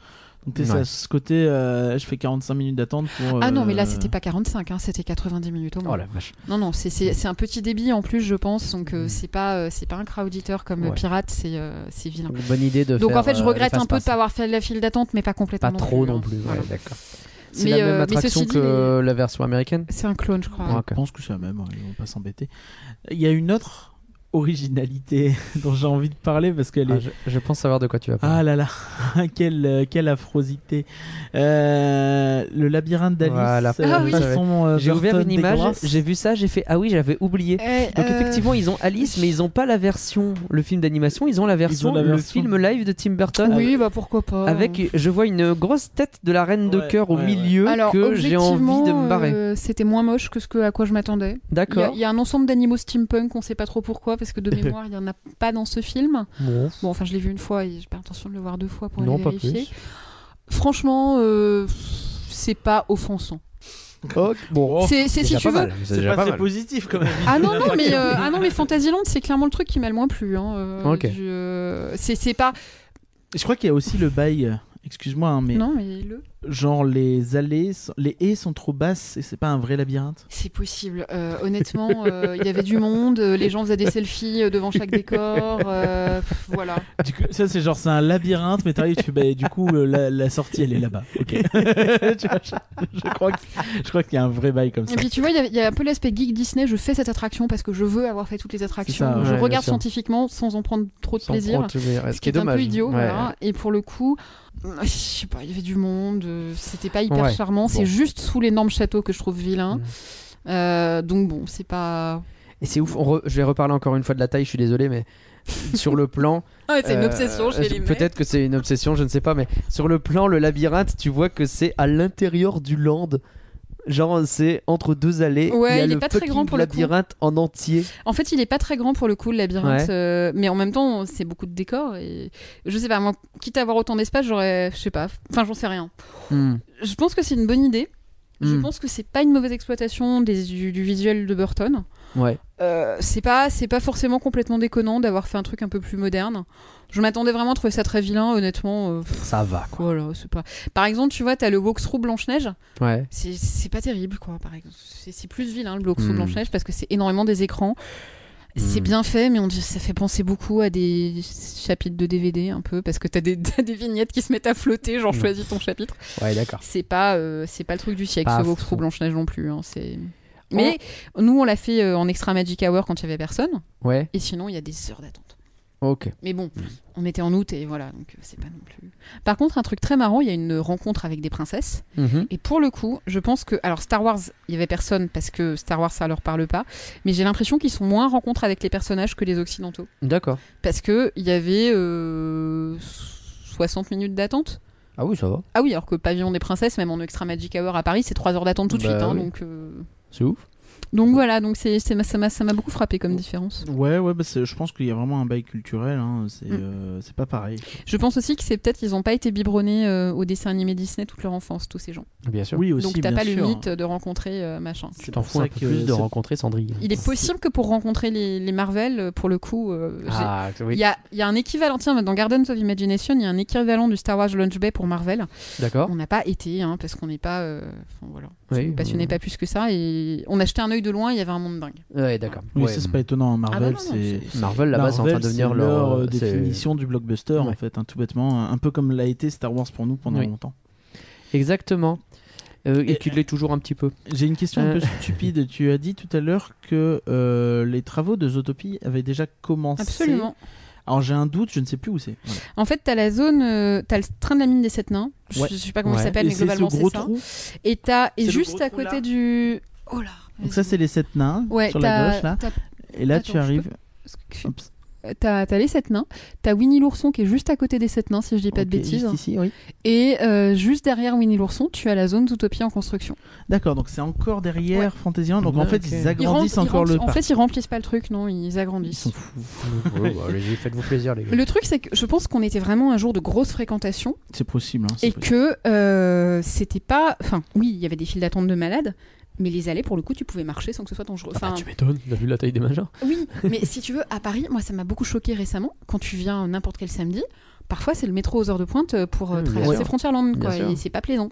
B: Donc tu sais,
A: Ouais.
B: ça, ce côté, euh, je fais 45 minutes d'attente pour.
C: Ah non, mais là,
B: euh,
C: c'était pas 45, hein, c'était 90 minutes au moins.
A: Oh la vache.
C: Non, non, c'est- c'est c'est un petit débit en plus, je pense. Donc, euh,
A: Mm.
C: c'est pas, euh, c'est pas un crowd-eater comme euh,
A: Ouais.
C: Pirate, c'est euh, c'est vilain.
A: Donc, bonne idée de
C: Donc,
A: faire,
C: en fait, je
A: euh,
C: regrette
A: le
C: un peu de
A: fast-pass.
C: pas avoir fait la file d'attente, mais pas complètement.
A: Pas trop
C: hein.
A: non plus, ouais,
C: Voilà.
A: d'accord. C'est
C: Mais,
A: la même
C: euh, mais
A: attraction
C: ceci dit,
A: que
C: les-
A: la version américaine
C: C'est un clone, je crois.
A: Ouais.
B: Je
A: Ok.
B: pense que c'est la même, ouais, ils vont pas s'embêter. Il y a une autre originalité dont j'ai envie de parler parce qu'elle
A: Ah,
B: est
A: je, je pense savoir de quoi tu vas parler.
B: Ah là là, quelle, euh, quelle affrosité. Euh, le labyrinthe d'Alice,
A: Voilà.
B: euh,
C: Ah oui.
B: façon euh,
A: j'ai ouvert
B: Burton
A: une image,
B: dégueulasse.
A: j'ai vu ça, j'ai fait Ah oui, j'avais oublié.
C: Eh,
A: Donc
C: euh,
A: effectivement, ils ont Alice, mais ils ont pas la version, le film d'animation, ils ont la version,
B: la
A: le
B: version.
A: film live de Tim Burton.
C: Oui, bah pourquoi pas.
A: euh, Avec, je vois une grosse tête de la reine de
B: Ouais,
A: cœur au
B: ouais,
A: milieu
C: Alors,
A: que j'ai envie de me
C: objectivement,
A: barrer.
C: euh, C'était moins moche que ce que, à quoi je m'attendais. Il y, a-
A: D'accord.
C: il y a un ensemble d'animaux steampunk, on sait pas trop pourquoi, parce que de mémoire, il y en a pas dans ce film.
A: Bon,
C: Bon, enfin, je l'ai vu une fois et j'ai pas l'intention de le voir deux fois pour
A: non,
C: aller
A: pas
C: vérifier.
A: plus.
C: Franchement, euh, c'est pas offensant.
A: Ok, bon,
B: Oh,
C: c'est, c'est- si
A: déjà
C: tu
A: pas
C: veux.
A: mal,
B: c'est pas, très positif quand même.
C: Ah non, non, mais, euh, ah non, mais Fantasyland, c'est clairement le truc qui m'a le moins plu. hein, euh,
A: Ok.
C: du, euh, c'est, c'est pas.
B: Je crois qu'il y a aussi le bail, euh, excuse-moi, hein, mais
C: Non, mais le.
B: genre les allées, sont- les haies sont trop basses et c'est pas un vrai labyrinthe.
C: C'est possible. Euh, honnêtement, euh, il y avait du monde, euh, les gens faisaient des selfies euh, devant chaque décor. euh, pff, voilà.
B: Du coup, ça c'est genre c'est un labyrinthe, mais t'arrives, tu fais, bah, du coup euh, la, la sortie elle est là-bas. Ok. Tu vois, je, je crois que- je crois qu'il y a un vrai bail comme ça.
C: Et puis tu vois, il y a- il y, a un peu l'aspect geek Disney. Je fais cette attraction parce que je veux avoir fait toutes les attractions.
B: C'est ça,
C: Donc, je
A: ouais, bien
C: regarde
A: sûr.
C: scientifiquement sans en prendre trop de
A: Sans
C: plaisir.
A: prendre tout le mérite,
C: ce qui est, un
A: dommage.
C: peu idiot.
A: Ouais.
C: voilà. Et pour le coup, euh, je sais pas, il y avait du monde, euh, c'était pas hyper
A: Ouais,
C: charmant.
A: bon.
C: C'est juste sous l'énorme château que je trouve vilain.
A: Mm.
C: Euh, donc bon, c'est pas.
A: Et c'est ouf, on re- je vais reparler encore une fois de la taille, je suis désolé, mais sur le plan. euh, Peut-être que c'est une obsession, je ne sais pas, mais sur le plan, le labyrinthe, tu vois que c'est à l'intérieur du land. Genre, c'est entre deux allées.
C: Ouais,
A: il y a
C: il est
A: le
C: pas très
A: fucking
C: grand pour le coup.
A: labyrinthe en entier.
C: En fait, il est pas très grand pour le coup le labyrinthe,
A: Ouais.
C: euh, mais en même temps, c'est beaucoup de décors. Et je sais pas, moi, quitte à avoir autant d'espace, j'aurais, je sais pas, enfin, j'en sais rien.
A: Hmm.
C: Je pense que c'est une bonne idée. Je
A: Mm.
C: pense que c'est pas une mauvaise exploitation des- du, du visuel de Burton.
A: Ouais.
C: Euh, c'est pas c'est pas forcément complètement déconnant d'avoir fait un truc un peu plus moderne. Je m'attendais vraiment à trouver ça très vilain, honnêtement. euh, pff,
A: Ça va, quoi.
C: voilà, c'est pas. Par exemple, tu vois, t'as le walkthrough Blanche Neige.
A: Ouais.
C: C'est c'est pas terrible, quoi. Par exemple, c'est c'est plus vilain le walkthrough
A: Mm.
C: Blanche Neige parce que c'est énormément des écrans. C'est
A: Mm.
C: bien fait, mais on dit ça fait penser beaucoup à des chapitres de DVD un peu parce que t'as des, t'as des vignettes qui se mettent à flotter, genre
A: Mm.
C: choisis ton chapitre.
A: Ouais, d'accord.
C: C'est pas, euh, c'est pas le truc du siècle,
A: Pas
C: ce
A: fou.
C: walkthrough Blanche Neige non plus. hein, c'est. Mais nous, on l'a fait euh, en extra Magic Hour quand il y avait personne.
A: Ouais,
C: Et sinon, il y a des heures d'attente.
A: ok.
C: Mais bon, on était en août et voilà, donc euh, c'est pas non plus. Par contre, un truc très marrant, il y a une rencontre avec des princesses.
A: Mhm.
C: Et pour le coup, je pense que. Alors, Star Wars, il y avait personne parce que Star Wars, ça leur parle pas. Mais j'ai l'impression qu'ils sont moins en rencontre avec les personnages que les Occidentaux.
A: D'accord.
C: Parce que il y avait euh, 60 minutes d'attente.
A: Ah oui, ça va.
C: Ah oui, alors que Pavillon des Princesses, même en Extra Magic Hour à Paris, c'est 3 heures d'attente tout de
A: Bah
C: suite. hein,
A: oui.
C: donc, euh,
A: C'est ouf.
C: donc voilà, donc c'est, c'est ma- ça, m'a, ça m'a beaucoup frappé comme différence.
B: Ouais, ouais, bah, c'est- je pense qu'il y a vraiment un bail culturel. hein, c'est
C: Mm.
B: euh, c'est pas pareil.
C: Je pense aussi que c'est peut-être qu'ils n'ont pas été biberonnés euh, aux dessins animés Disney toute leur enfance, tous ces gens.
A: Bien sûr.
B: Oui, aussi.
C: Donc t'as
B: bien
C: pas
B: sûr.
C: le mythe de rencontrer euh, machin.
B: C'est
A: Tu t'en
B: pour
A: fous
B: ça
A: un peu
B: que
A: plus de
B: c'est-
A: rencontrer Sandrine.
C: Il est possible que pour rencontrer les, les Marvel, euh, pour le coup, euh, j'ai-
A: Ah,
C: il
A: oui.
C: y, a, il y a un équivalent, tiens, dans Gardens of Imagination, il y a un équivalent du Star Wars Launch Bay pour Marvel.
A: D'accord.
C: On n'a pas été, hein, parce qu'on n'est pas, euh, enfin, voilà,
A: Oui,
C: passionné
A: euh,
C: pas plus que ça, et on a jeté un œil de loin, il y avait un monde dingue.
A: Ouais, d'accord.
B: Oui,
A: Ouais,
B: ça, c'est pas étonnant. hein,
C: Ah
B: Marvel,
C: bah non, non,
B: c'est.
C: c'est-
A: Marvel là-bas, c'est en train de
B: Marvel,
A: devenir
B: c'est
A: leur
B: euh,
A: euh, c'est-
B: définition du blockbuster en
A: Ouais.
B: fait, hein, tout bêtement, un un peu comme l'a été Star Wars pour nous pendant
A: Oui.
B: longtemps.
A: Exactement. Euh, et
B: Et-
A: qu'il l'est toujours un petit peu.
B: J'ai une question un
A: Euh.
B: peu stupide. Tu as dit tout à l'heure que euh, les travaux de Zootopie avaient déjà commencé.
C: Absolument.
B: Alors j'ai un doute, je ne sais plus où c'est. Voilà.
C: En fait, t'as la zone, euh, t'as le train de la mine des sept nains, je,
B: Ouais.
C: je sais pas comment
A: Ouais.
C: il s'appelle,
B: Et
C: mais
B: c'est ce
C: globalement
B: gros
C: c'est ça.
B: trou.
C: Et t'as,
B: C'est
C: et
B: le
C: juste
B: gros
C: à
B: trou, là.
C: côté du. Oh là
B: Donc ça
C: vas-y.
B: c'est les sept nains
C: Ouais,
B: sur la
C: t'as-
B: gauche là.
C: t'as-
B: Et là
C: Attends,
B: tu
C: je
B: arrives.
C: Excuse-
B: Oups.
C: T'as t'as les sept nains, t'as Winnie l'ourson qui est juste à côté des sept nains, si je dis pas de
B: Ok,
C: bêtises. hein.
B: Juste ici, oui.
C: Et euh, juste derrière Winnie l'ourson, tu as la zone d'utopie en construction.
B: D'accord, donc c'est encore derrière Fantasyland. Donc en
A: Ouais,
B: fait
A: ok.
B: ils
C: Ils
B: agrandissent
C: rentrent- ils
B: encore
C: rentrent-
B: le
C: En
B: parc.
C: fait, ils remplissent pas le truc, non, ils
B: Ils
C: agrandissent.
B: sont fous. bah,
A: allez-y, faites-vous plaisir, les
C: Le truc, c'est que je pense qu'on était vraiment un jour de grosse fréquentation
B: C'est possible. hein, c'est
C: et
B: possible.
C: que euh, c'était pas. Enfin, oui, il y avait des files d'attente de malades, Mais les allées, pour le coup, tu pouvais marcher sans que ce soit dangereux.
A: Ah bah,
C: Enfin,
A: tu m'étonnes, t'as vu la taille des majors
C: oui, mais si tu veux, à Paris, moi, ça m'a beaucoup choqué récemment. Quand tu viens n'importe quel samedi, parfois, c'est le métro aux heures de pointe euh, pour euh,
B: Mmh,
A: Oui, bien
C: traverser
A: sûr.
C: Frontierland,
A: Bien
C: quoi.
A: sûr.
C: Et c'est pas plaisant.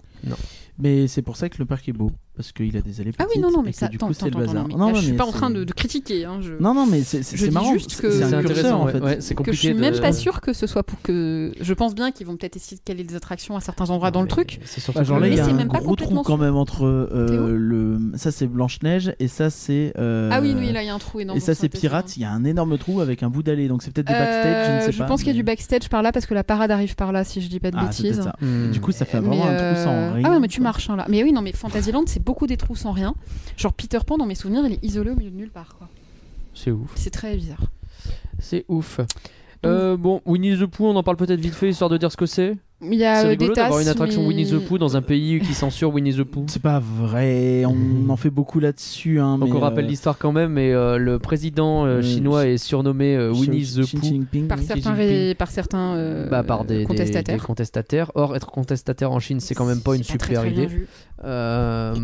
B: Mais c'est pour ça que le parc est beau, parce qu'il a des allées
C: Ah
B: petites.
C: oui, non, non,
B: et
C: mais
B: que
C: ça,
B: du
C: attends,
B: coup, c'est
C: attends,
B: le
C: attends,
B: bazar.
C: non, mais
B: Non,
C: là,
B: non,
C: je suis
B: mais
C: pas en train
B: c'est-
C: de, de critiquer. hein, je...
B: Non, non, mais c'est c'est-
C: je
B: c'est
C: dis
B: marrant.
C: juste
B: c'est-
C: que-
B: C'est
C: C'est
B: un curseur, en
A: ouais,
B: fait.
A: ouais, c'est
C: Euh, que je
A: compliqué.
C: suis même
A: de-
C: pas sûre que ce soit pour que. Je pense bien qu'ils vont peut-être essayer de caler des attractions à certains endroits dans le
A: Mais
C: truc.
A: C'est surtout
B: Bah, genre là,
A: que-
B: il y
C: Mais
B: a
C: c'est
B: un
C: même pas
B: gros trou
C: complètement
B: quand
C: sûr.
B: même entre euh,
C: Théo
B: le. Ça, c'est Blanche-Neige, et ça, c'est. euh,
C: Ah oui, oui, là, il y a un trou énorme.
B: Et ça,
C: dans
B: c'est
C: Saint-Étienne.
B: Pirates. Il y a un énorme trou avec un bout d'allée, donc c'est peut-être du
C: Euh,
B: backstage, je ne sais pas.
C: pense qu'il y a
B: mais-
C: du backstage par là parce que la parade arrive par là, si je dis pas de
B: Ah, c'est peut-être
C: bêtises.
B: ça.
A: Hmm.
B: Du coup, ça fait
C: Mais,
B: vraiment un trou
C: euh,
B: sans rien.
C: Ah ouais, mais tu
B: quoi.
C: marches hein, là. Mais oui, non, mais Fantasyland, c'est beaucoup des trous sans rien. Genre Peter Pan, dans mes souvenirs, il est isolé au milieu de nulle part. quoi.
A: c'est ouf.
C: C'est très bizarre.
A: C'est ouf. Euh, bon, Winnie the Pooh, on en parle peut-être vite fait histoire de dire ce que c'est.
C: Il y a
A: C'est
C: euh,
A: rigolo
C: des tasses.
A: d'avoir une attraction
C: mais-
A: Winnie the Pooh dans un pays qui censure Winnie the Pooh.
B: C'est pas vrai,
C: Mhm.
B: on en fait beaucoup là-dessus. Hein,
A: Donc
B: mais,
A: on rappelle
B: euh,
A: l'histoire quand même, mais euh, le président euh,
B: euh,
A: chinois est surnommé euh, Winnie
B: Xi-
A: the
B: Xi
A: Pooh
B: Jinping,
C: Par
B: oui.
C: certains,
A: Xi Jinping.
C: ré- par certains euh,
A: bah, par des, des-
C: contestataires.
A: des contestataires. Or, être contestataire en Chine, c'est quand même pas une
C: très,
A: super
C: très bien
A: idée.
C: vu.
A: Euh,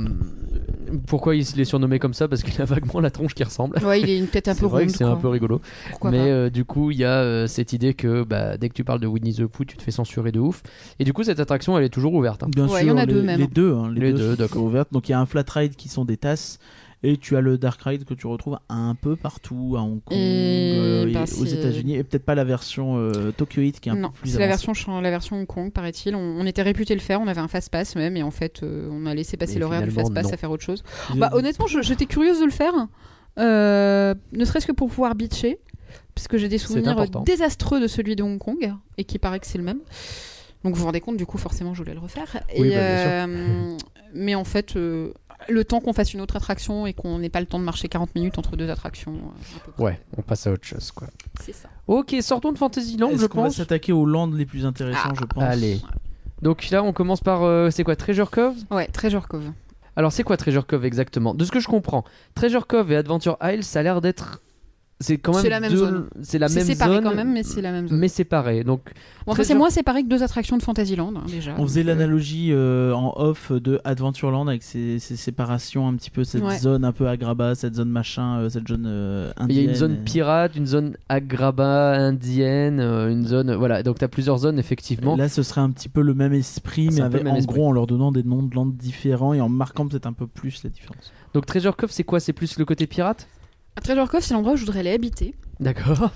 A: pourquoi il est surnommé comme ça Parce qu'il a vaguement la tronche qui ressemble.
C: Ouais, il est une tête un
A: C'est
C: peu
A: vrai
C: ronde.
A: que c'est un peu
C: quoi.
A: rigolo.
C: Pourquoi
A: mais
C: pas
A: euh, du coup, il y a euh, cette idée que bah, dès que tu parles de Winnie the Pooh, tu te fais censurer de ouf. Et du coup, cette attraction, elle est toujours ouverte. hein.
B: Bien
C: Ouais,
B: sûr,
C: il y en a
B: les,
C: deux même.
B: les deux, hein, les
A: Les
B: deux
A: deux,
B: sont-
A: d'accord.
B: sont ouvertes. Donc il y a un flat ride qui sont des tasses et tu as le dark ride que tu retrouves un peu partout à Hong Kong,
C: Et
B: euh,
C: bah,
B: aux
C: c'est-
B: États-Unis et peut-être pas la version euh, Tokyo Heat qui est un
C: Non,
B: peu plus
C: c'est la
B: avancée.
C: version, chan- la version Hong Kong, paraît-il. On, on était réputé le faire, on avait un fast pass même, et en fait, euh, on a laissé passer
A: Mais
C: l'horaire du
A: finalement,
C: fast pass
A: non.
C: à faire autre chose.
B: Ils-
C: Bah, honnêtement, je- j'étais curieuse de le faire, euh, ne serait-ce que pour pouvoir bitcher, parce que j'ai des souvenirs
A: important.
C: désastreux de celui de Hong Kong, et qui paraît que c'est le même. Donc vous vous rendez compte, du coup, forcément, je voulais le refaire.
A: Oui, bah,
C: Et,
A: bien sûr.
C: euh, mais en fait, euh, le temps qu'on fasse une autre attraction et qu'on n'ait pas le temps de marcher 40 minutes entre deux attractions, euh, à peu près.
A: Ouais, on passe à autre chose quoi.
C: c'est ça.
A: Ok, sortons de Fantasyland,
B: Est-ce
A: je
B: qu'on va
A: pense.
B: s'attaquer aux landes les plus
C: Ah.
B: intéressants, je pense.
A: Allez. Donc là, on commence par euh, c'est quoi Treasure Cove
C: Ouais, Treasure Cove.
A: Alors, c'est quoi Treasure Cove exactement De ce que je comprends, Treasure Cove et Adventure Isle, ça a l'air d'être. C'est quand même.
C: C'est la même
A: deux-
C: zone.
A: C'est la
C: C'est
A: même
C: séparé
A: zone,
C: quand même, mais c'est la même zone.
A: mais séparé. Donc,
C: Bon, enfin,
A: Treasure-
C: c'est moins séparé que deux attractions de Fantasyland, hein, déjà.
B: On faisait
C: Donc, euh,
B: l'analogie euh, en off de Adventureland avec ces ces séparations un petit peu, cette
C: Ouais.
B: zone un peu agraba, cette zone machin, euh, cette zone euh, indienne.
A: il y a une zone
B: et-
A: pirate, une zone agraba indienne, euh, une zone. Voilà, donc tu as plusieurs zones effectivement.
B: Là, ce serait un petit peu le même esprit,
A: C'est
B: mais
A: un peu le
B: avec,
A: même
B: en
A: esprit.
B: gros en leur donnant des noms de landes différents et en marquant peut-être un peu plus la différence.
A: Donc, Treasure Cove, c'est quoi C'est plus le côté pirate
C: à Treasure Cove, c'est l'endroit où je voudrais aller habiter.
A: D'accord.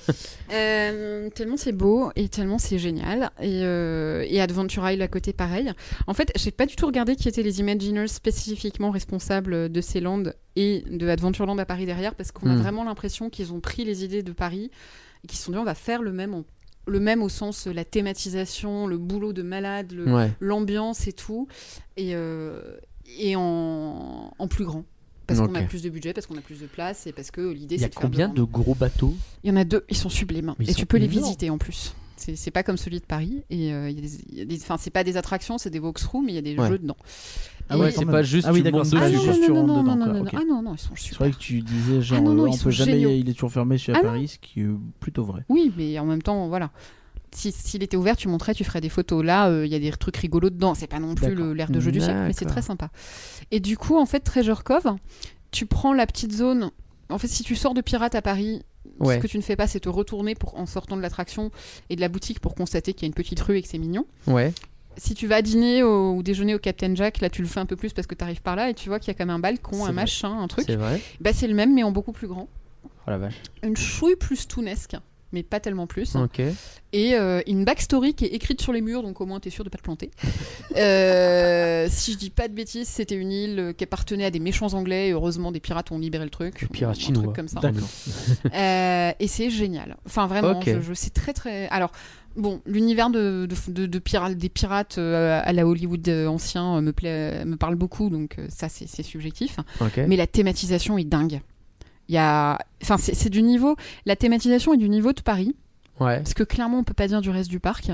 C: Euh, tellement c'est beau et tellement c'est génial. Et, euh, et Adventure Isle à côté, pareil. En fait, j'ai pas du tout regardé qui étaient les Imaginers spécifiquement responsables de ces lands et de Adventureland à Paris derrière, parce qu'on a
A: Hmm.
C: vraiment l'impression qu'ils ont pris les idées de Paris et qu'ils se sont dit on va faire le même, en- le même au sens euh, la thématisation, le boulot de malade, le-
A: Ouais.
C: l'ambiance et tout, et, euh, et en, en plus grand. Parce qu'on a
A: Ok.
C: plus de budget, parce qu'on a plus de place, et parce que l'idée
A: Il y
C: c'est
A: a
C: de faire
A: combien
C: grand.
A: de gros bateaux
C: Il y en a deux, ils sont sublimes.
A: Mais ils
C: et
A: sont
C: tu peux les
A: énormes.
C: visiter en plus. C'est c'est pas comme celui de Paris. Et euh, il y a des- il y a des- enfin, c'est pas des attractions, c'est des walkthroughs, mais il y a des
A: Ouais.
C: jeux dedans.
B: Ah
C: Et-
B: ouais,
A: C'est
B: quand
A: pas
B: même.
A: juste
B: Ah oui,
A: tu
B: d'accord,
A: montes
B: c'est
C: Ah
A: dessus.
B: juste
C: non, non,
B: tu
C: non,
B: rentres
C: non,
B: dedans,
C: non,
B: quoi.
C: non, non.
B: Ok.
C: Ah non, non, ils sont
B: C'est
C: super.
B: vrai que tu disais genre
C: Ah non, non,
B: euh,
C: ils
B: on
C: sont
B: peut jamais
C: géniaux.
B: y- il est toujours fermé celui à
C: Ah non.
B: Paris, ce qui est plutôt vrai.
C: Oui, mais en même temps, voilà. Si- S'il était ouvert, tu montrais, tu ferais des photos. Là, euh, il y a des trucs rigolos dedans. C'est pas non plus
A: D'accord.
C: le- l'air de jeu du siècle, mais c'est
A: D'accord.
C: très sympa. Et du coup, en fait, Treasure Cove, tu prends la petite zone. En fait, si tu sors de Pirate à Paris,
A: Ouais.
C: ce que tu ne fais pas, c'est te retourner pour, en sortant de l'attraction et de la boutique pour constater qu'il y a une petite rue et que c'est mignon.
A: Ouais.
C: Si tu vas dîner au- ou déjeuner au Captain Jack, là, tu le fais un peu plus parce que tu arrives par là et tu vois qu'il y a quand même un balcon,
A: C'est
C: un
A: vrai.
C: machin, un truc.
A: C'est vrai.
C: Bah, c'est le même, mais en beaucoup plus grand.
A: Oh la vache.
C: Une chouille plus tounesque, mais pas tellement plus
A: Ok.
C: et euh, une backstory qui est écrite sur les murs, donc au moins t'es sûr de pas te planter. Euh, si je dis pas de bêtises, c'était une île euh, qui appartenait à des méchants anglais, et heureusement des pirates ont libéré le truc.
A: Des pirates
C: Un
A: chinois.
C: truc comme ça.
B: D'accord.
C: Euh, et c'est génial. Enfin vraiment,
A: Ok.
C: je, je- c'est très très. Alors bon, l'univers de, de, de- de pira- des pirates euh, à la Hollywood euh, ancien euh, me plaît, me parle beaucoup, donc euh, ça c'est c'est subjectif.
A: Ok.
C: Mais la thématisation est dingue. Il y a, enfin c'est c'est du niveau. La thématisation est du niveau de Paris.
A: Ouais.
C: Ce que clairement on peut pas dire du reste du parc,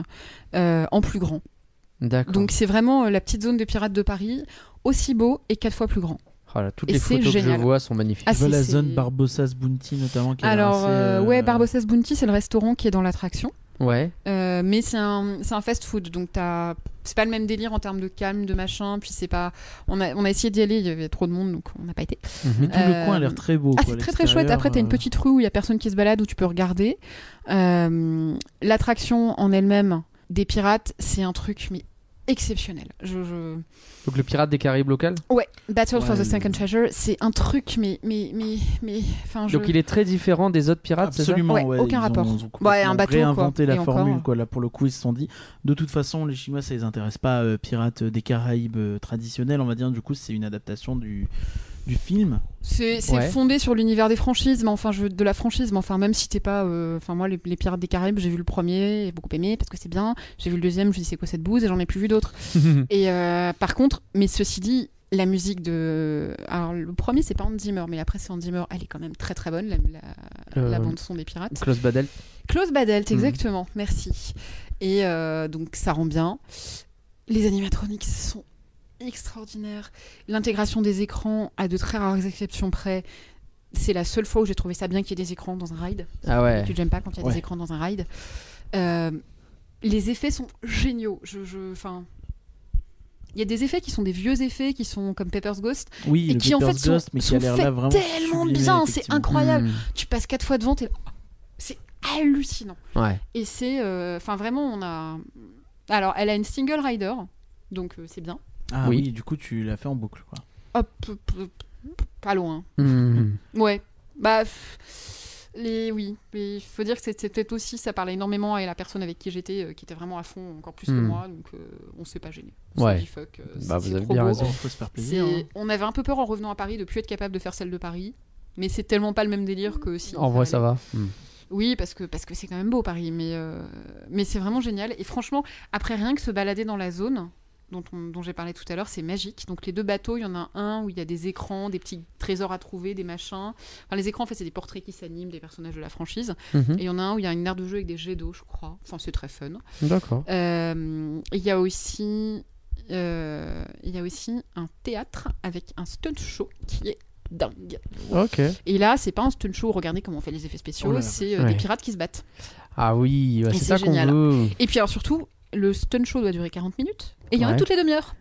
C: euh, en plus grand.
A: D'accord.
C: Donc c'est vraiment euh, la petite zone des pirates de Paris, aussi beau et quatre fois plus grand.
A: Oh là, toutes
C: Et
A: les
C: c'est
A: photos que
C: génial.
A: je vois sont magnifiques.
C: Ah,
B: Je vois
C: si,
B: la
C: c'est-
B: zone Barbosa's Bounty notamment qui est
C: Alors
B: assez,
C: euh, ouais,
B: euh,
C: Barbosa's Ah. Bounty c'est le restaurant qui est dans l'attraction,
A: Ouais.
C: Euh, mais c'est un, c'est un fast food, donc t'as c'est pas le même délire en termes de calme, de machin. Puis c'est pas. On a, on a essayé d'y aller, il y avait trop de monde, donc on n'a pas été.
B: Mais
A: Mhm.
B: tout le
C: Euh,
B: coin a l'air très beau.
C: Ah,
B: quoi,
C: c'est très très chouette.
B: l'extérieur,
C: Après, t'as une
B: euh,
C: petite rue où il y a personne qui se balade, où tu peux regarder. Euh, L'attraction en elle-même des pirates, c'est un truc mais exceptionnel. Je, je-
A: Donc le pirate des Caraïbes local.
C: Ouais, Battle for
B: Ouais,
C: the
B: le-
C: Sunken Treasure, c'est un truc mais mais mais mais. Enfin, je...
A: Donc il est très différent des autres pirates, c'est ça
B: euh, Absolument,
C: Ouais,
B: ouais,
C: aucun
B: ils ont-
C: rapport.
B: Ils ont
C: Bah, et un
B: complètement
C: bateau, quoi.
B: réinventé
C: Et
B: la
C: encore.
B: formule, quoi. Là, pour le coup, ils se sont dit, de toute façon, les Chinois, ça les intéresse pas, euh, pirates des Caraïbes euh, traditionnels, on va dire. Du coup, c'est une adaptation du, du film.
C: C'est c'est
A: Ouais.
C: fondé sur l'univers des franchises, mais enfin, je veux de la franchise, mais enfin, même si t'es pas. euh, Enfin, moi, les, les Pirates des Caraïbes, j'ai vu le premier, j'ai beaucoup aimé parce que c'est bien. J'ai vu le deuxième, je dis c'est quoi cette bouse, et j'en ai plus vu d'autres. Et euh, par contre, mais ceci dit, la musique de. Alors, le premier, c'est pas Hans Zimmer, mais après, c'est Hans Zimmer, elle est quand même très très bonne, la, la,
A: Euh,
C: la bande-son des Pirates.
A: Klaus Badel.
C: Klaus Badelt,
A: Mhm.
C: exactement, merci. Et euh, donc ça rend bien. Les animatroniques sont extraordinaires. L'intégration des écrans, à de très rares exceptions près, c'est la seule fois où j'ai trouvé ça bien qu'il y ait des écrans dans un ride.
A: Ah ouais.
C: Tu n'aimes pas quand il y a
B: Ouais.
C: des écrans dans un ride. Euh, les effets sont géniaux. Je, je, 'fin, il y a des effets qui sont des vieux effets, qui sont comme Pepper's Ghost,
B: Oui,
C: et
B: le
C: qui en fait
B: Peter's
C: sont,
B: Ghost, mais qui a
C: sont
B: l'air
C: faits
B: là vraiment
C: tellement
B: sublimé,
C: bien, c'est
B: Ah effectivement.
C: incroyable.
A: Mm.
C: Tu passes quatre fois devant, t'es là, oh, c'est hallucinant.
A: Hmm, Ouais.
C: Et c'est. euh, Enfin, vraiment, on a. Alors, elle a une single rider, donc euh, c'est bien.
B: Ah
A: Oui.
B: oui. du coup, tu l'as fait en boucle, quoi.
C: Hop, p- p- p- pas loin.
A: Hmm.
C: Ouais. Bah. pff, Les, oui, mais il faut dire que c'était peut-être aussi, ça parlait énormément à la personne avec qui j'étais, euh, qui était vraiment à fond, encore plus que
A: Hmm.
C: moi, donc euh, on s'est pas gêné. On s'est
A: Ouais.
C: dit fuck, euh, c'est-
A: Bah, vous
C: c'est
A: avez
C: trop
A: bien
C: beau.
A: raison.
B: Oh, faut se faire
C: C'est-
B: plaisir. hein.
C: On avait un peu peur en revenant à Paris de plus être capable de faire celle de Paris, mais c'est tellement pas le même délire que si.
A: En vrai, ça va. Hmm.
C: Oui, parce que parce que c'est quand même beau Paris, mais euh, mais c'est vraiment génial. Et franchement, après rien que se balader dans la zone dont, on- dont j'ai parlé tout à l'heure, c'est magique. Donc les deux bateaux, il y en a un où il y a des écrans, des petits trésors à trouver, des machins. Enfin les écrans, en fait, c'est des portraits qui s'animent des personnages de la franchise.
B: Mmh.
A: Mhm.
C: Et il y en a un où il y a une aire de jeu avec des jets d'eau, je crois. Enfin c'est très fun.
A: D'accord.
C: Euh, Il y a aussi euh, il y a aussi un théâtre avec un stunt show qui est dingue.
A: Ok.
C: Et là, c'est pas un stunt show, regardez comment on fait les effets spéciaux,
B: Oh là là.
C: c'est euh,
A: Ouais.
C: des pirates qui se battent.
A: Ah oui, ouais,
C: Et
A: c'est
C: c'est
A: ça qu'on
C: génial.
A: veut.
C: Et puis alors surtout, le stunt show doit durer 40 minutes. Et il y en
A: Ouais.
C: a toutes les demi-heures.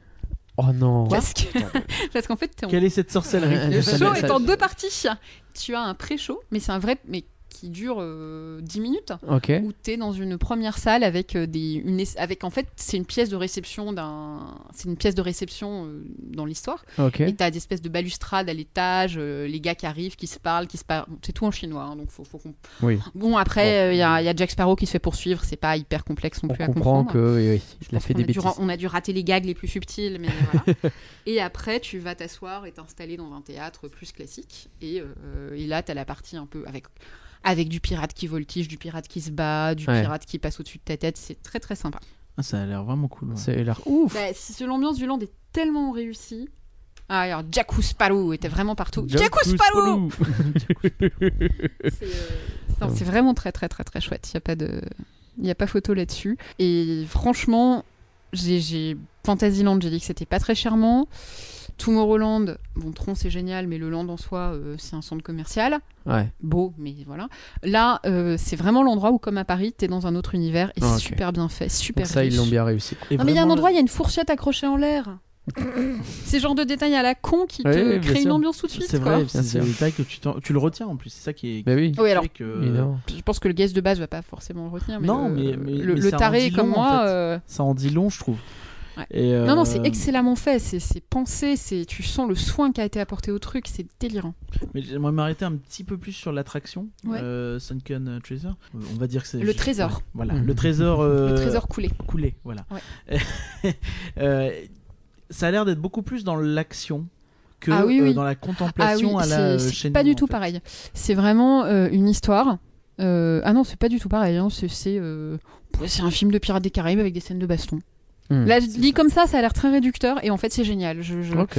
A: Oh non.
C: Parce que- parce qu'en fait, t'es en-
B: Quelle est cette sorcellerie
A: Euh,
C: le
A: Ça-
C: show
A: ça-
C: est en deux parties. Tu as un pré-show, mais c'est un vrai... Mais qui dure euh, 10 minutes.
A: Ok.
C: Où t'es dans une première salle avec euh, des... Une, es- avec, en fait, c'est une pièce de réception d'un... C'est une pièce de réception euh, dans l'histoire.
A: Ok.
C: Et t'as des espèces de balustrades à l'étage, euh, les gars qui arrivent, qui se parlent, qui se parlent. Bon, c'est tout en chinois, hein, donc faut, faut qu'on...
A: Oui.
C: Bon, après, euh, il y, a, y a Jack Sparrow qui se fait poursuivre, c'est pas hyper complexe non
A: On
C: plus à
A: comprend
C: comprendre.
A: que oui, oui,
C: Je
A: il a
C: pense
A: fait
C: qu'on
A: des
C: dû
A: bêtises.
C: ra- on a dû rater les gags les plus subtils, mais voilà. et après, tu vas t'asseoir et t'installer dans un théâtre plus classique. Et, euh, et là, t'as la partie un peu avec, avec du pirate qui voltige, du pirate qui se bat, du
A: Ouais.
C: pirate qui passe au-dessus de ta tête. C'est très très sympa.
B: Ah, ça a l'air vraiment cool. ouais.
A: C'est l'air ouf.
C: Bah, c'est- ce- l'ambiance du land est tellement réussie. Ah, alors Jakku Sparrow était vraiment partout. Jakku
A: Jakku
C: Sparrow
A: Spalou.
C: C'est euh, non, c'est vraiment très très très très chouette. Il n'y a pas de, il y a pas photo là-dessus. Et franchement, j'ai- j'ai Fantasyland, j'ai dit que c'était pas très charmant. Tomorrowland, bon Tron c'est génial, mais le land en soi, euh, c'est un centre commercial,
A: ouais.
C: beau, mais voilà. Là, euh, c'est vraiment l'endroit où, comme à Paris, t'es dans un autre univers et
A: Ah,
C: c'est
A: ok.
C: super bien fait, super
A: Donc ça, ils
C: riche.
A: l'ont bien réussi.
B: Et
C: Non mais il y a un
B: vraiment,
C: endroit, il y a une fourchette accrochée en l'air. Ces genres de détails à la con qui te
A: Oui, oui, bien
C: créent une
A: sûr.
C: ambiance tout de suite.
B: C'est
C: quoi.
B: vrai, c'est
A: sûr.
B: le détail que tu, t'en- tu le retiens en plus. C'est ça qui est.
A: Bah oui.
B: qui
C: Ah Oui, alors,
B: fait que-
A: évidemment.
C: je pense que le guest de base va pas forcément le retenir. Mais
B: Non,
C: le,
B: mais- mais-
C: le,
B: mais
C: le
B: ça en
C: taré
B: dit
C: comme
B: long, en
C: moi.
B: fait.
C: euh,
B: Ça en dit long, je trouve.
C: Ouais.
B: Et, euh,
C: Non, non, c'est excellemment fait. C'est c'est pensé. C'est tu sens le soin qui a été apporté au truc. C'est délirant.
B: Mais j'aimerais m'arrêter un petit peu plus sur l'attraction
C: Ouais.
B: euh, Sunken Treasure. Euh, On va dire que c'est
C: Le
B: juste-
C: trésor.
B: ouais, voilà,
A: Mhm.
B: le trésor.
C: Le
B: euh,
C: trésor coulé.
B: coulé, voilà.
C: Ouais.
B: Euh, ça a l'air d'être beaucoup plus dans l'action que
C: Ah oui,
B: euh,
C: oui.
B: dans la
C: Ah oui,
B: contemplation à la
C: c'est-
B: euh,
C: c'est
B: Shenmue,
C: pas du
B: en
C: tout
B: fait.
C: pareil. C'est vraiment euh, une histoire. Euh, ah non, c'est pas du tout pareil. hein. C'est c'est, euh, ouais, c'est un film de Pirates des Caraïbes avec des scènes de baston.
A: Hmm.
C: Là, je
B: c'est
C: dis
B: ça.
C: comme ça, ça a l'air très réducteur et en fait, c'est génial. Je,
B: Mm.
C: je-
A: Ok.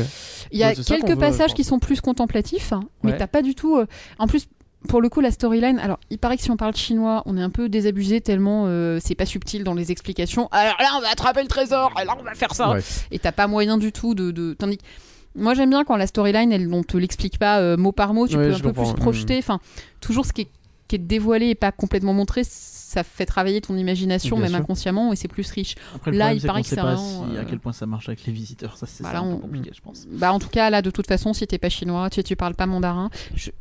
C: Il y a
A: Ouais, c'est ça qu'on
C: quelques
A: veut,
C: passages
A: je
C: qui sont plus contemplatifs, hein, mais
A: Ouais.
C: t'as pas du tout. euh, En plus, pour le coup, la storyline. Alors, il paraît que si on parle chinois, on est un peu désabusé tellement euh, c'est pas subtil dans les explications. Alors là, on va attraper le trésor. Alors on va faire ça.
A: Ouais.
C: Et t'as pas moyen du tout de. de... Tandis que moi, j'aime bien quand la storyline, elle, on te l'explique pas euh, mot par mot. Tu
A: Ouais,
C: peux un
A: je
C: peu
A: comprends.
C: plus
A: Mm.
C: projeter. Enfin, toujours ce qui est qui est dévoilé et pas complètement montré, ça fait travailler ton imagination,
B: Bien
C: même
B: sûr.
C: inconsciemment, et c'est plus riche.
B: Après, le
C: Là,
B: problème,
C: il
B: c'est
C: paraît
B: qu'on
C: que
B: sait
C: c'est
B: pas
C: vraiment,
B: si- à
C: euh,
B: quel point ça marche avec les visiteurs. Ça, c'est
C: bah
B: ça
C: là,
B: un peu
C: on-
B: compliqué, je pense.
C: Bah, en tout cas, là, de toute façon, si t'es pas chinois, si tu parles pas mandarin, je,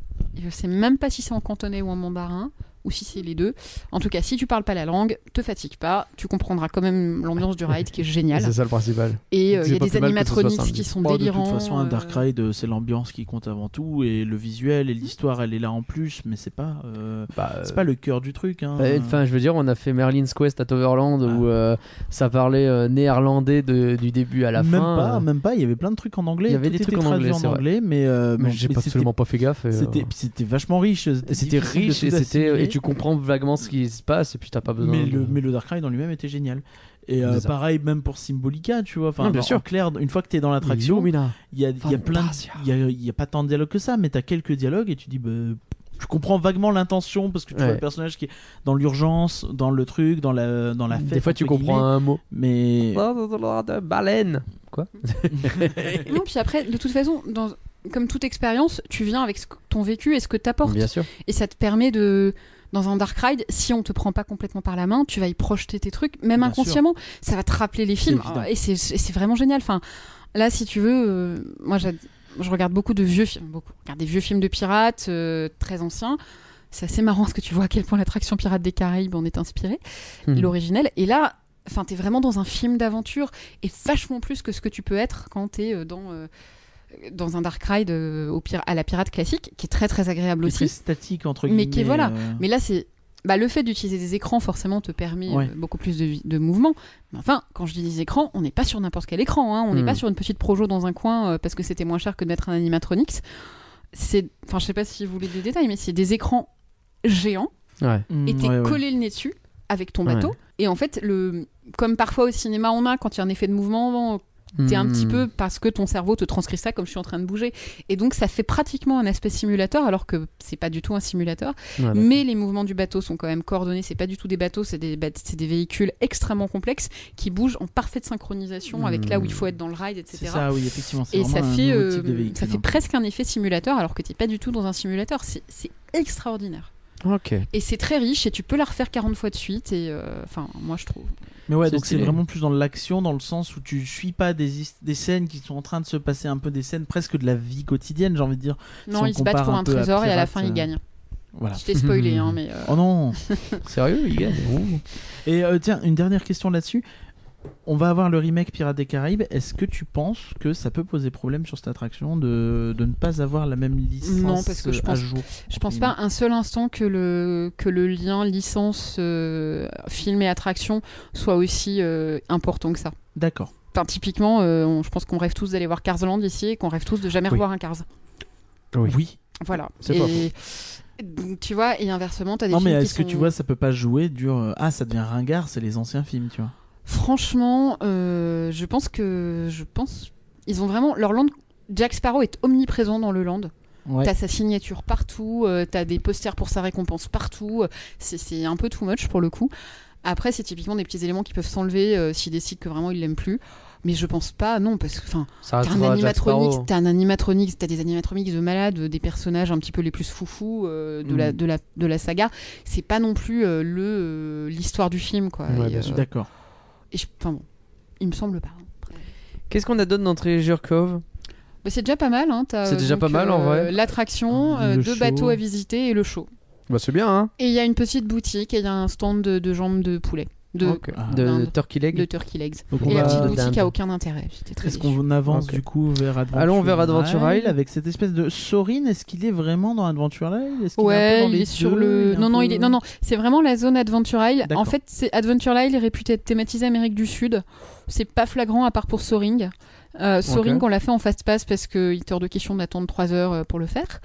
C: je sais même pas si c'est en cantonais ou en mandarin, ou si c'est les deux. En tout cas, si tu parles pas la langue, te fatigue pas, tu comprendras quand même l'ambiance du ride qui est géniale.
A: C'est ça le principal.
C: Et euh, il
A: C'est
C: y a
A: pas
C: des
A: plus mal que ce soit
C: animatroniques
A: samedi.
C: qui sont
B: Bah, de
C: délirants.
B: toute façon, un Dark
C: euh,
B: Ride, euh, c'est l'ambiance qui compte avant tout, et le visuel et l'histoire, elle est là en plus, mais c'est pas, euh, c'est pas le Ah. cœur du truc. hein.
A: Bah, Enfin, je veux dire, on a fait Merlin's Quest à Toverland où euh, ça parlait euh, néerlandais de- du début à la
B: même
A: fin.
B: pas,
A: euh,
B: même pas. Il y avait plein de trucs en anglais.
A: Il y avait
B: tout
A: des
B: était
A: trucs en
B: traduit
A: anglais, c'est vrai.
B: mais, euh,
A: mais
B: bon,
A: j'ai
B: mais
A: pas-
B: c'était-
A: absolument pas fait gaffe. et, euh,
B: C'était puis c'était vachement riche.
A: C'était
B: difficile de
A: riche
B: tout
A: et c'était
B: assimiler.
A: et tu comprends vaguement ce qui se passe et puis t'as pas besoin.
B: mais
A: de-
B: le, mais le Dark Ride en lui-même était génial. Et euh,
A: Bizarre.
B: pareil, même pour Symbolica, tu vois. Enfin,
A: Non, bien
B: en-
A: sûr.
B: en clair, une fois que t'es dans l'attraction,
A: Illumina.
B: il y a, il y a plein de-
A: Fantasia.
B: il y a, il y a pas tant de dialogues que ça, mais t'as quelques dialogues et tu dis, bah, tu comprends vaguement l'intention parce que tu vois
A: Ouais.
B: le personnage qui est dans l'urgence, dans le truc, dans la, dans la fête.
A: Des fois tu
B: entre
A: comprends un mot.
B: guillemets, Mais
A: de baleine. Quoi
C: Non, puis après, de toute façon, dans- comme toute expérience, tu viens avec ce que- ton vécu et ce que t'apportes.
A: Bien sûr.
C: Et ça te permet de. Dans un dark ride, si on te prend pas complètement par la main, tu vas y projeter tes trucs, même
B: Bien
C: inconsciemment. Ça va te rappeler les films.
B: C'est évident.
C: Et c'est- c'est c'est vraiment génial. Enfin, là, si tu veux, euh, moi, j'ad- je regarde beaucoup de vieux films. Beaucoup. Je regarde des vieux films de pirates, euh, très anciens. C'est assez marrant parce que tu vois à quel point l'attraction Pirates des Caraïbes en est inspirée,
B: Hmm.
A: Mhm.
C: l'originel. Et là, enfin, t'es vraiment dans un film d'aventure et vachement plus que ce que tu peux être quand t'es euh, dans. euh, dans un dark ride euh, au pir- à la pirate classique, qui est très très agréable
B: qui est
C: aussi.
B: très statique entre guillemets.
C: Mais qui est- voilà.
B: euh,
C: Mais là, c'est. Bah, le fait d'utiliser des écrans, forcément, te permet
B: Ouais.
C: euh, beaucoup plus de, vi- de mouvement. Mais enfin, quand je dis des écrans, on n'est pas sur n'importe quel écran. hein. On n'est
A: Hmm.
C: pas sur une petite projo dans un coin euh, parce que c'était moins cher que de mettre un animatronics. C'est. Enfin, je sais pas si vous voulez des détails, mais c'est des écrans géants
A: Ouais.
C: et t'es
B: Mmh, Hmm. ouais, ouais.
C: collé le nez dessus avec ton bateau. Et en fait, le. Comme parfois au cinéma, on a quand il y a un effet de mouvement, T'es un petit
A: Hmm.
C: peu parce que ton cerveau te transcrit ça comme je suis en train de bouger. Et donc ça fait pratiquement un aspect simulateur alors que c'est pas du tout un simulateur.
A: Ouais,
B: Ah,
A: d'accord.
C: Mais les mouvements du bateau sont quand même coordonnés. C'est pas du tout des bateaux, c'est des, bat- c'est des véhicules extrêmement complexes qui bougent en parfaite synchronisation avec là où il faut être dans le ride,
B: C'est
C: etc.
B: ça, oui, effectivement. c'est
C: Et
B: vraiment
C: ça
B: un
C: fait,
B: nouveau
C: euh,
B: type de véhicule,
C: ça fait
B: hein.
C: presque un effet simulateur alors que t'es pas du tout dans un simulateur. C'est c'est extraordinaire.
A: Ok.
C: Et c'est très riche et tu peux la refaire 40 fois de suite. Et euh, enfin, moi je trouve.
B: Mais ouais,
A: C'est
B: donc c'est
A: stylé.
B: vraiment plus dans l'action, dans le sens où tu suis pas des, his- des scènes qui sont en train de se passer, un peu des scènes presque de la vie quotidienne, j'ai envie de dire.
C: Non,
B: on
C: ils se battent
B: compare
C: pour
B: un
C: un
B: peu à
C: trésor et à la
B: Pirate,
C: fin ils
B: euh,
C: gagnent.
B: Voilà.
C: Je t'ai spoilé, hein, mais. euh,
B: Oh non
A: Sérieux, il gagne. Ouh.
B: Et euh, tiens, une dernière question là-dessus. On va avoir le remake Pirates des Caraïbes. Est-ce que tu penses que ça peut poser problème sur cette attraction de, de ne pas avoir la même licence
C: Non, parce que je
B: euh, à
C: pense-
B: jour
C: Je pense pas un seul instant que le, que le lien licence euh, film et attraction soit aussi euh, important que ça.
B: D'accord.
C: Enfin, typiquement, euh, on- je pense qu'on rêve tous d'aller voir Carsland ici et qu'on rêve tous de jamais
A: Oui.
C: revoir un Cars.
A: Oui.
C: Voilà.
A: C'est pas
C: et, donc, tu vois, et inversement, t'as des
B: Non, mais
C: films qui
B: est-ce que
C: sont-
B: tu vois, ça peut pas jouer dur. euh, Ah, ça devient ringard, c'est les anciens films, tu vois.
C: Franchement, euh, je pense que. Je pense. Ils ont vraiment. Leur land. Jack Sparrow est omniprésent dans le land.
B: Ouais.
C: T'as sa signature partout, euh, t'as des posters pour sa récompense partout. euh, C'est c'est un peu too much pour le coup. Après, c'est typiquement des petits éléments qui peuvent s'enlever euh, s'ils décident que vraiment ils l'aiment plus. Mais je pense pas, non, parce que enfin,
A: Ça
C: t'as un
A: restera Jack
C: animatronique,
A: Sparrow.
C: t'as un animatronique, t'as des animatroniques de malades, des personnages un petit peu les plus foufous euh, de, la,
B: Mm.
C: de, la, de la saga. C'est pas non plus euh, le euh, l'histoire du film, quoi.
A: Ouais,
C: et,
A: bien
C: euh,
A: sûr.
B: D'accord.
C: et je- enfin bon, il me semble pas. hein.
A: Qu'est-ce qu'on a d'autre dans Treasure Cove
C: Bah, c'est déjà pas mal, hein. t'as,
A: C'est
C: euh,
A: déjà
C: donc,
A: pas mal, en vrai.
C: L'attraction, euh,
B: Le
C: deux
B: show.
C: bateaux à visiter et le show.
A: Bah c'est bien hein.
C: Et il y a une petite boutique et il y a un stand de, de jambes de poulet, de,
A: Ok.
B: Ah.
A: De,
C: Dinde.
A: de Turkey Leg.
C: de turkey legs.
B: Donc,
A: Et
B: on
C: et la
A: va-
C: petite
A: de
C: boutique
A: dinde.
C: a auqu'un intérêt. J'étais très
B: Est-ce
C: déçue.
B: qu'on avance
A: Ok.
B: du coup vers Adventure
A: Allons vers Adventure Isle.
B: avec cette espèce de Sorin Est-ce qu'il est vraiment dans Adventure Isle Est-ce qu'il est, un peu
C: Ouais,
B: dans
C: il
B: les
C: est sur
B: deux
C: le.
B: un
C: Non, non,
B: peu-
C: il est. Non, non, c'est vraiment la zone Adventure Isle. En
B: D'accord.
C: fait, c'est Adventure Isle est réputé être thématisé Amérique du Sud. C'est pas flagrant à part pour Soaring. Euh, Soaring,
A: Ok.
C: on l'a fait en fast pass parce qu'il était hors de question d'attendre 3 heures euh, pour le faire.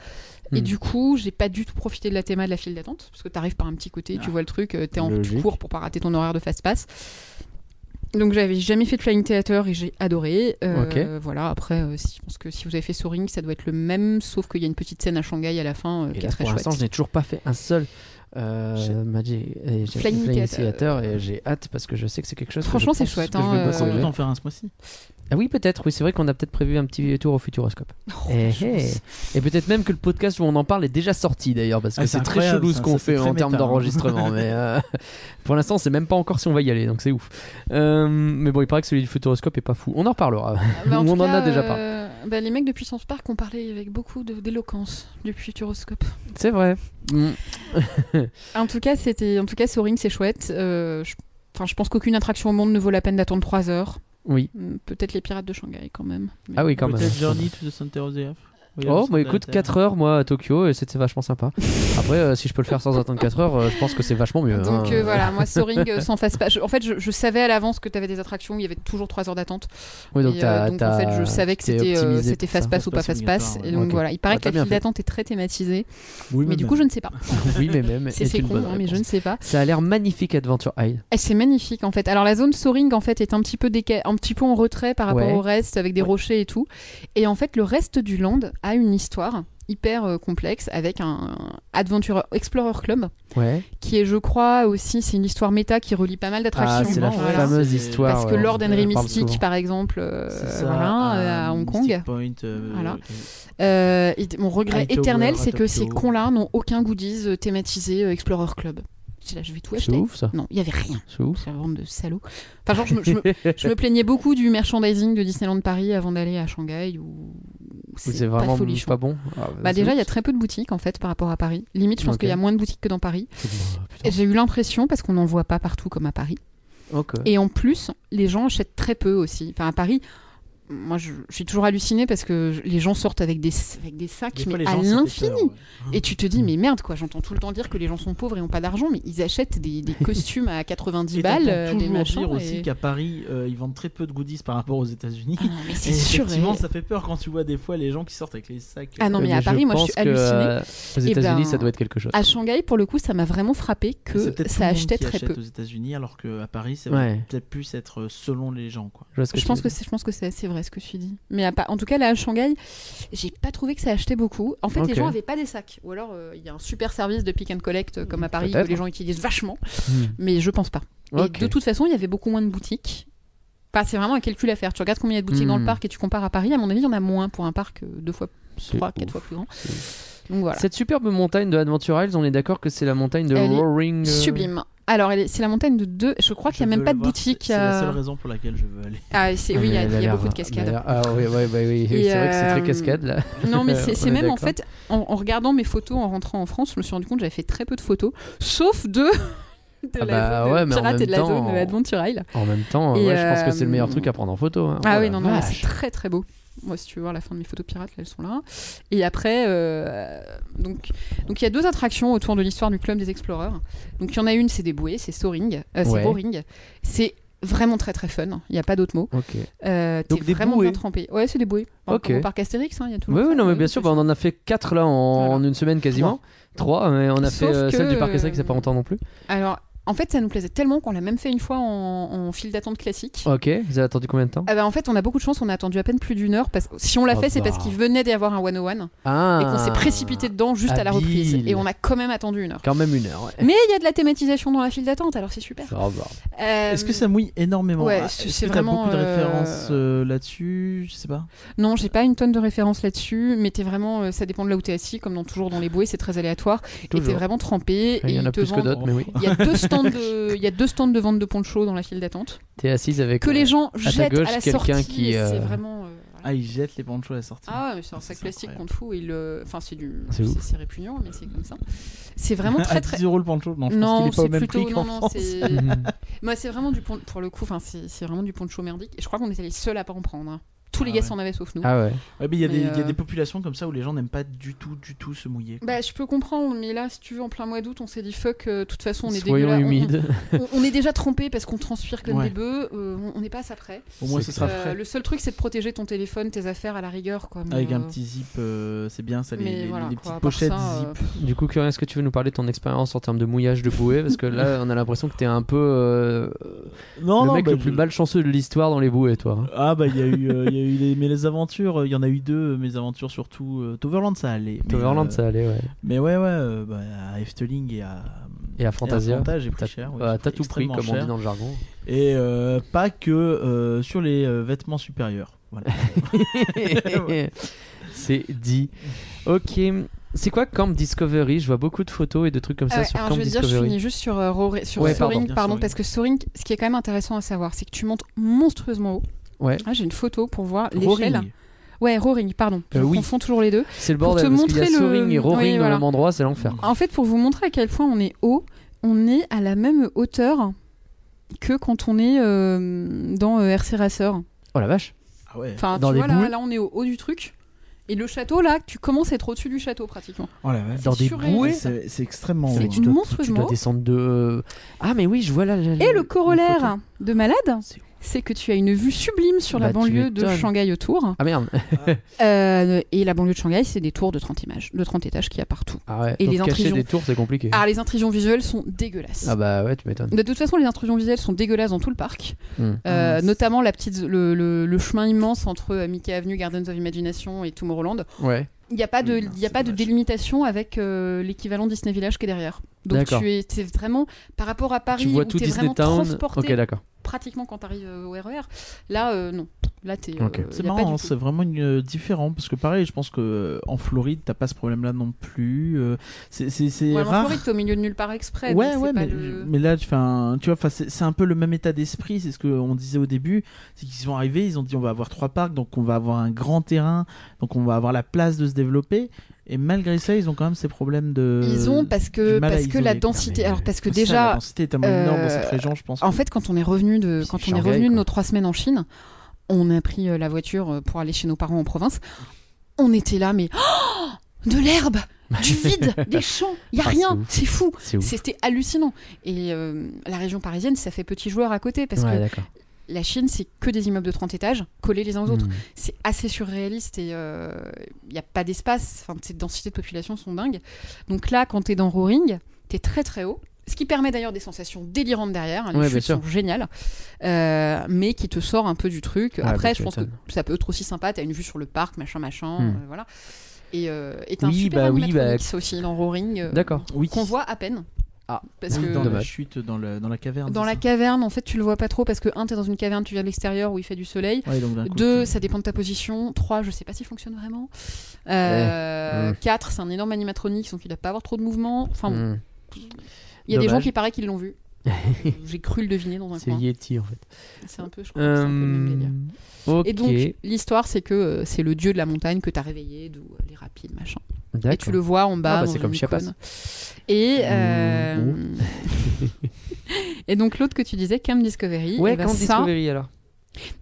C: Et
A: Hmm.
C: du coup, j'ai pas du tout profité de la théma de la file d'attente parce que t'arrives par un petit côté,
B: Ah,
C: tu vois le truc, euh, t'es en
A: Logique.
C: tout cours pour pas rater ton horaire de fast pass. Donc j'avais jamais fait de flying theater et j'ai adoré. Euh,
A: Ok.
C: Voilà. Après, euh, si- je pense que si vous avez fait Soaring, ça doit être le même, sauf qu'il y a une petite scène à Shanghai à la fin euh,
A: Et
C: qui
A: là,
C: est très
A: pour
C: chouette.
A: l'instant, je n'ai toujours pas fait un seul euh,
B: J'ai-
A: Magic et j'ai-
C: Flying
A: Flying
C: Theater.
A: Theater, et j'ai hâte parce que je sais que c'est quelque chose. que je
C: Franchement, c'est
A: pense
C: chouette,
A: que je
C: hein,
A: vais
C: euh,
A: beaucoup
B: sans doute
A: aimer.
B: en faire un ce mois-ci.
A: Ah oui, peut-être. Oui, c'est vrai qu'on a peut-être prévu un petit tour au Futuroscope.
C: Oh,
A: Eh,
C: chance.
A: eh. Et peut-être même que le podcast où on en parle est déjà sorti d'ailleurs, parce que
B: Ah, c'est
A: c'est très
B: incroyable,
A: chelou
B: ça,
A: ce qu'on
B: ça, c'est
A: fait
B: très
A: en termes
B: méta, hein.
A: d'enregistrement. mais euh, pour l'instant, c'est même pas encore si on va y aller, donc c'est ouf. Euh, mais bon, il paraît que celui du Futuroscope est pas fou. On en reparlera.
C: Bah,
A: On Ah, en
C: tout
A: a
C: cas,
A: déjà parlé.
C: euh, bah, les mecs de Puissance Park ont parlé avec beaucoup de- d'éloquence du Futuroscope.
A: C'est vrai. Mm.
C: En tout cas, c'était, en tout cas, ce ring, c'est chouette. Euh, je... Enfin, je pense qu'aucune attraction au monde ne vaut la peine d'attendre 3 heures.
A: Oui.
C: Hum, Peut-être les pirates de Shanghai quand même. Mais-
A: Ah oui, quand même.
B: Peut-être Journey to the Center of the Earth. Oui,
A: Oh,
B: Center
A: bah
B: of
A: écoute,
B: the Earth.
A: 4 heures moi à Tokyo, et c'était vachement sympa. Après, euh, si je peux le faire sans attendre 4 heures, euh, je pense que c'est vachement mieux.
C: Donc
A: hein.
C: euh, voilà, moi, ce ring euh, s'en fasse pas. Je- en fait, je, je savais à l'avance que tu avais des attractions où il y avait toujours 3 heures d'attente.
A: Oui, donc,
C: Et, euh,
A: t'as-
C: donc, en
A: t'as-
C: fait, je savais que
A: t'es
C: c'était euh,
A: optimisé
C: c'était
A: pour ça.
C: fast pass ou pas
B: Fast pass
C: fast pass.
B: obligatoire,
C: Et
A: ouais.
C: donc
A: Ok.
C: voilà, il paraît
A: Ah,
C: que
A: t'as
C: la
A: bien
C: file
A: fait.
C: d'attente est très thématisée.
B: Oui,
C: mais du coup, je ne sais pas.
A: Oui, mais même.
C: C'est
A: et
C: c'est
A: une
C: con,
A: bonne
C: hein, mais je
A: réponse.
C: ne sais pas.
A: Ça a l'air magnifique, Adventure Isle.
C: Eh, c'est magnifique en fait. Alors la zone Soaring en fait est un petit peu déca- un petit peu en retrait par rapport
A: Ouais.
C: au reste avec des
A: Ouais.
C: rochers et tout. Et en fait le reste du land a une histoire hyper euh, complexe avec un Adventure Explorer Club
A: Ouais.
C: qui est je crois aussi c'est une histoire méta qui relie pas mal
A: Ah,
C: d'attractions.
A: c'est la
C: Voilà.
A: fameuse
B: C'est-
A: histoire.
C: Parce que
A: ouais,
C: Lord
A: on
C: Henry
A: en parle
C: Mystic
A: souvent.
C: par exemple euh,
B: C'est ça,
C: voilà, euh,
B: euh,
C: à Hong
B: Mystic
C: Kong.
B: Point, euh,
C: Voilà.
B: euh,
C: Euh, et- mon regret
B: Hightower
C: éternel
B: à
C: c'est que
B: Tokyo.
C: ces cons là n'ont aucun goodies euh, thématisé euh, Explorer Club. J'étais là je vais tout
A: C'est
C: acheter.
A: ouf ça.
C: Non, il y avait rien.
A: C'est ouf.
C: C'est la bande de salauds. Enfin, genre, Ah, je me, je me- je me plaignais beaucoup du merchandising de Disneyland Paris avant d'aller à Shanghai où
A: C'est
C: c'est pas
A: vraiment
C: folichon.
A: pas bon. Ah,
C: Bah
A: c'est
C: déjà, il y a
A: ouf.
C: très peu de boutiques en fait par rapport à Paris. Limite, je pense
A: Ok.
C: qu'il y a moins de boutiques que dans Paris.
A: Ah,
C: Et
A: putain.
C: J'ai eu l'impression parce qu'on n'en voit pas partout comme à Paris.
A: Ok.
C: Et en plus, les gens achètent très peu aussi. Enfin, à Paris, moi, je, je suis toujours hallucinée parce que je- les gens sortent avec des avec des sacs
B: des fois,
C: mais
B: les
C: à
B: gens, ça fait
C: l'infini.
B: peur, ouais.
C: Et tu te dis
A: Hmm.
C: mais merde quoi, j'entends tout le temps dire que les gens sont pauvres et ont pas d'argent, mais ils achètent des, des costumes à 90
B: Et
C: balles,
B: t'entends
C: euh, des
B: toujours
C: machins.
B: dire
C: et-
B: aussi qu'à Paris, euh, ils vendent très peu de goodies par rapport aux États-Unis.
C: Ah non, mais
B: Et
C: c'est sûr.
B: Effectivement,
C: et-
B: ça fait peur quand tu vois des fois les gens qui sortent avec les sacs.
C: Ah non, mais à Paris, moi, je suis
A: pense que, euh, Aux
C: Eh
A: États-Unis,
C: ben,
A: ça doit être quelque chose.
C: À Shanghai, pour le coup, ça m'a vraiment frappé que
B: C'est peut-être tout le
C: ça
B: monde
C: achetait
B: qui
C: très
B: achète
C: peu.
B: aux États-Unis, alors qu'à Paris, ça va
A: Ouais.
B: peut-être plus être euh, selon les gens. Quoi.
A: Je, vois ce que
C: Je
A: tu
C: pense
A: veux
C: que
A: dire.
C: c'est, je pense que c'est assez vrai ce que tu dis. Mais à pas- en tout cas, là, à Shanghai, j'ai pas trouvé que ça achetait beaucoup. En fait,
A: Ok.
C: les gens avaient pas des sacs. Ou alors, euh, il y a un super service de pick and collect euh, comme à Paris
A: Peut-être.
C: que les gens utilisent vachement.
A: Hmm.
C: Mais je pense pas. Et
A: Ok.
C: de toute façon, il y avait beaucoup moins de boutiques. Enfin, c'est vraiment un calcul à faire. Tu regardes combien il y a de boutiques dans
A: Hmm.
C: le parc et tu compares à Paris. À mon avis, il y en a moins pour un parc euh, deux fois,
A: C'est
C: trois,
A: ouf.
C: quatre fois plus grand.
A: C'est ouf.
C: Donc voilà.
A: Cette superbe montagne de Adventure Isles, on est d'accord que c'est la montagne de
C: Elle est
A: Roaring. euh,
C: Sublime. Alors, elle est- c'est la montagne de deux. Je crois qu'il n'y a
B: Je
C: même
B: veux
C: pas
B: le
C: de
B: voir,
C: boutique.
B: C'est c'est la
C: euh,
B: seule raison pour laquelle je veux aller.
C: Ah, c'est,
A: Ah,
C: oui, il y
A: mais
C: a,
A: elle
C: il y a
A: l'air-
C: beaucoup de
A: elle
C: cascades.
A: a l'air- Ah oui, oui, oui, oui.
C: Et,
A: c'est vrai que c'est très
C: euh,
A: cascade là.
C: Non, mais c'est
A: On
C: c'est
A: est
C: même en
A: d'accord.
C: fait, en, en regardant mes photos en rentrant en France, je me suis rendu compte que j'avais fait très peu de photos, sauf de, de
A: Ah bah
C: la zone
A: ouais, mais en
C: pirate et
A: même
C: de la
A: temps,
C: zone
A: on-
C: Adventure Isle.
A: En même temps,
C: Et,
A: ouais, je pense que c'est le meilleur
C: euh,
A: truc à prendre en photo. hein.
C: ah
A: Oh
C: oui,
A: la
C: non, non, mais
A: vache.
C: c'est très très beau. Moi, si tu veux voir la fin de mes photos pirates, là, elles sont là. Et après, euh, donc donc il y a deux attractions autour de l'histoire du club des explorers. Donc il y en a une, c'est des bouées, c'est Soaring, euh, c'est
A: Ouais.
C: Roaring. C'est vraiment très très fun. Il n'y a pas d'autre mot.
A: Ok.
C: Euh,
A: Donc
C: T'es
A: des
C: vraiment
A: bouées.
C: bien trempé. Ouais, c'est des bouées.
A: Ok.
C: Comme au parc Astérix, hein, il y a tout. le
A: Oui,
C: monde
A: oui,
C: fait,
A: non, mais
C: euh,
A: bien sûr, bah, on en a fait 4 là en,
C: Voilà.
A: en une semaine quasiment. 3, mais on a
C: Sauf
A: fait euh, celle
C: que,
A: du parc Astérix il n'y a pas
C: euh,
A: longtemps non plus.
C: Alors, en fait, ça nous plaisait tellement qu'on l'a même fait une fois en, en file d'attente classique.
A: Ok, vous avez attendu combien de temps
C: Ah bah, en fait, on a beaucoup de chance, on a attendu à peine plus d'une heure. Parce... Si on l'a
A: Ah
C: fait, c'est
A: bah.
C: parce qu'il venait d'y avoir un 101
A: ah,
C: et qu'on s'est précipité dedans juste à la reprise.
A: habile.
C: Et on a quand même attendu une heure.
A: Quand même une heure, ouais.
C: Mais il y a de la thématisation dans la file d'attente, alors c'est super.
A: Ça va.
C: Euh,
B: Est-ce que ça mouille énormément
C: ouais,
B: Ah,
C: c'est-
B: Est-ce
C: c'est
B: que t'as
C: vraiment,
B: beaucoup de
C: euh,
B: références euh, là-dessus Je sais pas.
C: Non, j'ai pas une tonne de références là-dessus, mais t'es vraiment, euh, ça dépend de là où t'es assis, comme dans, toujours dans les bouées, c'est très aléatoire. Et t'es
A: Toujours.
C: vraiment trempé.
A: Il
C: et
A: y en
C: ils
A: a
C: te
A: plus que
C: vendent-
A: d'autres, mais oui.
C: Il y a deux stands de, il y a deux stands de vente de poncho dans la file d'attente
A: T'es assise avec.
C: que les gens
A: ta
C: jettent à,
A: gauche,
C: la
A: quelqu'un
C: sortie.
A: qui,
C: et C'est
A: euh,
C: vraiment. euh, voilà.
B: Ah, ils jettent les ponchos à la sortie.
C: Ah ouais, mais c'est un
B: Ça,
C: sac
B: c'est
C: plastique
B: incroyable.
C: contre fou. Il, le- enfin, c'est du,
A: C'est ouf.
C: c'est c'est répugnant, mais c'est comme ça. C'est vraiment
B: à
C: très
B: 10
C: très.
B: euros le poncho Non, je
C: Non,
B: pense qu'il est
C: c'est
B: pas au même
C: plutôt
B: prix
C: non,
B: qu'en
C: non,
B: France.
C: c'est.
A: Mhm.
C: Moi, c'est vraiment du pon- pour le coup. Enfin, c'est c'est vraiment du poncho merdique. Et je crois qu'on était les seuls à pas en prendre. hein. Tous les
B: Ah
C: gars
B: ouais.
C: s'en avaient sauf nous.
A: Ah ouais.
B: Ouais, mais il y, a
C: Mais,
B: des- il y a
C: euh,
B: des populations comme ça où les gens n'aiment pas du tout, du tout se mouiller. quoi.
C: Bah, je peux comprendre, mais là, si tu veux, en plein mois d'août, on s'est dit fuck. euh, De toute façon, on est
A: Soyons
C: dégueulasse. on-
A: humides.
C: On, on est déjà trempé parce qu'on transpire comme
B: Ouais.
C: des bœufs. euh, on- on n'est pas à ça près.
B: Au moins,
A: c'est
B: ce sera
C: Euh,
B: frais.
C: le seul truc, c'est de protéger ton téléphone, tes affaires à la rigueur, quoi. mais,
B: Avec un
C: euh,
B: petit zip, euh, c'est bien ça, les,
C: mais
B: les-
C: voilà,
B: les
C: quoi,
B: petites
C: à part
B: pochettes
C: ça, euh,
B: zip.
A: Du coup, Curien, est-ce que tu veux nous parler de ton expérience en termes de mouillage de bouée Parce que là, on a l'impression que t'es un peu euh,
B: Non,
A: le
B: non,
A: mec
B: bah,
A: le plus
B: je-
A: malchanceux de l'histoire dans les bouées, toi. hein.
B: Ah bah il y a eu, euh, il y a eu eu les- mais les aventures, euh, il y en a eu deux. Mes aventures surtout, euh, Toverland ça allait. mais,
A: Toverland,
B: euh,
A: ça allait, ouais.
B: Mais ouais, ouais, euh, bah, à Efteling et à.
A: Et à Fantasia,
B: Fantasia, j'ai
A: t'as-
B: pris cher. oui,
A: euh,
B: j'ai
A: t'as tout pris,
B: extrêmement
A: comme on
B: cher.
A: dit dans le jargon.
B: Et euh, pas que euh, sur les euh, vêtements supérieurs. Voilà.
A: c'est dit. Ok. C'est quoi Camp Discovery Je vois beaucoup de photos et de trucs comme ça
C: Ah ouais,
A: sur
C: alors
A: Camp
C: je veux dire, je
A: Discovery.
C: finis juste sur, euh, Roré- sur
A: Ouais,
C: Soaring,
A: pardon.
C: pardon,
B: Bien,
C: parce que Soaring, ce qui est quand même intéressant à savoir, c'est que tu montes monstrueusement haut.
A: Ouais.
C: Ah, J'ai une photo pour voir l'échelle.
B: Roaring.
C: Ouais, Roaring, pardon. Je
A: Euh, oui.
C: confonds toujours les deux.
A: c'est le
C: pour
A: bordel
C: te
A: parce qu'il y a
C: montrer le-
A: Soaring et
C: Oui,
A: Roaring dans le
C: voilà.
A: même endroit, c'est l'enfer.
B: Mm.
C: En fait, pour vous montrer à quel point on est haut, on est à la même hauteur que quand on est euh, dans euh, RC Racer.
A: Oh la vache.
B: Ah ouais.
C: Enfin,
A: Dans
C: tu
A: des
C: vois, là,
A: boules.
C: là, on est au haut du truc. Et le château, là, tu commences à être au-dessus du château, pratiquement.
B: Oh la vache.
A: Dans des
C: surréaliste.
A: bouées.
B: C'est c'est extrêmement.
C: C'est
B: haut,
A: Tu
B: hein.
C: une
A: dois- Tu
C: monstrueusement.
A: dois descendre de. Ah mais oui, je vois là.
C: Et le corollaire de malade,
A: C'est ouf.
C: c'est que tu as une vue sublime sur la
A: Bah, tu
C: banlieue de
A: m'étonnes.
C: Shanghai autour.
A: Ah merde.
C: Euh, et la banlieue de Shanghai, c'est des tours de 30 images, de 30 étages qu'il y a partout.
A: Ah ouais.
C: Et
A: donc
C: les
A: cacher
C: intrusions.
A: des tours, c'est compliqué.
C: Ah, les intrusions visuelles sont dégueulasses.
A: Ah bah ouais, tu m'étonnes.
C: De toute façon, les intrusions visuelles sont dégueulasses dans tout le parc.
A: Hmm.
C: Euh,
B: Ah, c'est-
C: notamment la petite, le, le- le chemin immense entre euh, Mickey Avenue, Gardens of Imagination et Tomorrowland.
A: Ouais.
C: Il n'y a pas de,
B: Oui, non,
C: il y a
B: c'est
C: pas de
B: dommage.
C: délimitation avec euh, l'équivalent Disney Village qui est derrière. Donc
A: D'accord.
C: tu es, c'est vraiment par rapport à Paris
A: tu vois
C: où
A: tout
C: t'es
A: Disney
C: vraiment
A: Town.
C: transporté
A: Ok, d'accord.
C: pratiquement quand t'arrives euh, au RER. Là, euh, non. Là, t'es. euh,
A: Ok.
C: y
B: C'est
C: a pas
B: marrant, hein,
C: du tout.
B: c'est vraiment une, euh, différent parce que pareil, je pense que euh, en Floride, t'as pas ce problème-là non plus. euh, c'est c'est- c'est
C: Ouais, mais en
B: rare.
C: Floride, t'es au milieu de nulle part exprès. donc
B: ouais,
C: c'est
B: ouais,
C: pas
B: mais,
C: le-
B: mais là, tu, fais un- tu vois, 'fin, c'est c'est un peu le même état d'esprit. C'est ce qu'on disait au début. C'est qu'ils sont arrivés, ils ont dit on va avoir trois parcs, donc on va avoir un grand terrain, donc on va avoir la place de se développer. Et malgré ça, ils ont quand même ces problèmes de.
C: Ils ont parce que
B: du mal à
C: parce que la
B: isoler, quoi,
C: densité.
B: mais-
C: Alors parce que
B: Ça, la
C: déjà,
B: densité est tellement énorme dans
C: euh,
B: cette région, je pense.
C: en
B: que-
C: fait, quand on est revenu de
A: C'est
C: quand on est
A: Shanghai,
C: revenu de
A: quoi.
C: nos trois semaines en Chine, on a pris euh, la voiture euh, pour aller chez nos parents en province. On était là, mais Oh de l'herbe, du vide, des champs, il y a
A: Ah,
C: rien,
A: c'est ouf.
C: c'est fou.
A: C'est ouf.
C: C'était hallucinant. Et euh, la région parisienne, ça fait petit joueur à côté parce
A: Ouais,
C: que
A: d'accord.
C: la Chine, c'est que des immeubles de 30 étages collés les uns aux autres.
A: Hmm.
C: c'est assez surréaliste et il n'y a pas d'espace. Enfin, ces densités de population sont dingues. Donc là, quand tu es dans Roaring, tu es très très haut. Ce qui permet d'ailleurs des sensations délirantes derrière. hein, Les
A: Ouais, bien
C: chutes
A: sûr.
C: sont géniales. Euh, mais qui te sort un peu du truc.
A: Ah, bah,
C: Après,
A: tu
C: je pense que
A: m'étonnes.
C: ça peut être aussi sympa. Tu as une vue sur le parc, machin, machin.
A: Hmm.
C: euh, voilà. Et euh, et t'as
A: Oui,
C: un super
A: bah, oui,
C: animatronics aussi dans Roaring. euh,
A: D'accord.
B: oui.
C: Qu'on voit à peine.
A: Ah,
C: parce
B: Oui,
C: que
B: dans la
A: Dommage.
B: chute, dans, le- dans la caverne.
C: dans
B: c'est
C: la
B: ça
C: caverne, en fait, tu le vois pas trop parce que, un, t'es dans une caverne, tu viens de l'extérieur où il fait du soleil.
B: Ouais, donc d'un coup,
C: Deux,
A: euh,
B: tu-
C: ça dépend de ta position. Trois, je sais pas s'il fonctionne vraiment. Euh,
A: Ouais. Mm.
C: Quatre, c'est un énorme animatronique, donc il doit pas avoir trop de mouvement. Enfin, bon,
A: Hmm.
C: il y a des gens
A: Dommage.
C: qui paraît qu'ils l'ont vu. J'ai cru le deviner dans un
A: C'est
C: coin.
A: Yeti en fait.
C: C'est un peu, je crois, que c'est un peu le même délire.
A: Euh,
C: Et
A: ok,
C: donc, l'histoire, c'est que euh, c'est le dieu de la montagne que t'as réveillé, d'où euh, les rapides, machin. Et tu
A: d'accord.
C: le vois en bas.
A: Ah, bah,
C: dans
A: c'est comme
C: une
A: Chiapas. Mmh,
C: icône. Et. euh,
A: Mm,
C: Et donc, l'autre que tu disais, Cam Discovery.
A: Ouais,
C: eh ben,
A: quand
C: ça,
A: Discovery alors.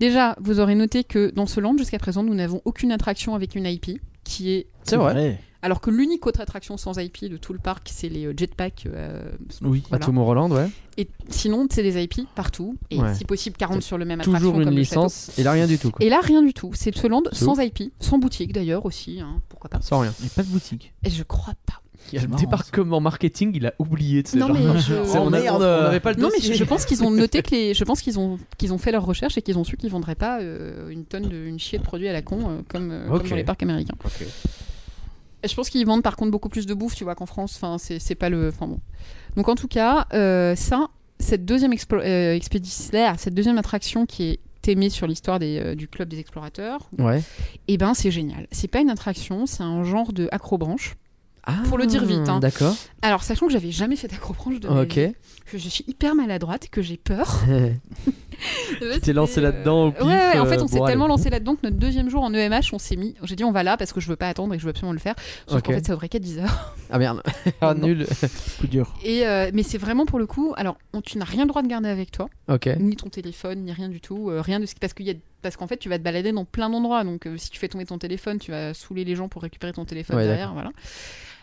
C: Déjà, vous aurez noté que dans ce land, jusqu'à présent, nous n'avons aucune attraction avec une IP qui est
A: C'est vrai.
C: Alors que l'unique autre attraction sans IP de tout le parc, c'est les euh, jetpacks. euh,
B: Oui.
A: À
C: voilà.
A: Tomorrowland, ouais.
C: Et sinon, c'est des IP partout. Et
A: Ouais.
C: si possible, 40 sur le même attraction.
A: Toujours
C: comme
A: une
C: le
A: licence et là rien du tout
C: château.
A: quoi.
C: Et là, rien du tout. C'est ce land
A: C'est
C: sans IP, sans boutique d'ailleurs aussi. hein, pourquoi pas
A: Sans rien.
B: Il n'y a pas de boutique.
C: Et je crois pas.
A: Il y a
B: C'est
A: le
B: marrant,
A: débarquement marketing, il a oublié de
C: Non, mais je-
A: C'est- on, a- on
B: merde.
A: avait pas le
C: Non, mais
A: dossier.
C: je, je pense qu'ils ont noté que les. Je pense qu'ils ont qu'ils ont fait leurs recherches et qu'ils ont su qu'ils vendraient pas euh, une tonne de une chier de produits à la con euh, comme, euh, comme
A: Ok.
C: dans les parcs américains.
A: Ok.
C: Et je pense qu'ils vendent par contre beaucoup plus de bouffe, tu vois, qu'en France. Enfin, c'est c'est pas le. Enfin bon. Donc en tout cas, euh, ça, cette deuxième explo- euh, expédition, là, cette deuxième attraction qui est aimée sur l'histoire des, euh, du club des explorateurs,
A: Ouais.
C: et ben c'est génial. C'est pas une attraction, c'est un genre de acrobranche.
A: Ah,
C: Pour le dire vite, hein.
A: D'accord.
C: Alors sachant que j'avais jamais fait d'acrobranche de ma
A: Ok.
C: vie, que je suis hyper maladroite, que j'ai peur.
A: tu t'es lancé
C: C'était, euh,
A: là-dedans au pif.
C: Ouais, ouais, en fait,
A: euh,
C: on s'est
A: bon,
C: tellement
A: allez.
C: lancé là-dedans que notre deuxième jour en EMH, on s'est mis. J'ai dit on va là parce que je veux pas attendre et que je veux absolument le faire. Sauf
A: Ok.
C: qu'en fait, ça aurait qu'à 10 heures.
A: Ah merde. Ah
C: Non.
A: nul.
B: Coup dur.
C: Et euh, mais c'est vraiment pour le coup. Alors, on- tu n'as rien le droit de garder avec toi.
A: Ok.
C: ni ton téléphone, ni rien du tout, euh, rien de ce parce qu'il y a parce qu'en fait tu vas te balader dans plein d'endroits donc euh, si tu fais tomber ton téléphone tu vas saouler les gens pour récupérer ton téléphone
A: Ouais,
C: derrière voilà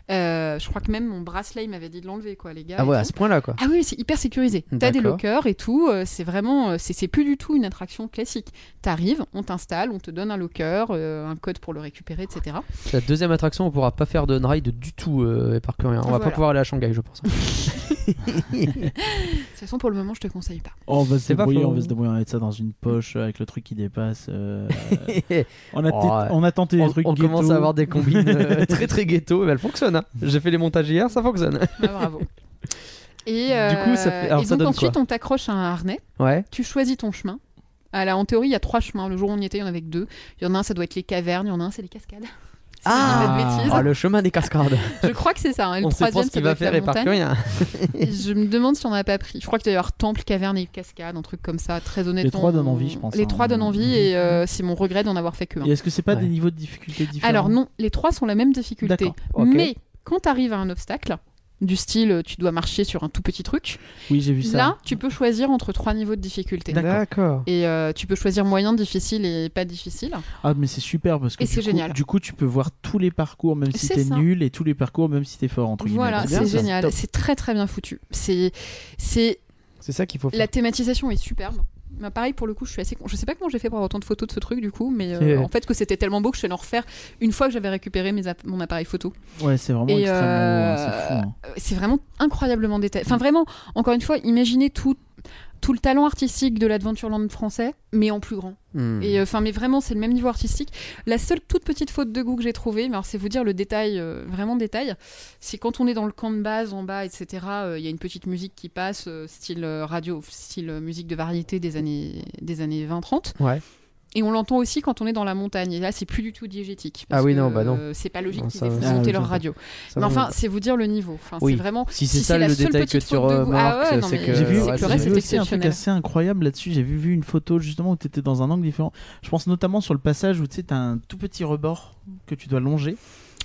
C: Euh, je crois que même mon bracelet, il m'avait dit de l'enlever, quoi, les gars.
A: Ah
C: et
A: ouais,
C: tout.
A: à ce point-là, quoi.
C: Ah oui, c'est hyper sécurisé. T'as des
A: D'accord.
C: lockers et tout. euh, C'est vraiment, euh, c'est c'est plus du tout une attraction classique. T'arrives, on t'installe, on te donne un locker, euh, un code pour le récupérer, etc.
A: C'est La deuxième attraction, on pourra pas faire de ride du tout, euh, et par que rien. On va pas
C: Voilà.
A: pouvoir aller à Shanghai, je pense.
C: De toute façon, pour le moment, je te conseille pas.
B: Oh, On va se
A: C'est pas
B: débrouiller,
A: faux.
B: on va se débrouiller, on va mettre ça dans une poche euh, avec le truc qui dépasse. euh, on, a
A: Oh,
B: t-
A: ouais.
B: on a tenté
A: on,
B: des trucs
A: on commence
B: ghetto.
A: à avoir des combines euh, très très ghetto, mais elles fonctionnent. hein. J'ai fait les montages hier, ça fonctionne.
C: Ah, bravo. Et,
A: Du coup, ça
C: euh,
A: fait- alors,
C: et
A: ça
C: donc
A: donne
C: ensuite, on t'accroche à un harnais.
A: Ouais.
C: tu choisis ton chemin. Alors, en théorie, il y a trois chemins. Le jour où on y était, il y en avait que deux. Il y en a un, ça doit être les cavernes. Il y en a un, c'est les cascades. Si je dis pas de bêtises.
A: Ah, le chemin des cascades.
C: Je crois que c'est ça. hein. Et Le
A: on sait pas
C: troisième,
A: ce
C: ça
A: qu'il va
C: doit être
A: faire
C: la
A: et par hein. que
C: montagne.
A: rien.
C: Je me demande si on n'a pas pris. Je crois qu'il doit y avoir temple, caverne et cascade, un truc comme ça. Très honnêtement.
B: trois donnent envie, je pense,
C: Les
B: hein.
C: trois donnent envie et euh, c'est mon regret d'en avoir fait que un.
B: Et est-ce que c'est pas
A: Ouais.
B: des niveaux de difficulté différents
C: Alors non, les trois sont la même difficulté.
B: D'accord,
A: ok.
C: Mais quand tu arrives à un obstacle, du style tu dois marcher sur un tout petit truc,
B: Oui, j'ai vu ça.
C: là tu peux choisir entre trois niveaux de difficulté.
B: D'accord.
A: D'accord.
C: Et euh, tu peux choisir moyen, difficile et pas difficile.
B: Ah, mais c'est super parce que
C: Et
B: du
C: c'est
B: coup,
C: génial.
B: du coup, tu peux voir tous les parcours, même si
C: C'est
B: t'es
C: ça.
B: nul, et tous les parcours, même si t'es fort, entre guillemets.
C: Voilà,
A: bien,
C: c'est
A: ça.
C: génial,
B: Top.
C: c'est très très bien foutu. C'est c'est
A: C'est ça qu'il faut faire.
C: la thématisation est superbe. Mais pareil pour le coup, je suis assez con- je sais pas comment j'ai fait pour avoir autant de photos de ce truc du coup, mais euh,
A: C'est-
C: en fait que c'était tellement beau que je suis allée en refaire une fois que j'avais récupéré mes app- mon appareil photo.
B: Ouais, c'est vraiment
C: Et,
B: extrêmement
C: euh,
B: haut, hein, c'est fou. hein.
C: Euh, C'est vraiment incroyablement détaillé. Enfin vraiment, encore une fois, imaginez tout tout le talent artistique de l'Adventureland français, mais en plus grand.
A: Hmm.
C: Et euh, enfin, mais vraiment, c'est le même niveau artistique. La seule toute petite faute de goût que j'ai trouvée, mais alors c'est vous dire le détail, euh, vraiment détail, c'est quand on est dans le camp de base en bas, etc. euh, Il y a une petite musique qui passe, euh, style euh, radio, style euh, musique de variété des années des années 20-30.
A: Ouais.
C: Et on l'entend aussi quand on est dans la montagne. Et là, c'est plus du tout diégétique.
A: Ah oui,
C: que,
A: non, bah non.
C: euh, c'est pas logique
A: Non,
C: qu'ils
A: ça-
C: aient fait
A: Ah oui,
C: monter
B: je
C: leur
B: vois.
C: radio.
A: Ça
C: Mais
A: va,
C: enfin,
A: donc.
C: c'est vous dire le niveau. Enfin,
A: Oui.
C: c'est vraiment.
A: si c'est
C: si
A: ça
C: c'est la
A: le
C: seule
A: détail que
C: petite
A: tu
C: faute de goût. Ah
A: remarques,
C: ouais, non,
A: c'est
C: mais
A: que
C: j'ai vu-
A: ouais,
C: c'est que le
A: c'est-
C: reste
B: j'ai vu aussi un truc
C: exceptionnel.
B: assez incroyable là-dessus. J'ai vu une photo justement où tu étais dans un angle différent. Je pense notamment sur le passage où tu sais, t'as un tout petit rebord que tu dois longer.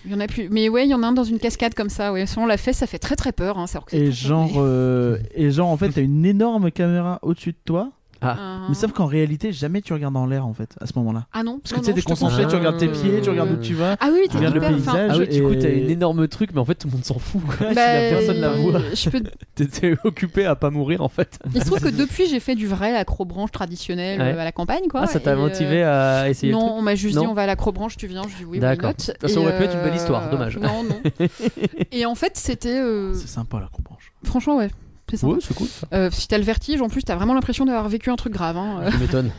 C: Il y en a plus. Mais ouais, il y en a un dans une cascade comme ça. Ouais, si on l'a fait, ça fait très très peur. hein, c'est- alors que c'est
B: Et
C: tout con,
B: genre, euh, et genre, en fait, t'as une énorme caméra au-dessus de toi.
C: mais- Euh,
B: Mais sauf qu'en réalité, jamais tu regardes en l'air en fait, à ce moment-là.
C: Ah non,
B: Parce que
C: non,
B: tu sais,
C: non,
B: t'es
C: je te
B: concentré,
C: confirme.
B: tu regardes tes pieds, tu regardes où
A: Euh,
B: tu vas.
C: Ah oui,
B: tu
C: t'es
B: regardes le
C: hyper fin.
B: paysage.
A: Ah oui, du coup,
B: et-
A: t'as une énorme truc, mais en fait, tout le monde s'en fout. quoi.
B: Ouais,
C: Bah,
B: si la personne la voit.
C: je peux-
A: T'étais occupé à pas mourir, en fait.
C: Il se trouve que depuis, j'ai fait du vrai acrobranche traditionnel
A: Ouais.
C: euh, à la campagne. Quoi,
A: ah, ça t'a
C: et, euh,
A: motivé à essayer le
C: Non,
A: truc
C: on m'a juste
A: Non.
C: dit on va à l'acrobranche, tu viens, je dis oui, why
A: D'accord.
C: not.
A: Ça, ça
C: Et,
A: aurait pu être une
C: euh,
A: belle histoire, dommage.
C: Non, non. Et en fait, c'était. euh,
B: C'est sympa la branche.
C: Franchement, ouais. C'est sympa.
A: Ouais, c'est cool. Ça.
C: Euh, si t'as le vertige, en plus, t'as vraiment l'impression d'avoir vécu un truc grave. hein,
B: Ah,
C: euh.
A: Tu m'étonnes.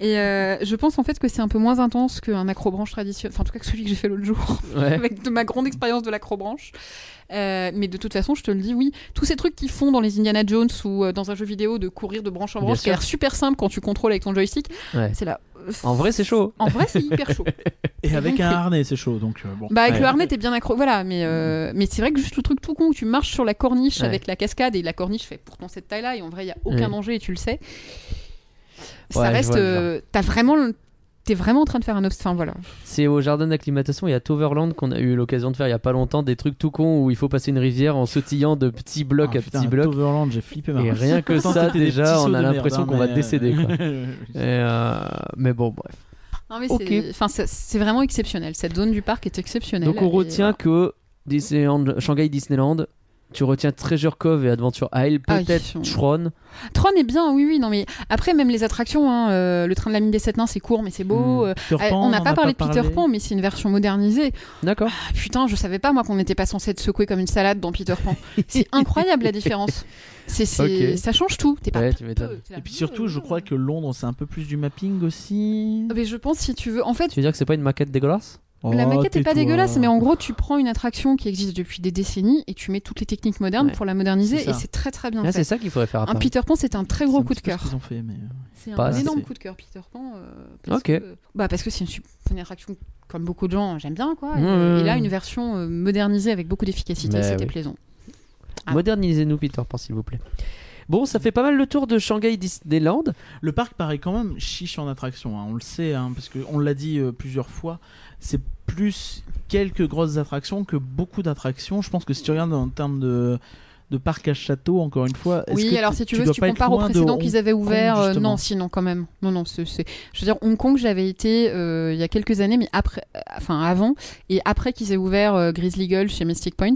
C: Et euh, je pense en fait que c'est un peu moins intense qu'un acrobranche traditionnel. Enfin, en tout cas, que celui que j'ai fait l'autre jour.
A: Ouais.
C: avec de ma grande expérience de l'acrobranche. Euh, mais de toute façon, je te le dis, oui, tous ces trucs qu'ils font dans les Indiana Jones ou euh, dans un jeu vidéo de courir de branche en
A: Bien
C: branche, qui
A: sûr.
C: a l'air super simple quand tu contrôles avec ton joystick,
A: Ouais.
C: c'est là.
A: En vrai, c'est chaud.
C: En vrai, c'est hyper chaud.
B: Et avec
C: donc,
B: un
C: c'est-
B: harnais, c'est chaud donc euh, bon.
C: Bah, avec
A: Ouais.
C: le harnais, t'es bien accro. Voilà, mais, euh, mais c'est vrai que juste le truc tout con où tu marches sur la corniche
A: Ouais.
C: avec la cascade et la corniche fait pourtant cette taille-là et en vrai, il n'y a aucun
A: Ouais.
C: danger et tu le sais.
A: Ouais,
C: ça
A: je
C: reste.
A: vois le
C: euh, T'as vraiment. le- T'es vraiment en train de faire un obstacle. Enfin, voilà.
A: C'est au jardin d'acclimatation et à Toverland qu'on a eu l'occasion de faire il y a pas longtemps des trucs tout cons où il faut passer une rivière en sautillant de petits blocs
B: Ah,
A: à
B: putain,
A: petits blocs.
B: Toverland, j'ai flippé ma
A: Et
B: race.
A: rien que
B: Pourtant,
A: ça,
B: c'était des petits
A: déjà,
B: sauts
A: on
B: de
A: a
B: merde,
A: l'impression
B: hein,
A: qu'on va
B: mais,
A: décéder. Quoi.
B: euh,
A: Et, euh, Mais bon, bref.
C: Non, mais
A: Ok.
C: c'est- enfin, c'est c'est vraiment exceptionnel. Cette zone du parc est exceptionnelle.
A: Donc on
C: Et
A: retient
C: voilà.
A: que Disneyland, Shanghai Disneyland, tu retiens Treasure Cove et Adventure Isle,
C: Ah, ils
A: peut-être
C: sont-
A: Tron.
C: Tron est bien, oui, oui, non, mais après, même les attractions, hein, euh, le train de la mine des sept nains, c'est court, mais c'est beau.
B: Hmm.
C: euh,
B: Peter
C: euh,
B: Pan,
C: on n'a pas parlé de Peter Pan,
B: parlé.
C: mais c'est une version modernisée.
A: D'accord.
C: Ah, putain, je savais pas, moi, qu'on n'était pas censé être secoué comme une salade dans Peter Pan. c'est incroyable la différence. C'est, c'est-
A: Ok.
C: Ça change tout. T'es pas
A: Ouais,
C: peu-
A: tu m'étonnes.
C: t'es là,
B: Et puis surtout,
C: euh.
B: je crois que Londres, c'est un peu plus du mapping aussi.
C: Mais je pense, si tu veux. En fait,
A: Tu veux dire que c'est pas une maquette dégueulasse
C: la
B: Oh,
C: maquette est
B: tais-toi.
C: pas dégueulasse, mais en gros, tu prends une attraction qui existe depuis des décennies et tu mets toutes les techniques modernes
A: Ouais.
C: pour la moderniser,
B: C'est ça.
C: et c'est très, très bien
A: Là,
C: fait.
A: Ah, c'est ça qu'il faudrait faire à
C: Un
A: Paris.
C: Peter Pan, c'était un très
B: C'est
C: gros
B: un
C: coup de
B: petit peu ce
C: cœur.
B: qu'ils ont fait, mais, euh,
C: C'est
A: Pas
C: un
A: assez.
C: énorme coup de cœur, Peter Pan. euh, parce
A: Ok.
C: que- bah parce que c'est une, sup- une attraction comme beaucoup de gens, euh, j'aime bien quoi. Et,
A: Ouais, ouais,
C: et là,
A: ouais.
C: une version euh, modernisée avec beaucoup d'efficacité,
A: Mmh. Mais
C: c'était
A: oui.
C: plaisant. Ah.
A: Modernisez-nous Peter Pan, s'il vous plaît. Bon, ça fait pas mal le tour de Shanghai Disneyland.
B: Le parc paraît quand même chiche en attraction, on le sait, hein, parce qu'on l'a dit euh, plusieurs fois, c'est plus quelques grosses attractions que beaucoup d'attractions. Je pense que si tu regardes en termes de, de parc à château, encore une fois. est-ce
C: Oui,
B: que
C: alors si tu veux, si
B: dois
C: tu
B: pas être
C: compares au
B: loin de
C: précédent
B: Hong
C: qu'ils avaient ouvert, euh,
B: justement.
C: non, sinon quand même. Non, non, c'est. c'est- Je veux dire, Hong Kong, j'avais été euh, il y a quelques années, mais après, euh, enfin avant, et après qu'ils aient ouvert euh, Grizzly Gull chez Mystic Point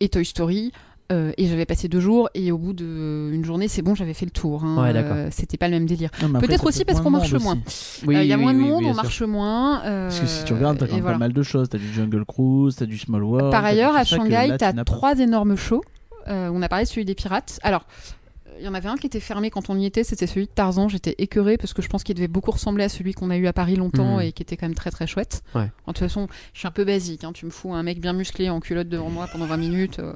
C: et Toy Story. euh, et j'avais passé deux jours et au bout d'une journée, c'est bon, j'avais fait le tour. hein.
A: Ouais, d'accord.
C: Euh, C'était pas le même délire.
B: Non, mais après,
C: Peut-être
B: ça
C: aussi
B: peut être
C: parce qu'on
B: moins
C: marche
B: de monde
C: moins.
B: aussi.
C: Euh, Il
A: Oui,
C: y a
A: oui,
C: moins de
A: oui, oui,
C: monde,
A: bien
C: on
A: sûr.
C: marche moins. euh,
B: Parce que si tu regardes, t'as quand
C: et
B: même
C: voilà.
B: pas mal de choses. T'as du Jungle Cruise, t'as du Small World.
C: Par
B: t'as
C: ailleurs,
B: tout
C: à
B: ça que
C: Shanghai,
B: là, tu
C: t'as
B: n'as pas.
C: trois énormes shows. Euh, on a parlé de celui des pirates. Alors, euh, il y en avait un qui était fermé quand on y était, c'était celui de Tarzan. J'étais écœurée parce que je pense qu'il devait beaucoup ressembler à celui qu'on a eu à Paris longtemps
B: Hmm.
A: Mhm.
C: et qui était quand même très très chouette.
A: Ouais.
C: En toute façon, je suis un peu basique. hein. Tu me fous un mec bien musclé en culotte devant moi pendant 20 minutes. euh,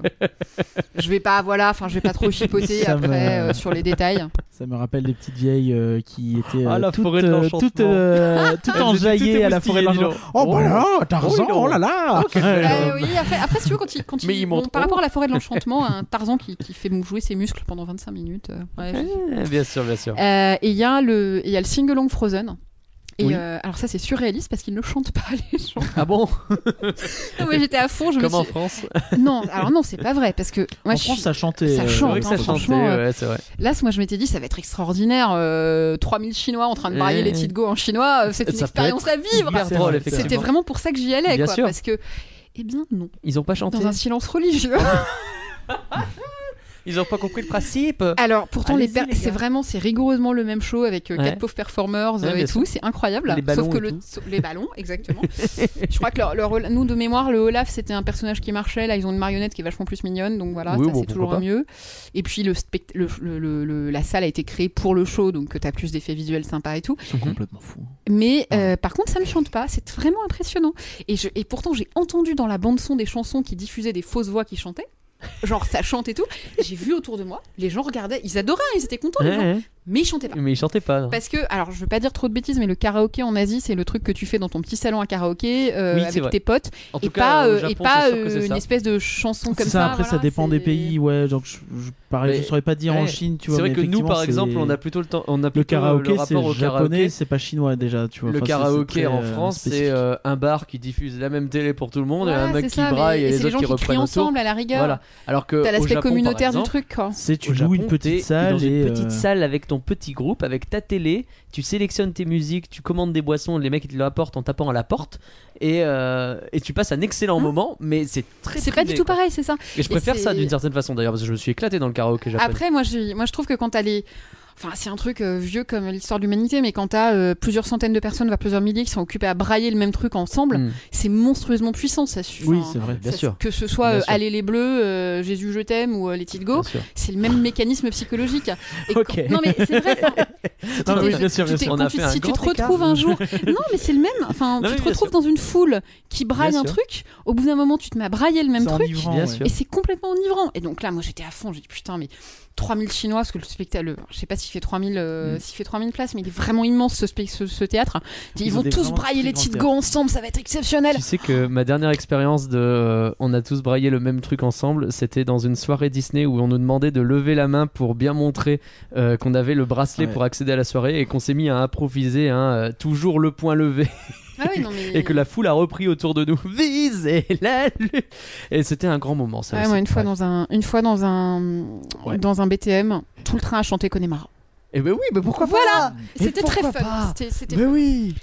C: je vais pas, voilà, enfin, je vais pas trop chipoter
B: Ça me-
C: après euh, sur les détails.
B: Ça me rappelle des petites vieilles euh, qui étaient
A: Ah,
B: euh,
A: la
B: toutes,
A: forêt de
B: euh,
A: l'enchantement.
B: toutes, euh, toutes
A: Elles étaient toutes
B: enjaillées à la forêt de
A: émoustillées, dis
B: l'enchantement.
A: donc.
B: Oh, bah là, Tarzan,
A: Oh,
B: oh,
A: non.
B: là là
C: Euh, oui, après, après, si tu veux, quand il, quand
A: Mais
C: il-
A: il
C: bon,
A: monte
C: par
A: haut.
C: rapport à la forêt de l'enchantement, un Tarzan qui, qui fait jouer ses muscles pendant 25 minutes. euh, ouais, je-
A: Eh, Bien sûr, bien sûr.
C: Euh, et il y a le, il y a le sing-along Frozen. Et
A: Oui.
C: euh, alors ça c'est surréaliste parce qu'ils ne chantent pas les chants.
A: Ah bon
C: Non, mais Ah j'étais à fond, je me
A: Comme en
C: suis-
A: France
C: Non, alors non c'est pas vrai parce que moi
B: En
C: je
B: France,
C: suis-
B: ça chantait.
C: ça
B: euh,
A: C'est
C: chante,
A: vrai que ça
C: Franchement,
A: chantait,
C: euh,
A: ouais, c'est vrai.
C: là moi je m'étais dit ça va être extraordinaire, euh, 3000 Chinois en train de brailler
A: Eh.
C: les Tidgo en chinois, euh, c'est une
A: Ça peut
C: expérience à vivre.
A: Hyper
B: c'est
A: drôle,
B: vrai,
A: effectivement.
C: C'était vraiment pour ça que j'y allais
A: Bien
C: quoi,
A: sûr.
C: parce que eh bien non,
A: Ils ont pas chanté.
C: dans un silence religieux.
A: Ils ont pas compris le principe.
C: Alors pourtant les,
A: Allez-y,
C: per-
A: les gars.
C: c'est vraiment c'est rigoureusement le même show avec euh,
A: Ouais.
C: quatre pauvres performers euh,
A: Ouais, bien
C: et tout, c'est incroyable.
A: Les ballons
C: Sauf que
A: et
C: le-
A: tout.
C: so- les ballons exactement. Je crois que leur, leur Ola- nous de mémoire le Olaf c'était un personnage qui marchait, là ils ont une marionnette qui est vachement plus mignonne donc voilà,
A: Oui,
C: ça
A: bon,
C: c'est toujours
A: pourquoi pas.
C: mieux. Et puis le, spect- le- le- le- le- la salle a été créée pour le show donc t'as plus d'effets visuels sympas et tout.
B: Ils sont complètement fous.
C: Mais euh, par contre, ça ne chante pas. C'est vraiment impressionnant. Et, je- et pourtant, j'ai entendu dans la bande son des chansons qui diffusaient des fausses voix qui chantaient. Genre, ça chante et tout. J'ai vu autour de moi, les gens regardaient, ils adoraient, hein, ils étaient contents, les gens.
A: Ouais, ouais.
C: Mais ils chantaient pas.
A: Mais ils chantaient pas. non.
C: Parce que, alors, je veux pas dire trop de bêtises, mais le karaoké en Asie, c'est le truc que tu fais dans ton petit salon à karaoké euh,
A: Oui, c'est
C: avec
A: vrai.
C: tes potes.
A: En
C: et,
A: tout cas,
C: pas,
A: au
C: euh,
A: Japon,
C: et pas
A: c'est sûr que
C: euh,
A: c'est
C: une
A: ça.
C: espèce de chanson
B: C'est
C: comme ça.
B: ça, après,
C: voilà,
B: ça dépend des
C: c'est-
B: pays. Ouais, donc je, je, pareil, je
A: Mais-
B: saurais pas dire en
A: Ouais.
B: Chine, tu
A: C'est
B: vois.
A: vrai
B: mais
A: que nous, par
B: effectivement,
A: exemple, on a
B: c'est-
A: plutôt le temps, on a
B: Le
A: plutôt euh,
B: karaoké, c'est
A: rapport au karaoké.
B: japonais, c'est pas chinois déjà, tu vois.
A: Le
B: Enfin, ça, c'est
A: karaoké
B: très,
A: en
B: euh,
A: France, c'est
B: spécifique.
A: euh, un bar qui diffuse la même télé pour tout le monde, et
C: Voilà,
A: un
C: c'est
A: mec qui
C: ça, mais-
A: braille et
C: c'est
A: les autres
C: gens
A: qui
C: qui crient
A: reprennent autour.
C: ensemble à la rigueur.
A: Voilà. Alors que
C: T'as
A: au
C: l'aspect
A: Japon, par
C: communautaire
A: exemple,
C: du truc, quoi.
B: C'est tu
A: Au
B: loues une
A: Japon, t'es
B: petite salle
A: dans une
B: et,
A: petite
B: euh,
A: salle avec ton petit groupe, avec ta télé, tu sélectionnes tes musiques, tu commandes des boissons, les mecs ils te l'apportent en tapant à la porte et, euh, et tu passes un excellent
C: Hein
A: moment, mais c'est très
C: C'est pas
A: privé,
C: du tout
A: quoi.
C: pareil, c'est ça.
A: Et je
C: Et
A: préfère ça
C: c'est-
A: d'une certaine façon d'ailleurs parce que je me suis éclaté dans le karaoké japonais.
C: Après, moi je, moi, je trouve que quand t'as les. Enfin, c'est un truc euh, vieux comme l'histoire de l'humanité, mais quand t'as euh, plusieurs centaines de personnes, voire plusieurs milliers qui sont occupées à brailler le même truc ensemble,
A: Mm.
C: c'est monstrueusement puissant, ça suffit.
B: Oui, c'est vrai.
A: bien sûr.
C: Que ce soit
A: Bien
C: euh,
A: sûr.
C: Allez les Bleus, euh, Jésus je t'aime ou euh, Les Titres Go,
A: Bien sûr.
C: c'est le même mécanisme psychologique. Et
B: Ok.
C: quand- Non, mais c'est vrai, ça.
A: Non,
C: Tu
A: mais
C: t'es-
A: oui, bien sûr,
C: tu
A: bien
C: t'es-
A: sûr.
C: quand
A: On a
C: tu-
A: fait un
C: si tu te
A: grand écart.
C: retrouves un jour. Non, mais c'est le même.
A: Non,
C: Enfin,
A: mais
C: tu te
A: bien
C: retrouves dans une foule qui braille
A: Bien
C: un
A: sûr.
C: truc, au bout d'un moment, tu te mets à brailler le même
B: C'est
C: truc.
B: enivrant,
A: bien
B: ouais.
A: sûr.
C: Et c'est complètement enivrant. Et donc là, moi j'étais à fond, j'ai dit putain, mais 3000 chinois, parce que le spectacle, le- je sais pas s'il fait 3000,
A: Mm.
C: euh, s'il fait 3000 places, mais il est vraiment immense ce, spect- ce, ce théâtre. Ils,
B: Ils ont
C: vont
B: des
C: tous
B: vraiment
C: brailler
B: très grands
C: les petites go
B: théâtres.
C: ensemble, ça va être exceptionnel.
A: Tu sais que ma dernière expérience de euh, on a tous braillé le même truc ensemble, c'était dans une soirée Disney où on nous demandait de lever la main pour bien montrer euh, qu'on avait le bracelet
B: Ouais.
A: pour accéder à la soirée et qu'on s'est mis à improviser un euh, toujours le point levé
C: Ah oui, non, mais...
A: et que la foule a repris autour de nous visez la lune et c'était un grand moment ça.
C: Ah Ouais,
A: aussi.
C: moi, une fois
A: Ouais.
C: dans un, une fois dans un,
A: Ouais.
C: dans un BTM, tout le train a chanté Connemara.
A: Et ben oui, mais pourquoi
C: Voilà,
A: Mais
C: c'était très
A: pourquoi
C: fun.
A: pas
C: C'était- c'était-
A: pas Mais oui.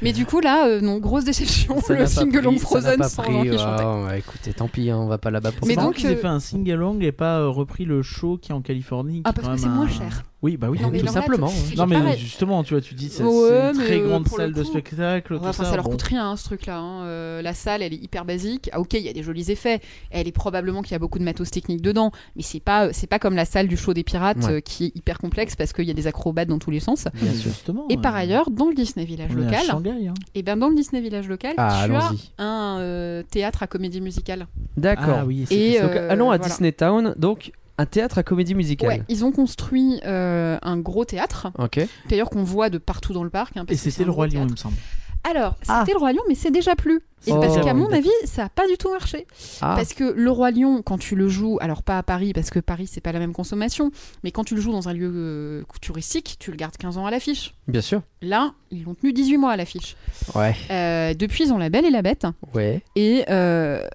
C: Mais du coup là, euh, non, grosse déception,
A: Ça n'a
C: le
A: pas
C: single
A: pris,
C: long
A: ça
C: Frozen
A: n'a pas
C: sans
A: pris, euh,
C: gens qui
A: ouais,
C: chantaient.
A: ouais, écoutez, tant pis, hein, on va pas là-bas pour
B: Mais
C: Mais
A: ça.
B: donc,
C: donc,
B: ils aient
C: euh,
B: fait un sing-along et pas euh, repris le show qui est en Californie.
C: Ah
B: qui
C: parce
B: quand même
C: que c'est
B: un-
C: moins cher.
B: Oui, bah oui.
C: Non,
B: tout
C: mais
A: tout
C: là,
B: ça.
A: simplement.
C: tu-
A: hein.
B: Non, mais
C: pareil.
B: justement, tu vois, tu dis c'est
C: Ouais,
B: c'est une
C: mais,
B: très
C: euh,
B: grande
C: pour le
B: salle de
C: coup-
B: spectacle.
C: Ouais,
B: tout
C: enfin, ça leur
B: bon.
C: coûte rien hein, ce truc-là. hein. Euh, la salle, elle est hyper basique. Ah, ok, il y a des jolis effets. Elle est probablement qu'il y a beaucoup de matos technique dedans, mais c'est pas c'est pas comme la salle du show des pirates
A: Ouais.
C: euh, qui est hyper complexe parce qu'il y a des acrobates dans tous les sens.
B: Bien sûr. Justement,
C: Et par
B: euh,
C: ailleurs, dans le Disney Village
B: on est à
C: local,
B: Shanghai, hein.
C: et ben dans le Disney Village local,
A: Ah,
C: tu as
A: allons-y.
C: un euh, théâtre à comédie musicale.
A: D'accord.
B: Ah oui, c'est-
C: Et
A: Donc,
C: euh,
A: allons à
C: voilà.
A: Disney Town, donc un théâtre à comédie musicale.
C: Ouais, ils ont construit euh, un gros théâtre,
A: Ok.
C: d'ailleurs qu'on voit de partout dans le parc. hein,
B: Et
C: parce que c'est
B: c'était
C: un
B: le
C: gros
B: Roi Lion, il
C: théâtre.
B: me semble.
C: Alors,
A: Ah.
C: c'était le Roi Lion, mais c'est déjà plus. Et
A: Oh.
C: parce qu'à mon
B: D'accord.
C: avis, ça a pas du tout marché.
A: Ah,
C: Parce que le roi lion, quand tu le joues, alors pas à Paris parce que Paris c'est pas la même consommation, mais quand tu le joues dans un lieu euh, touristique, tu le gardes 15 ans à l'affiche.
A: bien sûr.
C: Là, ils l'ont tenu 18 mois à l'affiche.
A: Ouais.
C: Euh, depuis, ils ont La Belle et la Bête.
A: Ouais.
C: Et euh,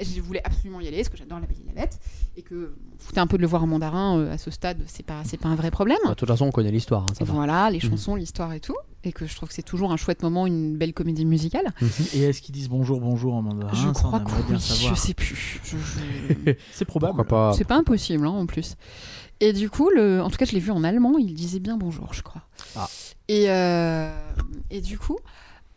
C: je voulais absolument y aller, parce que j'adore la Belle et la Bête, et que on foutait un peu de le voir en mandarin euh, à ce stade, c'est pas, c'est pas un vrai problème.
A: Bah, de toute façon, on connaît l'histoire. hein, ça va.
C: Voilà, les
A: Mhm.
C: chansons, l'histoire et tout, et que je trouve que c'est toujours un chouette moment, une belle comédie musicale.
B: Et est-ce qu'ils disent bonjour, bonjour en mandarin
C: je
B: Ah, Ça, on
C: crois que
B: aimerait bien
C: oui, je
B: savoir.
C: sais plus. Je- je-
B: C'est probable.
A: Pourquoi pas
C: c'est pas impossible hein, en plus. Et du coup, le... en tout cas, je l'ai vu en allemand, il disait bien bonjour, je crois.
A: Ah.
C: Et, euh, et du coup,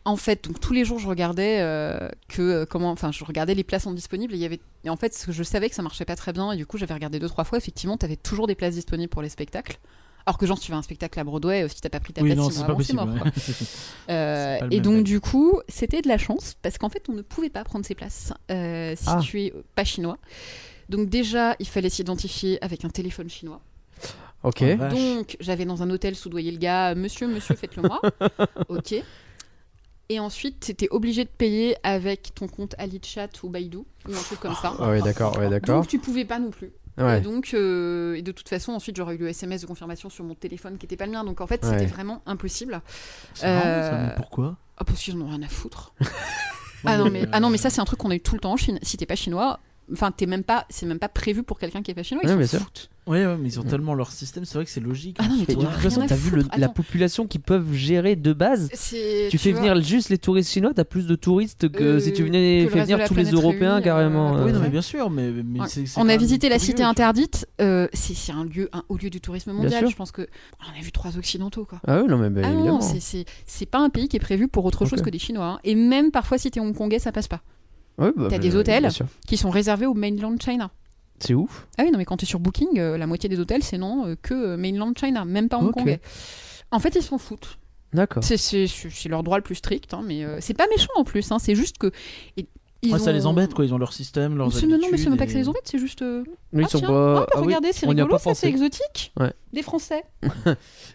C: en fait, donc tous les jours, je regardais euh, que euh, comment, enfin, je regardais les places sont disponibles. Et il y avait, et en fait, ce que je savais que ça marchait pas très bien. Et du coup, j'avais regardé deux trois fois. Effectivement, t'avais toujours des places disponibles pour les spectacles. Alors que genre, tu vas à un spectacle à Broadway, euh, si t'as pas pris ta
B: Oui,
C: place,
B: non,
C: six
B: c'est
C: mois
B: pas
C: avant, c'est
B: possible.
C: mort, quoi.
B: ouais.
C: Euh,
B: C'est pas le
C: et
B: même
C: donc
B: règle.
C: du coup, c'était de la chance parce qu'en fait, on ne pouvait pas prendre ses places euh, si
A: Ah.
C: tu es pas chinois. Donc déjà, il fallait s'identifier avec un téléphone chinois.
A: Ok.
B: Oh, vache.
C: Donc j'avais dans un hôtel soudoyé le gars, monsieur, monsieur, faites-le moi. ok. Et ensuite, t'étais obligé de payer avec ton compte AliChat ou Baidu ou un truc comme ça.
A: Ah ouais, d'accord, ouais, d'accord.
C: Donc tu pouvais pas non plus. Et
A: Ouais.
C: donc, euh, et de toute façon, ensuite j'aurais eu le SMS de confirmation sur mon téléphone qui était pas le mien. Donc en fait,
A: Ouais.
C: c'était vraiment impossible.
B: C'est marrant, ça,
C: euh,
B: mais pourquoi
C: Ah, parce qu'ils en ont rien à foutre. Ah non, mais, ah non, mais ça, c'est un truc qu'on a eu tout le temps en Chine. Si t'es pas chinois, enfin, t'es même pas, c'est même pas prévu pour quelqu'un qui est pas chinois. Ils
A: Ouais,
C: s'en
A: bien sûr.
C: foutent.
B: Ouais, ouais, mais ils ont tellement leur système, c'est vrai que c'est logique.
C: Ah non, mais
A: Et
C: t'en
A: de
C: as
A: toute façon,
C: rien à
A: t'as vu le-
C: foutre.
A: la
C: Attends.
A: population qu'ils peuvent gérer de base
C: C'est-
A: tu, fais
C: vois,
A: venir juste les touristes chinois, t'as plus de touristes que
C: Euh,
A: si tu
C: que
A: venais
C: le
A: fais
C: reste de
A: venir
C: la
A: tous les
C: planète
A: Européens
C: réunie,
A: carrément.
C: euh,
B: Oui, non, mais
C: Ouais.
B: bien sûr, mais, mais
C: Ouais.
B: c'est- c'est quand
C: On a
B: même
C: visité la
B: curieux,
C: cité
B: tu vois.
C: interdite. euh, c'est c'est un lieu, un haut lieu du tourisme
A: Bien
C: mondial.
A: sûr.
C: Je pense que on a vu trois occidentaux quoi.
A: Ah oui, non, mais bah,
C: ah non,
A: évidemment.
C: c'est- c'est c'est pas un pays qui est prévu pour autre chose
A: Ok.
C: que des Chinois. hein. Et même parfois, si t'es hongkongais, ça passe pas.
A: Ouais, bah,
C: T'as
A: bah,
C: des
A: bien
C: hôtels.
A: sûr.
C: Qui sont réservés au mainland China.
A: C'est ouf.
C: Ah oui, non, mais quand t'es sur Booking, euh, la moitié des hôtels, c'est non euh, que euh, mainland China, même pas
A: Ok.
C: hongkongais. En fait, ils s'en foutent.
A: D'accord.
C: C'est- C'est c'est leur droit le plus strict, hein, mais euh, c'est pas méchant en plus. hein, c'est juste que. et- ils
B: Ouais, Ça
C: ont-
B: les embête, quoi. Ils ont leur système, leurs
C: C'est-
B: habitudes.
C: Non, non, mais c'est même pas
B: et-
C: que ça les embête, c'est juste. euh,
A: Ils
C: ah,
A: sont
C: tiens,
A: pas.
C: ah, bah,
A: ah oui,
C: regardez, c'est
A: on n'y a pas
C: rigolo, ça,
A: pensé.
C: c'est exotique.
A: Ouais.
C: Des Français.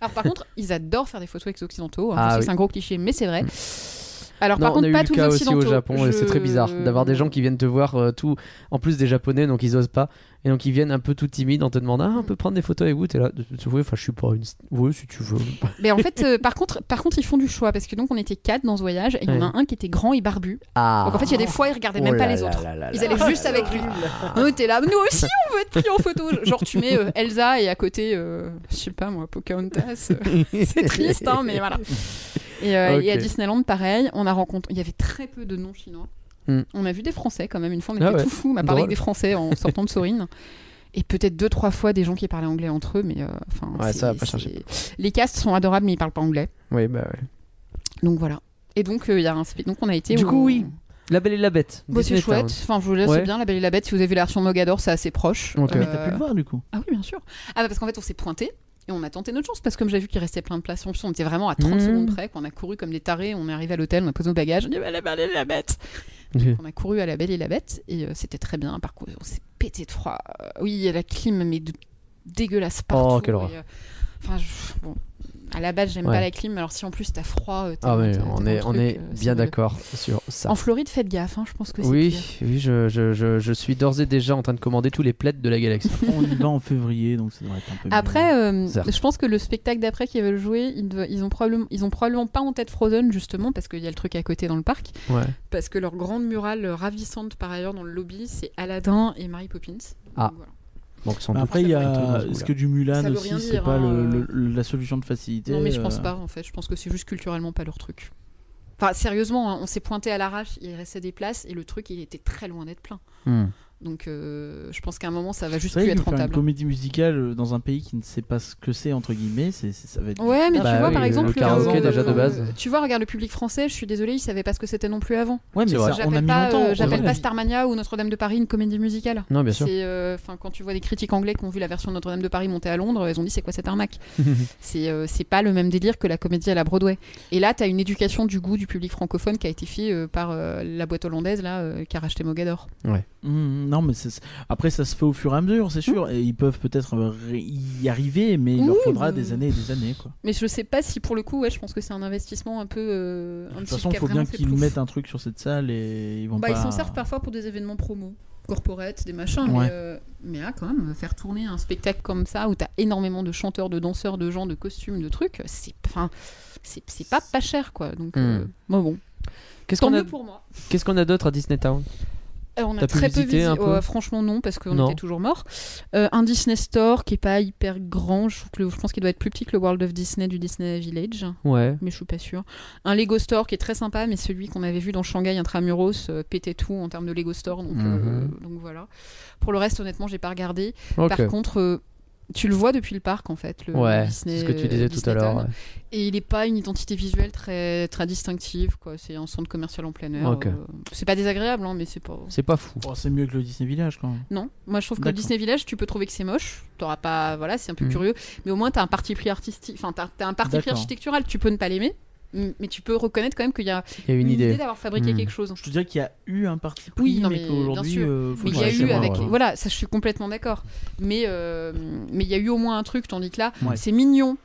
C: Alors par contre, ils adorent faire des photos avec les Occidentaux. hein,
A: Ah oui. Mm.
C: je sais que c'est un gros cliché, mais c'est vrai. Alors
A: Non,
C: par
A: on a
C: contre,
A: eu
C: pas
A: le
C: tous les
A: cas aussi
C: Occidentaux.
A: au Japon et c'est très
C: Je-
A: bizarre d'avoir des gens qui viennent te voir euh, tout. En plus des japonais, donc ils osent pas. Et donc ils viennent un peu tout timides en te demandant Ah, on peut prendre des photos avec vous T'es là, oui, enfin je suis pas une. st- Oui, si tu veux.
C: Mais en fait, euh, par, contre, par contre, ils font du choix parce que donc on était quatre dans ce voyage et il y en a un qui était grand et barbu.
A: Ah
C: Donc en fait, il y a des fois, ils regardaient même pas les autres. Ils allaient juste avec lui. Eux, t'es là, nous aussi on veut être pris en photo. Genre, tu mets euh, Elsa et à côté, euh, je sais pas moi, Pocahontas. euh, C'est triste, hein, mais voilà. Et, euh,
A: Ok.
C: et à Disneyland, pareil, on a rencontré. Il y avait très peu de non-chinois.
A: Hmm.
C: On a vu des Français quand même. Une fois, on était
A: Ah ouais.
C: tout fou. On a parlé
A: Drôle.
C: avec des Français en sortant de Sorine. Et peut-être deux, trois fois des gens qui parlaient anglais entre eux, mais euh, enfin.
A: Ouais,
C: c'est-
A: ça va pas
C: c'est-
A: chercher.
C: Les castes sont adorables, mais ils parlent pas anglais.
A: Oui, bah ouais.
C: Donc voilà. Et donc, euh, il y a un. spé- Donc, on a été.
A: Du
C: au-
A: coup, oui. La Belle et la Bête.
C: Bon, Bah, c'est
A: Disney Town.
C: chouette. Enfin, je vous laisse
A: hein. Ouais.
C: bien la Belle et la Bête. Si vous avez vu version Mogador, c'est assez proche.
A: Ok. Euh,
B: Ah, mais t'as pu le voir, du coup.
C: Ah oui, bien sûr. Ah bah parce qu'en fait, on s'est pointé et on a tenté notre chance parce que comme j'ai vu qu'il restait plein de places, en plus, on était vraiment à 30
A: Mhm.
C: secondes près, qu'on a couru comme des tarés, on est arrivé à l'hôtel, on a posé nos bagages, on dit, Bah, la belle et la bête. On a couru à la belle et la bête et euh, c'était très bien. Par contre, on s'est pété de froid. Euh, oui, il y a la clim, mais de... dégueulasse partout.
A: Oh, quelle
C: et,
A: horreur.
C: euh, Enfin, je- bon. À la base, j'aime
A: Ouais.
C: pas la clim, alors si en plus t'as froid, euh, t'es-
A: Ah
C: t'es-
A: mais
C: t'es dans
A: on
C: le
A: est, on
C: truc,
A: est
C: euh, c'est
A: bien
C: horrible.
A: d'accord sur ça.
C: En Floride, faites gaffe, hein, je pense que c'est pire.
A: Oui, oui, je, je, je, je suis d'ores et déjà en train de commander tous les plaids de la galaxie.
B: On y va en février, donc ça devrait être un peu. mieux.
C: Après, euh,
A: Mmh. Certes.
C: je pense que le spectacle d'après qu'ils veulent jouer, ils, doivent- ils ont probablement, ils ont probablement pas en tête Frozen justement parce qu'il y a le truc à côté dans le parc,
A: Ouais.
C: parce que leur grande murale euh, ravissante par ailleurs dans le lobby, c'est Aladdin et Mary Poppins. Donc
A: Ah.
C: voilà.
A: Donc sans
B: Bah,
A: doute.
B: Après, il y
A: ça va être un
B: a.
A: truc dans ce
B: Est-ce que du Mulan
C: Ça veut rien
B: aussi, c'est
C: dire,
B: pas
C: hein,
B: le- le- la solution de facilité
C: Non mais je pense
B: euh,
C: pas en fait, je pense que c'est juste culturellement pas leur truc. Enfin sérieusement, hein, on s'est pointé à l'arrache, il restait des places et le truc il était très loin d'être plein.
A: Hmm.
C: Donc euh, je pense qu'à un moment ça va juste
B: C'est vrai
C: plus
B: que
C: être
B: faire une
C: rentable.
B: comédie musicale euh, dans un pays qui ne sait pas ce que c'est entre guillemets, c'est c'est- ça va être.
C: Ouais, mais
A: Bah
C: tu vois,
A: oui,
C: par
A: le
C: exemple, Euh,
A: karaoké, déjà, de base.
C: Tu vois, regarde le public français, je suis désolée, il savait pas ce que c'était non plus avant.
B: Ouais, mais
A: C'est vrai.
B: ça, on a
C: J'appelle
B: mis
C: pas,
B: longtemps.
C: euh,
B: on
C: j'appelle
B: a
C: pas
B: mis-
C: Starmania ou Notre-Dame de Paris une comédie musicale.
A: Non, bien sûr.
C: C'est, euh, enfin, quand tu vois des critiques anglais qui ont vu la version de Notre-Dame de Paris montée à Londres, ils ont dit c'est quoi cette arnaque C'est, euh, c'est pas le même délire que la comédie à la Broadway. Et là, t'as une éducation du goût du public francophone qui a été faite euh, par euh, la boîte hollandaise là, euh, qui a racheté Mogador.
B: Mmh, non, mais c'est- après, ça se fait au fur et à mesure, c'est sûr. Et ils peuvent peut-être euh, ré- y arriver, mais il leur
C: Mm. Oui,
B: faudra
C: mais-
B: des années et des années. Quoi.
C: Mais je sais pas si pour le coup, ouais, je pense que c'est un investissement un peu. euh, un
B: De toute
C: petit
B: façon,
C: qui a
B: il faut
C: vraiment
B: bien
C: fait
B: qu'ils
C: plouf.
B: mettent un truc sur cette salle et ils vont
C: Bah,
B: pas.
C: ils s'en servent parfois pour des événements promo, corporate, des machins,
B: Ouais.
C: mais, euh, mais là, quand même, faire tourner un spectacle comme ça où t'as énormément de chanteurs, de danseurs, de gens, de costumes, de trucs, c'est enfin, c'est c'est pas pas cher quoi. Donc,
A: Hmm.
C: euh, bon, bon.
A: Qu'est-ce
C: tant
A: qu'on a,
C: mieux pour moi.
A: qu'est-ce qu'on a d'autre à Disney Town
C: Euh, on a
A: T'as pu
C: très peu
A: visiter
C: visité.
A: un peu
C: ouais, franchement, non, parce qu'on
A: Non.
C: était toujours morts. Euh, un Disney Store qui est pas hyper grand. Je, trouve que le- je pense qu'il doit être plus petit que le World of Disney du Disney Village,
A: Ouais.
C: mais je suis pas sûre. Un Lego Store qui est très sympa, mais celui qu'on avait vu dans Shanghai Intramuros euh, pétait tout en termes de Lego Store. Donc, euh,
A: Mhm.
C: donc voilà. Pour le reste, honnêtement, j'ai pas regardé.
A: Ok.
C: Par contre. euh, tu le vois depuis le parc en fait, le
A: ouais,
C: Disney.
A: c'est ce que tu disais tout à l'heure.
C: Disneytown. Et il n'est pas une identité visuelle très, très distinctive, quoi. C'est un centre commercial en plein air.
A: Ok.
C: euh, C'est pas désagréable, hein, mais c'est pas.
A: ouais. C'est pas fou.
B: Oh, c'est mieux que le Disney Village quand même.
C: Non, moi je trouve que le
B: D'accord.
C: Disney Village, tu peux trouver que c'est moche, t'auras pas, voilà, c'est un peu
A: Mm.
C: curieux, mais au moins t'as un parti pris artistique, enfin t'as t'as un parti pris
B: D'accord.
C: architectural, tu peux ne pas l'aimer, m- mais tu peux reconnaître quand même qu'il y a
A: Il y a une idée.
C: d'avoir fabriqué
A: Mm.
C: quelque chose.
B: Je te dirais qu'il y a eu un parti pris,
C: Oui, non,
B: mais,
C: mais
B: qu'aujourd'hui,
C: bien sûr.
B: euh, faut
C: Mais il y
B: que
C: a
B: je
C: eu
B: fasse
C: avec,
B: moins, ouais.
C: voilà, ça je suis complètement d'accord, mais euh, mais il y a eu au moins un truc, tandis que là,
B: Ouais.
C: c'est mignon.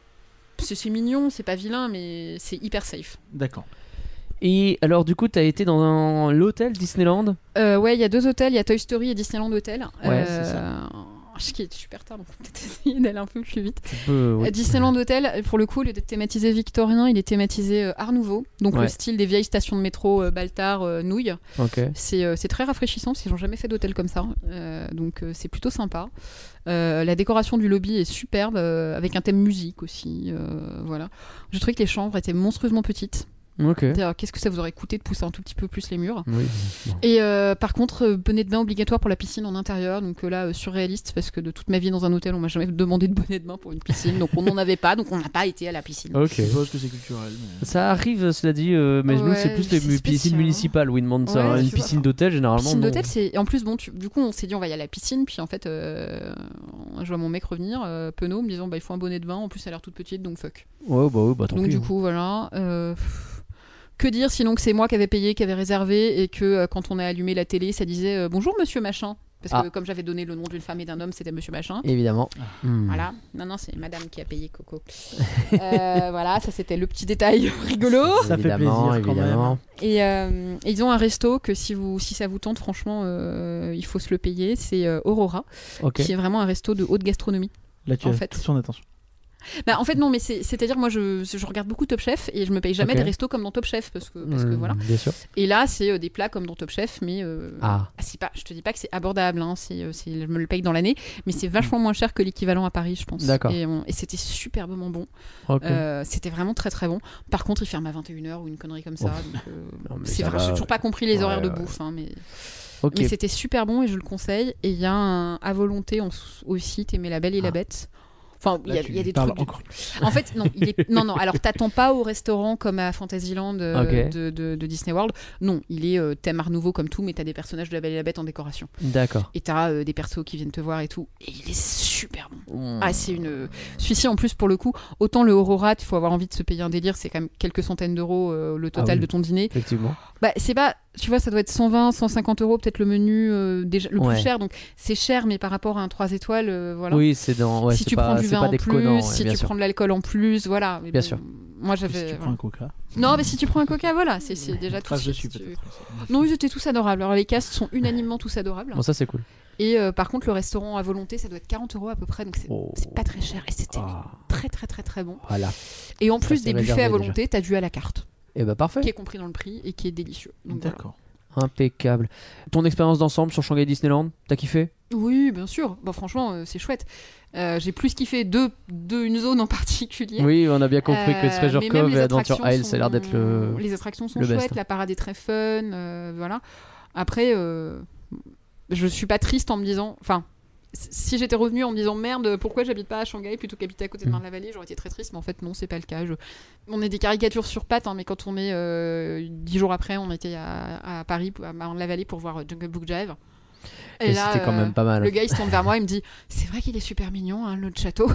C: C'est c'est mignon, c'est pas vilain, mais c'est hyper safe.
B: D'accord.
A: Et alors, du coup, t'as été dans un- l'hôtel Disneyland
C: Euh, ouais, il y a deux hôtels, il y a Toy Story et Disneyland Hotel.
A: Ouais,
C: Euh,
B: c'est
C: Ce qui est super tard, donc on peut peut-être essayer d'aller un peu plus vite.
A: Tu peux, oui.
C: À Disneyland Hotel, pour le coup, au lieu d'être thématisé victorien, il est thématisé euh, Art Nouveau, donc
A: Ouais.
C: le style des vieilles stations de métro euh, Baltard, euh, Nouilles.
A: Ok.
C: C'est euh, c'est très rafraîchissant parce qu'ils n'ont jamais fait d'hôtel comme ça, euh, donc euh, c'est plutôt sympa. Euh, la décoration du lobby est superbe, euh, avec un thème musique aussi. euh, voilà. J'ai trouvé que les chambres étaient monstrueusement petites.
A: Ok.
C: C'est-à-dire, Qu'est-ce que ça vous aurait coûté de pousser un tout petit peu plus les murs
A: Oui.
C: et euh, par contre, euh, bonnet de bain obligatoire pour la piscine en intérieur. Donc euh, là, euh, surréaliste, parce que de toute ma vie dans un hôtel, on m'a jamais demandé de bonnet de bain pour une piscine. donc on n'en avait pas, donc on n'a pas été à la piscine.
A: Ok.
B: Je suppose que c'est culturel. mais-
A: Ça arrive, cela dit, euh, mais nous,
C: Ouais,
A: c'est plus
C: c'est
A: les mu-
C: spécial,
A: piscines
C: hein.
A: municipales où ils demandent ça. hein.
C: Ouais,
A: Une
C: tu vois.
A: piscine d'hôtel, généralement.
C: Piscine
A: non.
C: d'hôtel, c'est. En plus, bon, tu- du coup, on s'est dit, on va y aller à la piscine. Puis en fait, euh, je vois mon mec revenir, euh, penaud, me disant, bah, il faut un bonnet de bain. En plus, elle a l'air toute petite, donc fuck.
A: Ouais, bah, ouais, bah tant
C: donc
A: pis,
C: du
A: hein.
C: coup, voilà. euh, pff, Que dire sinon que c'est moi qui avais payé, qui avait réservé, et que euh, quand on a allumé la télé, ça disait euh, bonjour monsieur machin. Parce
A: Ah.
C: que comme j'avais donné le nom d'une femme et d'un homme, c'était monsieur machin.
A: Évidemment. Hmm.
C: Voilà. Non, non, c'est madame qui a payé Coco. Euh, voilà, ça c'était le petit détail rigolo.
B: Ça fait
A: Hmm. Évidemment,
B: plaisir, quand
A: évidemment.
B: même.
C: Et euh, ils ont un resto que si, vous, si ça vous tente, franchement, euh, il faut se le payer. C'est euh, Aurora,
A: Ok.
C: qui est vraiment un resto de haute gastronomie.
B: Là, tu
C: En
B: as
C: fait.
B: toute son attention.
C: Bah, en fait, non, mais c'est- c'est-à-dire, moi, je, je regarde beaucoup Top Chef et je me paye jamais
A: Ok.
C: des restos comme dans Top Chef. Parce que, parce que
A: Hmm,
C: voilà.
A: Bien sûr.
C: Et là, c'est euh, des plats comme dans Top Chef, mais. euh,
A: Ah.
C: ah, c'est pas, je te dis pas que c'est abordable, hein, c'est, euh, c'est- je me le paye dans l'année, mais c'est vachement moins cher que l'équivalent à Paris, je pense.
A: D'accord.
C: Et, on- et c'était superbement bon.
A: Ok.
C: Euh, c'était vraiment très très bon. Par contre, il ferme à 21h ou une connerie comme ça. donc, euh,
A: Non, mais
C: c'est
A: ça
C: vrai,
A: va,
C: j'ai toujours pas compris les
A: Ouais,
C: horaires de
A: ouais.
C: bouffe, hein, mais,
A: ok.
C: mais c'était super bon et je le conseille. Et il y a un à volonté en sous- aussi, t'aimais la belle et la
A: Ah.
C: bête. Enfin, il y a,
B: Là,
C: il
B: tu
C: y a des
B: parles
C: trucs. de-
B: encore.
C: En fait, non, il est- non, non. Alors, t'attends pas au restaurant comme à Fantasyland euh,
A: Ok.
C: de, de- de Disney World. Non, il est euh, thème Art Nouveau comme tout, mais t'as des personnages de la Belle et la Bête en décoration.
A: D'accord.
C: Et t'as euh, des persos qui viennent te voir et tout. Et il est super bon. Ah, c'est une. Celui-ci, en plus, pour le coup, autant le Aurora, il faut avoir envie de se payer un délire, c'est quand même quelques centaines d'euros euh, le total
A: Ah oui.
C: de ton dîner.
A: Effectivement.
C: Bah, c'est pas. Tu vois, ça doit être 120, 150 euros, peut-être le menu euh, déjà, le
A: Ouais.
C: plus cher. Donc, c'est cher, mais par rapport à un 3 étoiles, euh, voilà.
A: Oui, c'est dans. Ouais,
C: si
A: c'est
C: tu
A: pas,
C: prends du
A: c'est
C: vin
A: pas
C: en plus,
A: déconnant, ouais,
C: si
A: bien
C: tu
A: sûr.
C: prends de l'alcool en plus, voilà. Mais
A: Bien
C: bon,
A: sûr.
C: Moi,
B: Si
C: j'avais.
B: tu prends un coca,
C: Non, mais si tu prends un coca, voilà, euh, c'est c'est déjà tout. de
B: trace
C: suite,
B: dessus
C: tu-
B: peut-être.
C: Non, ils étaient tous adorables. Alors, les castes sont unanimement tous adorables.
A: Bon, ça c'est cool.
C: Et euh, par contre, le restaurant à volonté, ça doit être 40 euros à peu près, donc c'est
A: Oh.
C: c'est pas très cher. Et c'était
A: Ah,
C: très, très, très, très bon.
A: voilà.
C: Et en plus
A: c'est
C: des
A: réservé
C: buffets à
A: déjà.
C: volonté, t'as du à la carte,
A: Et bah parfait.
C: qui est compris dans le prix et qui est délicieux. Donc, voilà.
B: D'accord.
A: Impeccable. Ton expérience d'ensemble sur Shanghai Disneyland, t'as kiffé
C: Oui, bien sûr. Bah, franchement, euh, c'est chouette. Euh, J'ai plus kiffé deux, deux, une zone en particulier.
A: Oui, on a bien compris que
C: Euh,
A: Treasure
C: mais même
A: Cove
C: les
A: et Adventure
C: attractions
A: Isle, ça a l'air
C: sont-
A: d'être le.
C: Les attractions sont
A: le best.
C: chouettes, la parade est très fun, euh, voilà. Après, euh, je suis pas triste en me disant... Enfin, si j'étais revenue en me disant « Merde, pourquoi j'habite pas à Shanghai plutôt qu'habiter à côté de
A: Mm.
C: Marne-la-Vallée ?» J'aurais été très triste, mais en fait, non, c'est pas le cas. Je- On est des caricatures sur pattes, hein, mais quand on est... euh, Dix jours après, on était à, à Paris, à Marne-la-Vallée, pour voir euh, Jungle Book Jive.
A: Et c'était quand
C: euh,
A: même pas mal.
C: le gars, il se tourne vers moi, il me dit « C'est vrai qu'il est super mignon, hein, l'autre château. »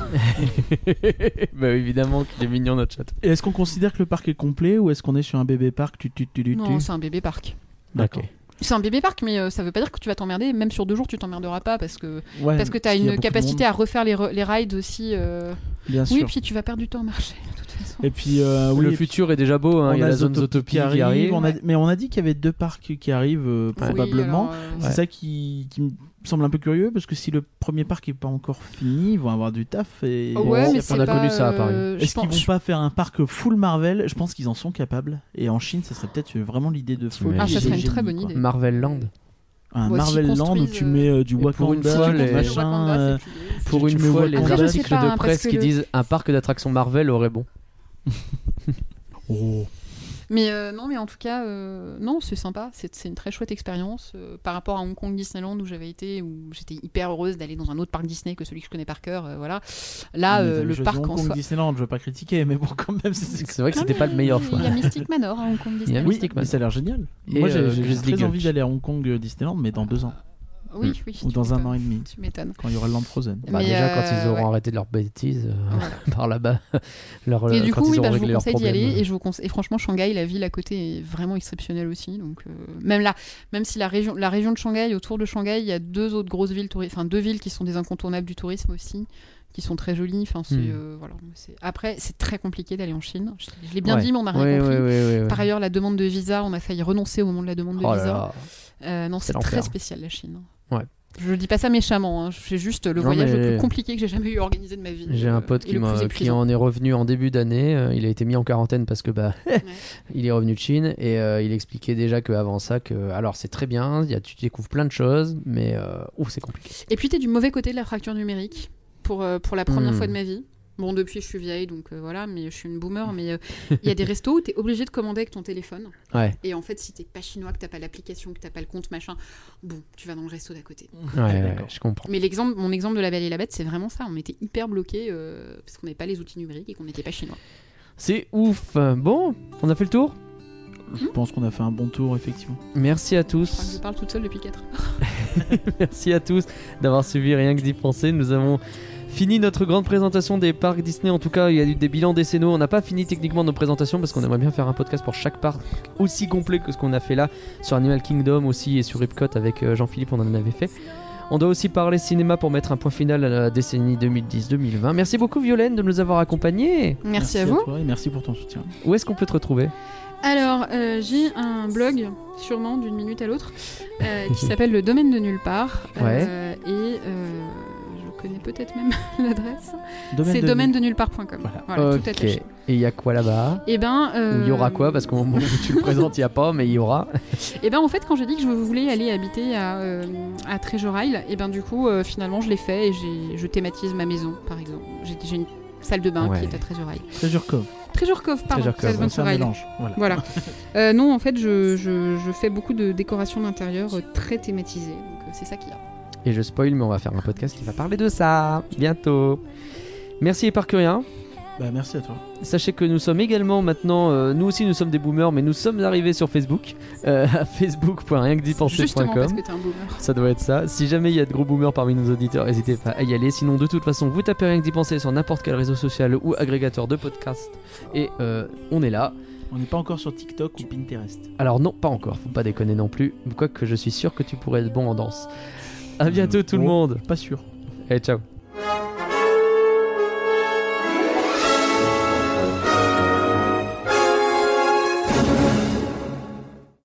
A: bah évidemment qu'il est mignon notre chat.
B: Et est-ce qu'on considère que le parc est complet ou est-ce qu'on est sur un bébé parc tu, tu, tu, tu,
C: Non,
B: tu
C: c'est un bébé parc.
B: D'accord.
A: Ok.
C: C'est un bébé parc, mais euh, ça veut pas dire que tu vas t'emmerder. Même sur deux jours, tu t'emmerderas pas parce que
B: Ouais,
C: parce que t'as
B: qu'il y a
C: une
B: beaucoup de
C: capacité
B: monde,
C: à refaire les, re- les rides aussi. euh.
B: Bien
C: Oui,
B: sûr.
C: puis tu vas perdre du temps à marcher de toute façon.
B: Et puis, euh, oui,
A: le
B: et puis,
A: futur est déjà beau, hein,
B: on
A: il y a la zone
B: Zootopie
A: Zootopie qui arrive.
B: on a- Mais on a dit qu'il y avait deux parcs qui arrivent euh,
C: Oui,
B: probablement.
C: alors, euh,
B: C'est ça qui, qui me semble un peu curieux parce que si le premier parc n'est pas encore fini, ils vont avoir du taf. Et...
C: oh ouais,
A: on-
C: mais
A: on
C: c'est
A: a
C: pas,
A: connu ça à Paris.
C: euh, je
B: Est-ce qu'ils
C: pense-
B: vont pas faire un parc full Marvel Je pense qu'ils en sont capables. Et en Chine, ça serait peut-être vraiment l'idée de folie.
A: Ah,
B: et
A: ça
B: de
A: serait une
B: génie,
C: très bonne
B: quoi.
C: idée.
A: Marvel Land.
B: un
C: Voici
B: Marvel Land où
C: construisent,
B: tu mets euh, du
A: Et pour une
B: Wakanda,
A: fois,
B: du
A: les-
B: machin. euh,
A: Pour
B: Tu
A: une fois,
B: me vois
A: les
B: Après, je sais
A: articles
C: pas, hein,
A: de
C: parce
A: presse
C: que
A: qui
C: le-
A: disent un parc d'attractions Marvel aurait bon.
B: oh.
C: Mais euh, non, mais en tout cas, euh, non, c'est sympa. C'est c'est une très chouette expérience euh, par rapport à Hong Kong Disneyland où j'avais été, où j'étais hyper heureuse d'aller dans un autre parc Disney que celui que je connais par cœur. euh, voilà. Là,
B: Mais
C: euh,
B: t'avais
C: le
B: choisi
C: parc
B: Hong
C: en
B: Kong
C: soi.
B: Disneyland, je veux pas critiquer, mais bon, quand même, c'est
A: C'est vrai que c'était pas le meilleur choix.
C: Ah Il y a Mystic Manor à Hong Kong
A: y a
C: Disneyland.
B: Oui,
A: Mystic
B: mais ça a l'air génial.
A: Et,
B: Moi, j'ai
A: euh,
B: j'ai
A: Grizzly
B: très
A: Gulch.
B: envie d'aller à Hong Kong euh, Disneyland, mais dans deux ans,
C: Oui, oui.
B: ou
C: tu
B: dans un
C: m'étonnes.
B: an et demi,
C: Tu m'étonnes.
B: quand il y aura le Land Frozen.
A: Bah,
C: Mais,
A: déjà,
C: euh,
A: quand ils auront
C: ouais.
A: arrêté leurs bêtises euh,
C: Voilà.
A: par là-bas, leur,
C: Et
A: euh,
C: du
A: quand
C: coup,
A: ils
C: oui,
A: auront
C: bah, je
A: réglé
C: vous
A: leurs
C: conseille d'y
A: problèmes. euh.
C: aller. Et, je vous conseille... et franchement, Shanghai, la ville à côté est vraiment exceptionnelle aussi. Donc, euh, même là, même si la région, la région de Shanghai, autour de Shanghai, il y a deux autres grosses villes, touri- enfin deux villes qui sont des incontournables du tourisme aussi, qui sont très jolies. Enfin, c'est,
A: Hmm.
C: euh, voilà, c'est- Après, c'est très compliqué d'aller en Chine. Je, je l'ai bien
B: Ouais.
C: dit, mais on n'a rien
A: Oui, oui,
C: compris.
A: oui, oui, oui.
C: Par ailleurs, la demande de visa, on a failli renoncer au moment de la demande de
A: Oh là
C: visa.
A: là.
C: Euh, non, c'est
A: l'enfer.
C: très spécial la Chine.
A: Ouais.
C: Je dis pas ça méchamment, hein. c'est juste le
A: Non,
C: voyage
A: mais-
C: le plus compliqué que j'ai jamais eu organisé de ma vie.
A: J'ai
C: euh,
A: un pote
C: et
A: qui,
C: le
A: m'a-
C: plus
A: qui
C: épuisant.
A: en est revenu en début d'année. euh, il a été mis en quarantaine parce que bah, il est revenu de Chine et euh, il expliquait déjà qu'avant ça, que alors c'est très bien, il y a, tu découvres plein de choses, mais euh, ouf, c'est compliqué.
C: Et puis, t'es du mauvais côté de la fracture numérique pour, euh, pour la première
A: Hmm.
C: fois de ma vie. Bon, depuis, je suis vieille, donc euh, voilà, mais je suis une boomer. Mais euh, il y a des restos où t'es obligé de commander avec ton téléphone.
A: Ouais,
C: Et en fait, si t'es pas chinois, que t'as pas l'application, que t'as pas le compte, machin, bon, tu vas dans le resto d'à côté.
A: ouais, ouais,
B: d'accord.
A: je comprends.
C: Mais l'exemple, mon exemple de la Belle et la Bête, c'est vraiment ça. On était hyper bloqués euh, parce qu'on n'avait pas les outils numériques et qu'on n'était pas chinois.
A: C'est ouf. Bon, on a fait le tour.
B: Je
C: Mm.
B: pense qu'on a fait un bon tour, effectivement.
A: Merci à
C: Je crois que je
A: tous.
C: parle toute seule depuis 4 heures.
A: Merci à tous d'avoir suivi Rien que d'y penser. Nous avons fini notre grande présentation des parcs Disney. En tout cas, il y a eu des bilans décennaux. On n'a pas fini techniquement nos présentations parce qu'on aimerait bien faire un podcast pour chaque parc aussi complet que ce qu'on a fait là sur Animal Kingdom aussi et sur Epcot avec euh, Jean-Philippe. On en avait fait. On doit aussi parler cinéma pour mettre un point final à la décennie 2010-2020. Merci beaucoup Violaine de nous avoir accompagnés.
C: Merci à vous.
B: toi et merci pour ton soutien.
A: Où est-ce qu'on peut te retrouver
C: Alors, euh, j'ai un blog, sûrement d'une minute à l'autre, euh, qui s'appelle Le Domaine de Nulle Part. Euh, et euh, je connais peut-être même l'adresse.
B: Domaine
C: C'est
B: de-
C: domaine de nulle part.com.
B: Voilà.
C: Voilà, voilà tout
A: Ok.
C: attaché.
A: Et il y a quoi là-bas
C: Et ben,
A: Ou
C: euh,
A: il y aura quoi Parce qu'au moment où tu le présentes, il n'y a pas, mais il y aura.
C: Et ben en fait, quand j'ai dit que je voulais aller habiter à, euh, à Treasure Isle, et ben du coup, euh, finalement, je l'ai fait et j'ai- je thématise ma maison, par exemple. J'ai j'ai une salle de bain
A: Ouais.
C: qui est à Treasure Isle.
B: Treasure Cove.
C: Treasure Cove, pardon.
A: Treasure Cove,
C: Adventure
B: C'est un
C: Isle.
B: mélange. Voilà.
C: Voilà. Euh, non, en fait, je, je- je fais beaucoup de décorations d'intérieur euh, très thématisées. Donc, euh, c'est ça qu'il y a.
A: Et je spoil, mais on va faire un podcast qui va parler de ça bientôt. Merci les parcuriens.
B: Bah, merci à toi.
A: Sachez que nous sommes également maintenant, euh, nous aussi nous sommes des boomers, mais nous sommes arrivés sur Facebook, euh, à
C: Justement parce
A: facebook.rienquedipenser.com.
C: que t'es un boomer.
A: Ça doit être ça. Si jamais il y a de gros boomers parmi nos auditeurs, n'hésitez pas à y aller. Sinon, de toute façon, vous tapez rien que d'y penser sur n'importe quel réseau social ou agrégateur de podcast. Et euh, on est là.
B: On n'est pas encore sur TikTok ou Pinterest.
A: Alors, non, pas encore, faut pas déconner non plus. Quoique je suis sûr que tu pourrais être bon en danse. À bientôt tout le
B: Oh.
A: monde.
B: Pas sûr.
A: Et ciao.